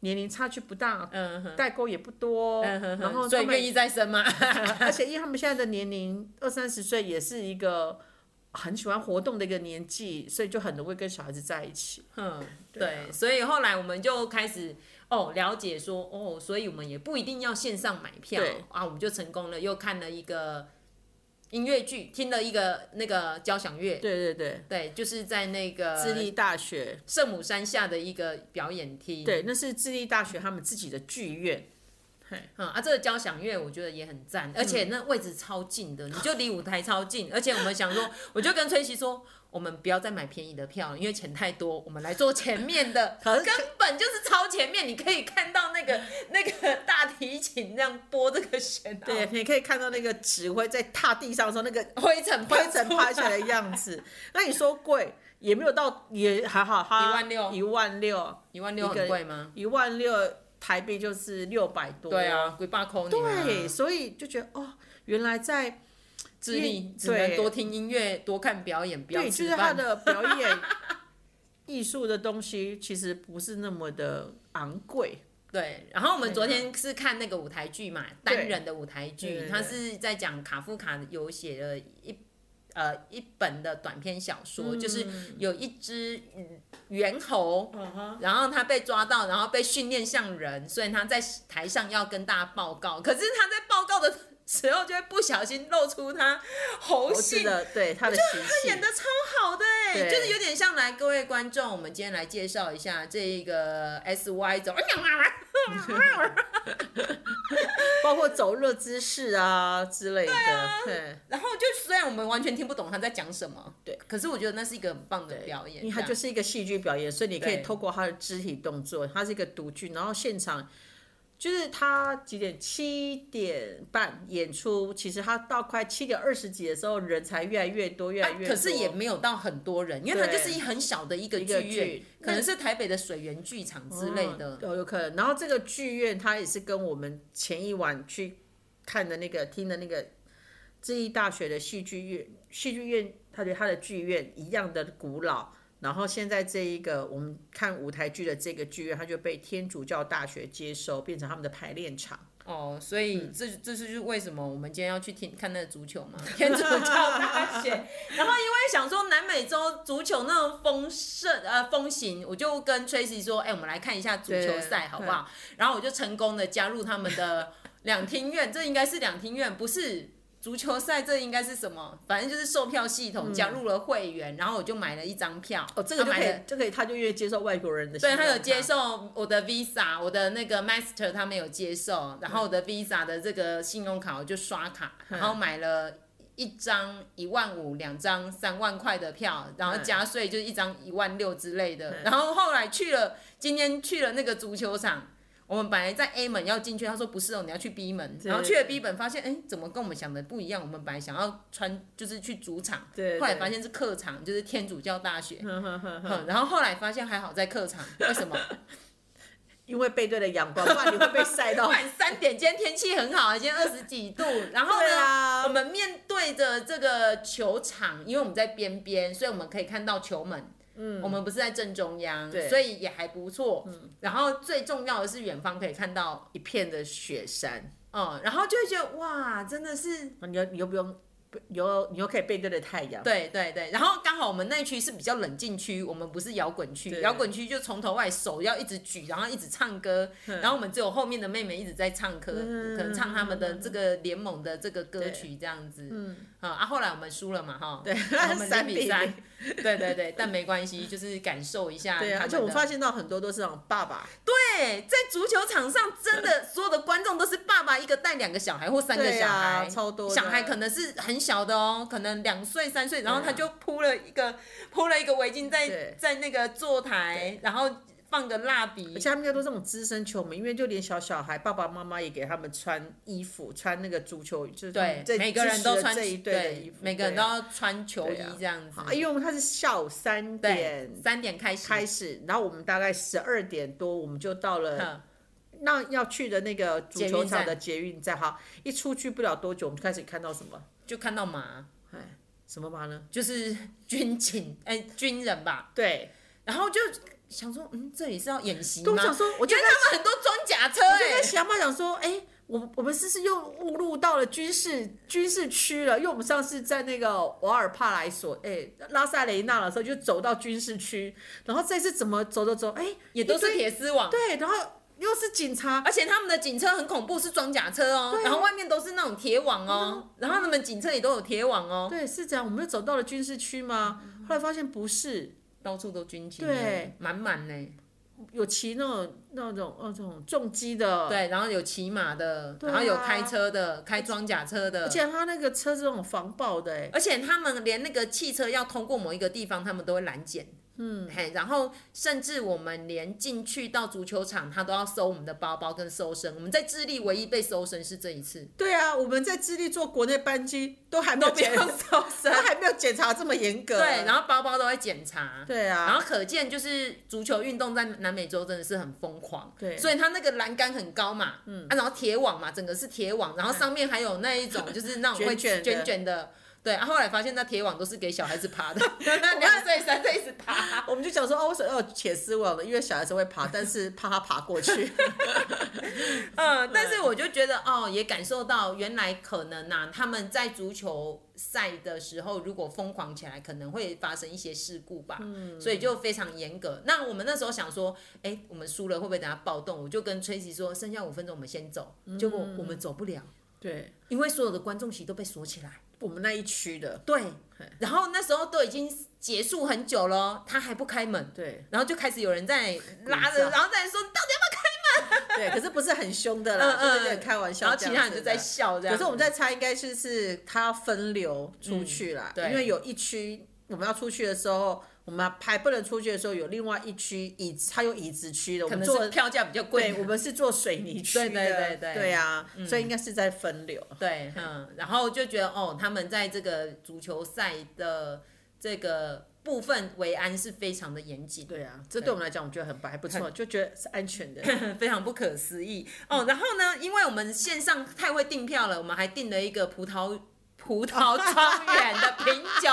Speaker 2: 年龄差距不大，
Speaker 1: 嗯哼，
Speaker 2: 代沟也不多，
Speaker 1: 嗯哼哼，
Speaker 2: 然后
Speaker 1: 所以
Speaker 2: 他们
Speaker 1: 愿意再生吗？
Speaker 2: 而且因为他们现在的年龄二三十岁，也是一个很喜欢活动的一个年纪，所以就很容易跟小孩子在一起。
Speaker 1: 嗯，
Speaker 2: 对啊
Speaker 1: 对，所以后来我们就开始哦了解说哦，所以我们也不一定要线上买票
Speaker 2: 对
Speaker 1: 啊，我们就成功了，又看了一个音乐剧，听了一个那个交响乐，
Speaker 2: 对对呃对，
Speaker 1: 对，就是在那
Speaker 2: 智
Speaker 1: 个
Speaker 2: 利大学，
Speaker 1: 圣母山下的一个表演厅，，
Speaker 2: 对，那是智利大学他们自己的剧院。
Speaker 1: 嗯啊，这个交响乐我觉得也很赞，而
Speaker 2: 嗯
Speaker 1: 且那位置超近的，你就离舞台超近，而且我们想说，我就跟崔西说。我们不要再买便宜的票了，因为钱太多，我们来坐前面 的。
Speaker 2: 可是
Speaker 1: 根本就是超前面，你可以看到那个那个大提琴这样拨这个弦，啊
Speaker 2: 对，，你可以看到那个指挥在踏地上的时候，那个
Speaker 1: 灰尘
Speaker 2: 灰尘
Speaker 1: 拍
Speaker 2: 趴
Speaker 1: 出
Speaker 2: 下来的样 子。那你说贵也没有到，也还好，哈，
Speaker 1: 16,000
Speaker 2: 一万六，
Speaker 1: 一万六很贵吗？
Speaker 2: 一万六台币就是六百多。
Speaker 1: 对啊，，鬼爸扣你啊，
Speaker 2: 对，所以就觉得哦，原来在
Speaker 1: 智
Speaker 2: 因
Speaker 1: 力
Speaker 2: 为
Speaker 1: 只能
Speaker 2: 对
Speaker 1: 多听音乐，多看表演，不要
Speaker 2: 对，就
Speaker 1: 吃
Speaker 2: 是他
Speaker 1: 饭。
Speaker 2: 的表演艺术的东西，其实不是那么的昂 贵。
Speaker 1: 对，然后我们昨
Speaker 2: 对啊
Speaker 1: 天是看那个舞台剧嘛，
Speaker 2: 对
Speaker 1: 单人的舞台
Speaker 2: 对
Speaker 1: 剧，
Speaker 2: 对
Speaker 1: 它是在讲卡夫卡有写了一呃一本的短篇小说，就是有一只嗯猿猴，
Speaker 2: 嗯啊
Speaker 1: 然后他被抓到，然后被训练像人，所以他在台上要跟大家报告。可是他在报告的时候，就会不小心露出他猴
Speaker 2: 我记
Speaker 1: 性。
Speaker 2: 得对他的习
Speaker 1: 演
Speaker 2: 气
Speaker 1: 的超好的、欸，
Speaker 2: 对
Speaker 1: 就是有点像来各位观哎众，我们今天来介绍一下这一个 S Y 走，
Speaker 2: 包括走热姿势啊之类的。对，
Speaker 1: 然后就虽然我们完全听不懂他在讲什么，
Speaker 2: 对，
Speaker 1: 可是我觉得那是一个很棒的表演，
Speaker 2: 因为它
Speaker 1: 这样
Speaker 2: 就是一个戏剧表演，所以你可以
Speaker 1: 对
Speaker 2: 透过他的肢体动作，它是一个独剧，然后现场。就是他几点？七点半演出，其实他到快七点二十几的时候，人才越来越多，越来越多。
Speaker 1: 啊可是也没有到很多人，因为它就
Speaker 2: 对
Speaker 1: 是一很小的一个
Speaker 2: 一
Speaker 1: 剧
Speaker 2: 个
Speaker 1: 院
Speaker 2: 剧，
Speaker 1: 可能是台北的水源剧场之类的。
Speaker 2: 哦，有可能。然后这个剧院它也是跟我们前一晚去看的那个听的那个智毅大学的戏剧院，戏剧院它的它的剧院一样的古老。然后现在这一个我们看舞台剧的这个剧院，它就被天主教大学接收，变成他们的排练场。嗯
Speaker 1: 哦，所以这这是就是为什么我们今天要去听看那个足球嘛， 天主教大学。然后因为想说南美洲足球那种丰盛呃风行，我就跟 Tracy 说，哎、我们来看一下足球赛
Speaker 2: 对
Speaker 1: 好不好？然后我就成功的加入他们的两厅院，这应该是两厅院，不是。足球赛这应该是什么？反正就是售票系统加入了会员，然后我就买了一张票。
Speaker 2: 嗯哦，这个就
Speaker 1: 啊
Speaker 2: 可
Speaker 1: 买
Speaker 2: 以
Speaker 1: 了，
Speaker 2: 就可以，他就越接受外国人的信
Speaker 1: 对
Speaker 2: 用卡。
Speaker 1: 他有 接受我的 Visa，我的那个 Master 他们有接受，然后我的
Speaker 2: 嗯
Speaker 1: Visa 的这个信用卡我就刷卡，然后买了一张一万五，两张三万块的票，然后
Speaker 2: 嗯
Speaker 1: 加税就一张一万六之类的。然后后来去了，今天去了那个足球场。我们本来在 A 门要进去，他说不是哦，你要去 B 门。然后去了 B 门，发现哎、怎么跟我们想的不一样？我们本来想要穿就是去主场，
Speaker 2: 对
Speaker 1: 后来
Speaker 2: 对
Speaker 1: 发现是客场，就是天主教大学。
Speaker 2: 呵呵呵呵，
Speaker 1: 嗯，然后后来发现还好在客 场，为什么？
Speaker 2: 因为背对了阳光，不然你会被晒
Speaker 1: 不
Speaker 2: 到。
Speaker 1: 然三点，今天天气很好，今天二十几度。然后
Speaker 2: 对
Speaker 1: 呢，
Speaker 2: 啊
Speaker 1: 我们面对着这个球场，因为我们在边边，所以我们可以看到球门。嗯，我们不是在正中央，
Speaker 2: 对
Speaker 1: 所以也还不错。嗯，然后最重要的是远方可以看到，
Speaker 2: 一片的雪山。
Speaker 1: 嗯，然后就会觉得哇，真的是
Speaker 2: 你又你又不用，不又你又可以背对着太阳，
Speaker 1: 对对对，然后刚好我们那区是比较冷静区，我们不是摇滚区，
Speaker 2: 对
Speaker 1: 摇滚区就从头外手要一直举，然后一直唱歌，
Speaker 2: 嗯
Speaker 1: 然后我们只有后面的妹妹一直在唱歌，可能唱他们的这
Speaker 2: 嗯
Speaker 1: 个联盟的这个歌曲这样子，嗯，啊，后来我们输了嘛哈，对，我们零
Speaker 2: 三
Speaker 1: 比
Speaker 2: 比
Speaker 1: 三
Speaker 2: 零，
Speaker 1: 对对对，但没关系，就是感受一下他们
Speaker 2: 对
Speaker 1: 的，
Speaker 2: 啊，而且我发现到很多都是那种爸爸，
Speaker 1: 对，在足球场上，真 的所有的观众都是爸爸一个带两个小孩或三个
Speaker 2: 对
Speaker 1: 小
Speaker 2: 啊
Speaker 1: 孩，
Speaker 2: 超多的
Speaker 1: 小孩可能是很小的哦，可能两岁三岁，然后他就铺了一 个铺了一个围巾在
Speaker 2: 对
Speaker 1: 在那个坐台，然后放个蜡笔
Speaker 2: 而，且他们又都是这种资深球迷，因为就连小小孩，爸爸妈妈也给他们穿衣服，穿那个足球，就是他
Speaker 1: 对
Speaker 2: 们这，
Speaker 1: 每个人都穿
Speaker 2: 支持的这一队的衣服，
Speaker 1: 每个人都
Speaker 2: 对啊
Speaker 1: 要穿球衣
Speaker 2: 对啊
Speaker 1: 这样子，
Speaker 2: 啊因为我们他是下午三
Speaker 1: 对
Speaker 2: 点，
Speaker 1: 三点开始
Speaker 2: 开始，然后我们大概十二点多我们就到了。
Speaker 1: 嗯
Speaker 2: 那要去的那个足
Speaker 1: 捷运
Speaker 2: 球场
Speaker 1: 站
Speaker 2: 的捷运站，哈，一出去不了多久，我们就开始看到什么？
Speaker 1: 就看到马，
Speaker 2: 哎，什么嘛呢？
Speaker 1: 就是军警哎、军人吧，
Speaker 2: 对，
Speaker 1: 然后就想说，嗯，这里是要演习吗？
Speaker 2: 都想说，我
Speaker 1: 我
Speaker 2: 就
Speaker 1: 觉得
Speaker 2: 在
Speaker 1: 他们很多装甲车
Speaker 2: 我就
Speaker 1: 哎、
Speaker 2: 在想嘛，想说，哎、我我们是不是又误入到了军事军事区了？因为我们上次在那个瓦尔帕莱索，哎、拉塞雷纳的时候就走到军事区，然后这次怎么走走走，哎、
Speaker 1: 也都是
Speaker 2: 一堆
Speaker 1: 铁丝网，啊
Speaker 2: 对，然后又是警察，
Speaker 1: 而且他们的警车很恐怖，是装甲车哦，然后外面都是那种铁网哦，然后他们警车也都有铁网哦，嗯
Speaker 2: 对，是这样，我们又走到了军事区吗？后来发现不是，
Speaker 1: 到处都军警，
Speaker 2: 对，
Speaker 1: 满满欸呢，
Speaker 2: 有骑那种那种那种重机的，
Speaker 1: 对，然后有骑马的，
Speaker 2: 对啊
Speaker 1: 然后有开车的，开装甲车的
Speaker 2: 而，且他那个车是那种防爆的、哎，
Speaker 1: 而且他们连那个汽车要通过某一个地方，他们都会拦检。嗯，嘿，然后甚至我们连进去到足球场，他都要搜我们的包包跟搜身。我们在智利唯一被搜身是这一次，
Speaker 2: 对啊，我们在智利做国内班机都还没有
Speaker 1: 都不要
Speaker 2: 检，
Speaker 1: 搜身。
Speaker 2: 他还没有检查这么严格，
Speaker 1: 对，然后包包都会检查。
Speaker 2: 对啊，
Speaker 1: 然后可见就是足球运动在南美洲真的是很疯狂，
Speaker 2: 对
Speaker 1: 所以它那个栏杆很高嘛，嗯，啊，然后铁网嘛，整个是铁网，然后上面还有那一种就是那种会
Speaker 2: 嗯 卷卷的
Speaker 1: 卷卷的，对，啊，后来发现那铁网都是给小孩子 爬的，两岁三岁一直爬，
Speaker 2: 我们就讲说哦，为什么要有铁丝网的？因为小孩子会爬，但是怕他爬过 去。
Speaker 1: 嗯，但是我就觉得哦，也感受到原来可能呐、他们在足球赛的时候如果疯狂起来，可能会发生一些事故吧，嗯，所以就非常严格。那我们那时候想说，哎、我们输了会不会等下暴动？我就跟崔琦说，剩下五分钟我们先走。
Speaker 2: 嗯
Speaker 1: 结果我们走不了，
Speaker 2: 对，
Speaker 1: 因为所有的观众席都被锁起来。
Speaker 2: 我们那一区的，
Speaker 1: 对，
Speaker 2: 嗯
Speaker 1: 然后那时候都已经结束很久了哦，他还不开门，
Speaker 2: 对，
Speaker 1: 然后就开始有人在拉
Speaker 2: 鼓
Speaker 1: 着，
Speaker 2: 噪
Speaker 1: 然后在说你到底要不要开门？
Speaker 2: 对，可是不是很凶的啦，
Speaker 1: 嗯
Speaker 2: 就是
Speaker 1: 嗯
Speaker 2: 有点开玩
Speaker 1: 然
Speaker 2: 笑
Speaker 1: 后
Speaker 2: 这
Speaker 1: 其
Speaker 2: 样子的。
Speaker 1: 他人就在笑这样
Speaker 2: 可
Speaker 1: 子。
Speaker 2: 是我们在猜，应该是是他要分流出去啦，
Speaker 1: 对
Speaker 2: 因为有一区我们要出去的时候，我们还不能出去的时候，有另外一区椅子，它有椅子区的，我
Speaker 1: 可
Speaker 2: 们
Speaker 1: 能
Speaker 2: 做
Speaker 1: 是票价比较贵
Speaker 2: 对，，我们是做水泥区的，
Speaker 1: 对对对
Speaker 2: 对，
Speaker 1: 对嗯
Speaker 2: 啊，所以应该是在分流。
Speaker 1: 对，嗯，然后就觉得哦，他们在这个足球赛的这个部分维安是非常的严谨，
Speaker 2: 对啊，这对我们来讲，我觉得很白，还不错，就觉得是安全的。
Speaker 1: 非常不可思议哦。然后呢，因为我们线上太会订票了，我们还订了一个葡萄。葡萄庄园的 品酒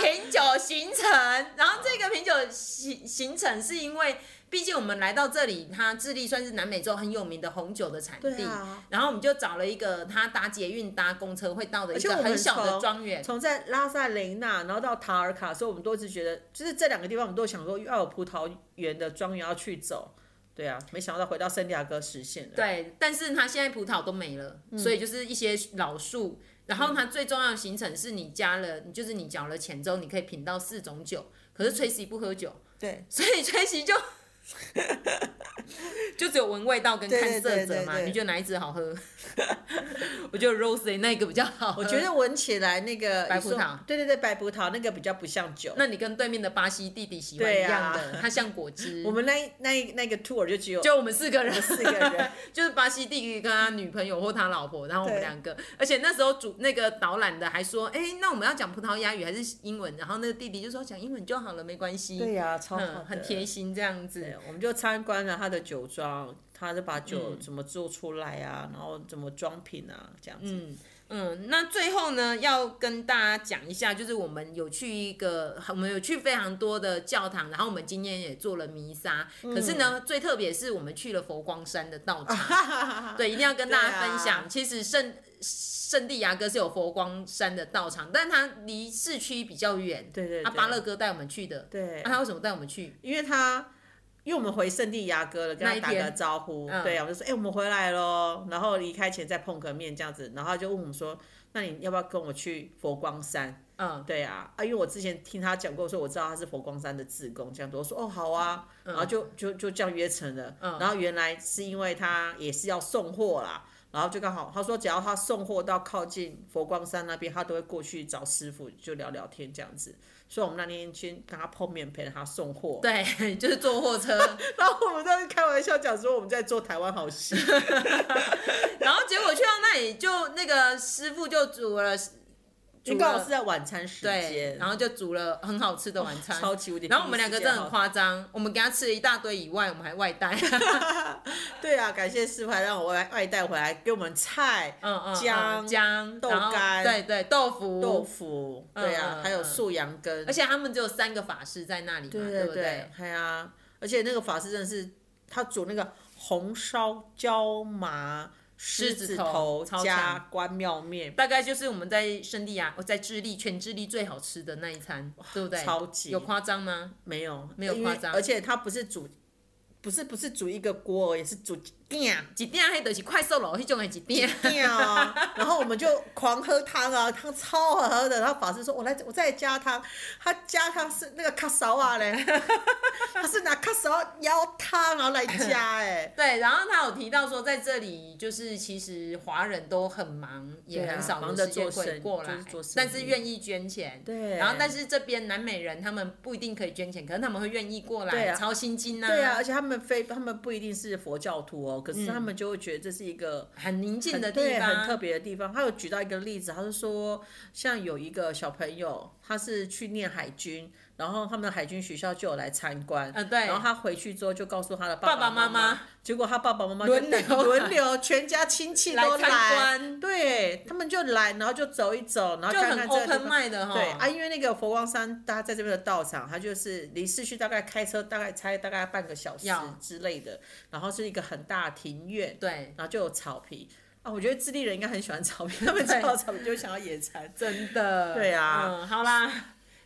Speaker 1: 品酒行程，然后这个品酒行行程是因为，毕竟我们来到这里，它智利算是南美洲很有名的红酒的产
Speaker 2: 对
Speaker 1: 地，
Speaker 2: 啊
Speaker 1: 然后我们就找了一个它搭捷运搭公车会到的
Speaker 2: 而
Speaker 1: 一
Speaker 2: 且
Speaker 1: 个
Speaker 2: 我们
Speaker 1: 很小的
Speaker 2: 从
Speaker 1: 庄园，
Speaker 2: 从在拉萨雷纳，然后到塔尔卡，所以我们都一直觉得，就是这两个地方，我们都想说要有葡萄园的庄园要去走。对啊，没想到回到圣地亚哥实现了。
Speaker 1: 对，但是它现在葡萄都没了，
Speaker 2: 嗯
Speaker 1: 所以就是一些老树。然后它最重要的行程是你加了，你就是你缴了钱之后，你可以品到四种酒。可是 Tracy 不喝酒，
Speaker 2: 对
Speaker 1: 所以 Tracy 就就只有闻味道跟
Speaker 2: 对
Speaker 1: 看
Speaker 2: 对
Speaker 1: 色
Speaker 2: 对
Speaker 1: 泽嘛。
Speaker 2: 对对
Speaker 1: 你觉得哪一支好喝？我觉得 Rose 那个比较好喝。
Speaker 2: 我觉得闻起来那个
Speaker 1: 白葡萄
Speaker 2: 你说对对对，白葡萄那个比较不像酒。
Speaker 1: 那你跟对面的巴西弟弟喜欢一
Speaker 2: 对
Speaker 1: 样
Speaker 2: 啊
Speaker 1: 的，它像果汁。
Speaker 2: 我们那一那一那个 tour 就只有
Speaker 1: 就我们四个人，
Speaker 2: 四个人，
Speaker 1: 就是巴西弟弟跟他女朋友或他老婆，然后我们
Speaker 2: 对
Speaker 1: 两个，而且那时候主那个导览的还说，哎、那我们要讲葡萄牙语还是英文？然后那个弟弟就说讲英文就好了，没关系。
Speaker 2: 对呀、超好的、
Speaker 1: 嗯，很贴心这样子。
Speaker 2: 对，我们就参观了他的酒庄，他就把
Speaker 1: 嗯
Speaker 2: 酒怎么做出来啊，然后怎么装瓶啊，这样子。
Speaker 1: 嗯嗯，那最后呢，要跟大家讲一下，就是我们有去一个，我们有去非常多的教堂，然后我们今天也做了弥撒。可是呢，
Speaker 2: 嗯
Speaker 1: 最特别是我们去了佛光山的道场。 对，一定要跟大家分享。
Speaker 2: 对啊
Speaker 1: 其实圣圣地亚哥是有佛光山的道场，但它离市区比较远。
Speaker 2: 对对对
Speaker 1: 啊，巴勒哥带我们去的。
Speaker 2: 对
Speaker 1: 啊，他为什么带我们去？
Speaker 2: 因为他因为我们回圣地亚哥了，跟
Speaker 1: 那
Speaker 2: 他
Speaker 1: 一
Speaker 2: 打
Speaker 1: 天
Speaker 2: 个招呼，
Speaker 1: 嗯
Speaker 2: 对啊，我就说，哎、我们回来喽，然后离开前再碰个面这样子，然后他就问我们说，那你要不要跟我去佛光山？
Speaker 1: 嗯，
Speaker 2: 对啊，啊，因为我之前听他讲过，说我知道他是佛光山的志工，这样子，我说哦好啊，
Speaker 1: 嗯
Speaker 2: 然后就就就这样约成了，然后原来是因为他也是要送货啦。然后就刚好，他说只要他送货到靠近佛光山那边，他都会过去找师傅就聊聊天这样子。所以我们那天先跟他碰面，陪着他送货。
Speaker 1: 对， 就是坐货 车。
Speaker 2: 然后我们在那开玩笑讲说我们在做台湾好 戏，
Speaker 1: 啊然后结果去到那里，就那个师傅就煮了，
Speaker 2: 因为刚好是在晚餐时
Speaker 1: 对，
Speaker 2: 间，
Speaker 1: 然后就煮了很好吃的晚餐。
Speaker 2: 哦超级无敌。
Speaker 1: 然后我们两个真的很
Speaker 2: 快，
Speaker 1: 夸张，我们给他吃了一大堆以外，我们还外 带。
Speaker 2: 对啊，感谢师傅还让我外外带回来给我们菜、
Speaker 1: 嗯嗯，嗯
Speaker 2: 姜
Speaker 1: 姜、
Speaker 2: 豆
Speaker 1: 然后
Speaker 2: 干
Speaker 1: 对对，豆腐、
Speaker 2: 豆腐，对
Speaker 1: 嗯
Speaker 2: 啊，
Speaker 1: 嗯
Speaker 2: 还有
Speaker 1: 嗯
Speaker 2: 素羊羹，
Speaker 1: 而且他们只有三个法师在那里嘛，
Speaker 2: 对
Speaker 1: 不
Speaker 2: 对对，还啊，而且那个法师真的是他煮那个红烧椒麻狮
Speaker 1: 狮子
Speaker 2: 子
Speaker 1: 头
Speaker 2: 头
Speaker 1: 超
Speaker 2: 加
Speaker 1: 强
Speaker 2: 关庙面，
Speaker 1: 大概就是我们在圣地亚，我在智利全智利最好吃的那一餐，对不对？
Speaker 2: 超级
Speaker 1: 有夸张吗？
Speaker 2: 没有
Speaker 1: 没有
Speaker 2: 因
Speaker 1: 夸
Speaker 2: 为
Speaker 1: 张
Speaker 2: 而且他不是煮，不是不是煮一个锅而已，也是煮呀。
Speaker 1: 一点黑就是快瘦佬，迄种的一 点。
Speaker 2: 掉啊，然后我们就狂喝汤啊，汤超好喝的。然后法师说：“我来，我再加汤。”他加汤是那个卡勺啊嘞，他是拿卡勺舀汤然后来加哎、
Speaker 1: 对，然后他有提到说，在这里就是其实华人都很忙，也
Speaker 2: 对啊
Speaker 1: 很少有
Speaker 2: 忙着
Speaker 1: 时间
Speaker 2: 做
Speaker 1: 会
Speaker 2: 生
Speaker 1: 过来，
Speaker 2: 就是做生
Speaker 1: 但是
Speaker 2: 意
Speaker 1: 愿意捐钱。
Speaker 2: 对
Speaker 1: 然后，但是这边南美人他们不一定可以捐钱，可是他们会愿意过
Speaker 2: 对
Speaker 1: 来
Speaker 2: 啊
Speaker 1: 抄心经呐、
Speaker 2: 对啊，而且他们非他们不一定是佛教徒哦，可是他们就会觉得这是一个。
Speaker 1: 很宁静的
Speaker 2: 很
Speaker 1: 地
Speaker 2: 对，
Speaker 1: 方，
Speaker 2: 很特别的地方。他有举到一个例子，他是说，像有一个小朋友，他是去念海军，然后他们的海军学校就有来参观，
Speaker 1: 呃对
Speaker 2: 然后他回去之后就告诉他的
Speaker 1: 爸
Speaker 2: 爸
Speaker 1: 爸妈
Speaker 2: 妈
Speaker 1: 妈
Speaker 2: 结果他爸爸妈妈
Speaker 1: 轮
Speaker 2: 就等
Speaker 1: 流
Speaker 2: 轮流，全家亲戚
Speaker 1: 来
Speaker 2: 都
Speaker 1: 参
Speaker 2: 来，
Speaker 1: 观
Speaker 2: 对他们就来，然后就走一走，然后
Speaker 1: 就
Speaker 2: 看
Speaker 1: 很
Speaker 2: 看这个地
Speaker 1: open
Speaker 2: 方。
Speaker 1: mind 的哈。
Speaker 2: 对啊，因为那个佛光山，大家在这边的道场，它就是离市区大概开车大概才大概半个小时
Speaker 1: 要
Speaker 2: 之类的，然后是一个很大的庭院，
Speaker 1: 对，
Speaker 2: 然后就有草皮啊。我觉得智利人应该很喜欢草皮，他们知道草皮就会想要野餐。
Speaker 1: 真的。
Speaker 2: 对啊
Speaker 1: 嗯，好啦。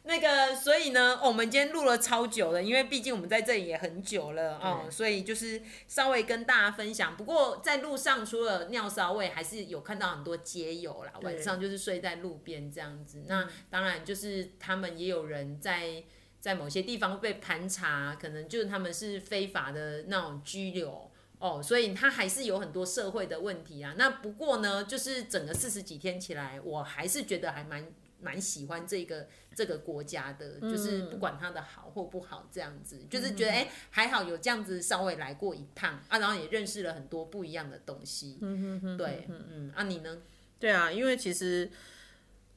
Speaker 1: 那个，所以呢、哦我们今天录了超久的，因为毕竟我们在这里也很久了哦，
Speaker 2: 对
Speaker 1: 所以就是稍微跟大家分享。不过在路上除了尿骚味，还是有看到很多街友啦，晚上就是睡在路边这样子。
Speaker 2: 嗯
Speaker 1: 那当然就是他们也有人在在某些地方被盘查，可能就是他们是非法的那种拘留。哦，所以它还是有很多社会的问题啊。那不过呢，就是整个四十几天起来，我还是觉得还蛮蛮喜欢这个这个国家的，就是不管它的好或不好，这样子，就是觉得哎、还好有这样子稍微来过一趟啊，然后也认识了很多不一样的东西。嗯对，嗯啊，你呢？
Speaker 2: 对啊，因为其实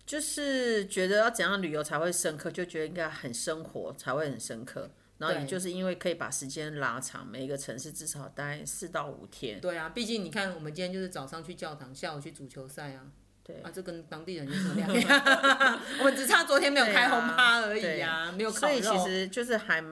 Speaker 2: 就是觉得要怎样旅游才会深刻，就觉得应该很生活才会很深刻。然后
Speaker 1: 对
Speaker 2: 也就是因为可以把时间拉长，每一个城市至少待四到五天。
Speaker 1: 对啊，毕竟你看，我们今天就是早上去教堂，下午去足球赛啊。
Speaker 2: 对
Speaker 1: 啊，这跟当地人有什么两样？ 我们只差昨天没有
Speaker 2: 对
Speaker 1: 开
Speaker 2: 啊
Speaker 1: 轰趴而已
Speaker 2: 对
Speaker 1: 啊，没有烤
Speaker 2: 所以
Speaker 1: 肉。
Speaker 2: 其实就是还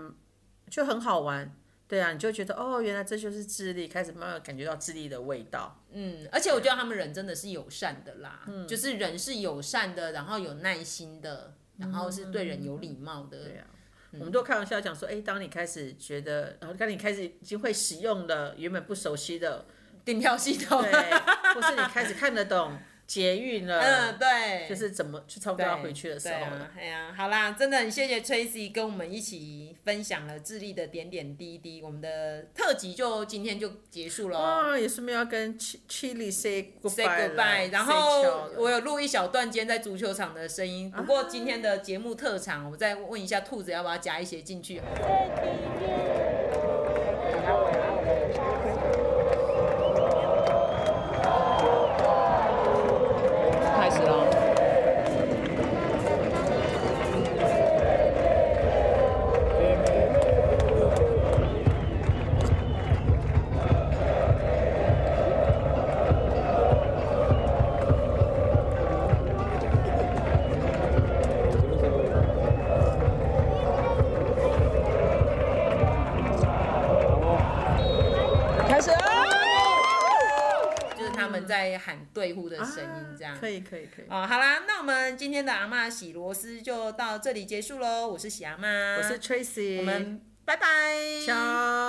Speaker 2: 就很好玩。对啊，你就觉得哦，原来这就是智利，开始慢慢感觉到智利的味道。
Speaker 1: 嗯，而且我觉得他们人真的是友善的啦，
Speaker 2: 嗯
Speaker 1: 就是人是友善的，然后有耐心的，然后是对人有礼貌的。
Speaker 2: 嗯对啊，我
Speaker 1: 嗯
Speaker 2: 们都开玩笑讲说，哎，当你开始觉得，然后当你开始已经会使用了原本不熟悉的，
Speaker 1: 订票系 统，
Speaker 2: 对，或是你开始看得懂捷运了，
Speaker 1: 嗯，对，
Speaker 2: 就是怎么就差不多要回去的时候
Speaker 1: 对
Speaker 2: 了。
Speaker 1: 啊哎呀、好啦，真的很谢谢 Tracy 跟我们一起分享了智利的点点滴滴，我们的特辑就今天就结束了哦。
Speaker 2: 啊，也顺便要跟 Chi- Chili say
Speaker 1: Say
Speaker 2: goodbye，了
Speaker 1: goodbye，然
Speaker 2: say
Speaker 1: 后
Speaker 2: ciao 啊了
Speaker 1: 我有录一小段今天在足球场的声音，不过今天的节目特长，我再问一下兔子要不要加一些进去。开始喽。
Speaker 3: 开始
Speaker 1: 就是他们在喊队呼的声音，这样。
Speaker 2: 啊可以可以可以，
Speaker 1: 哦，好啦，那我们今天的阿嬷洗螺丝就到这里结束喽。我是喜阿妈，嗯
Speaker 2: 我是 Tracy，
Speaker 1: 我们拜拜，
Speaker 2: ciao。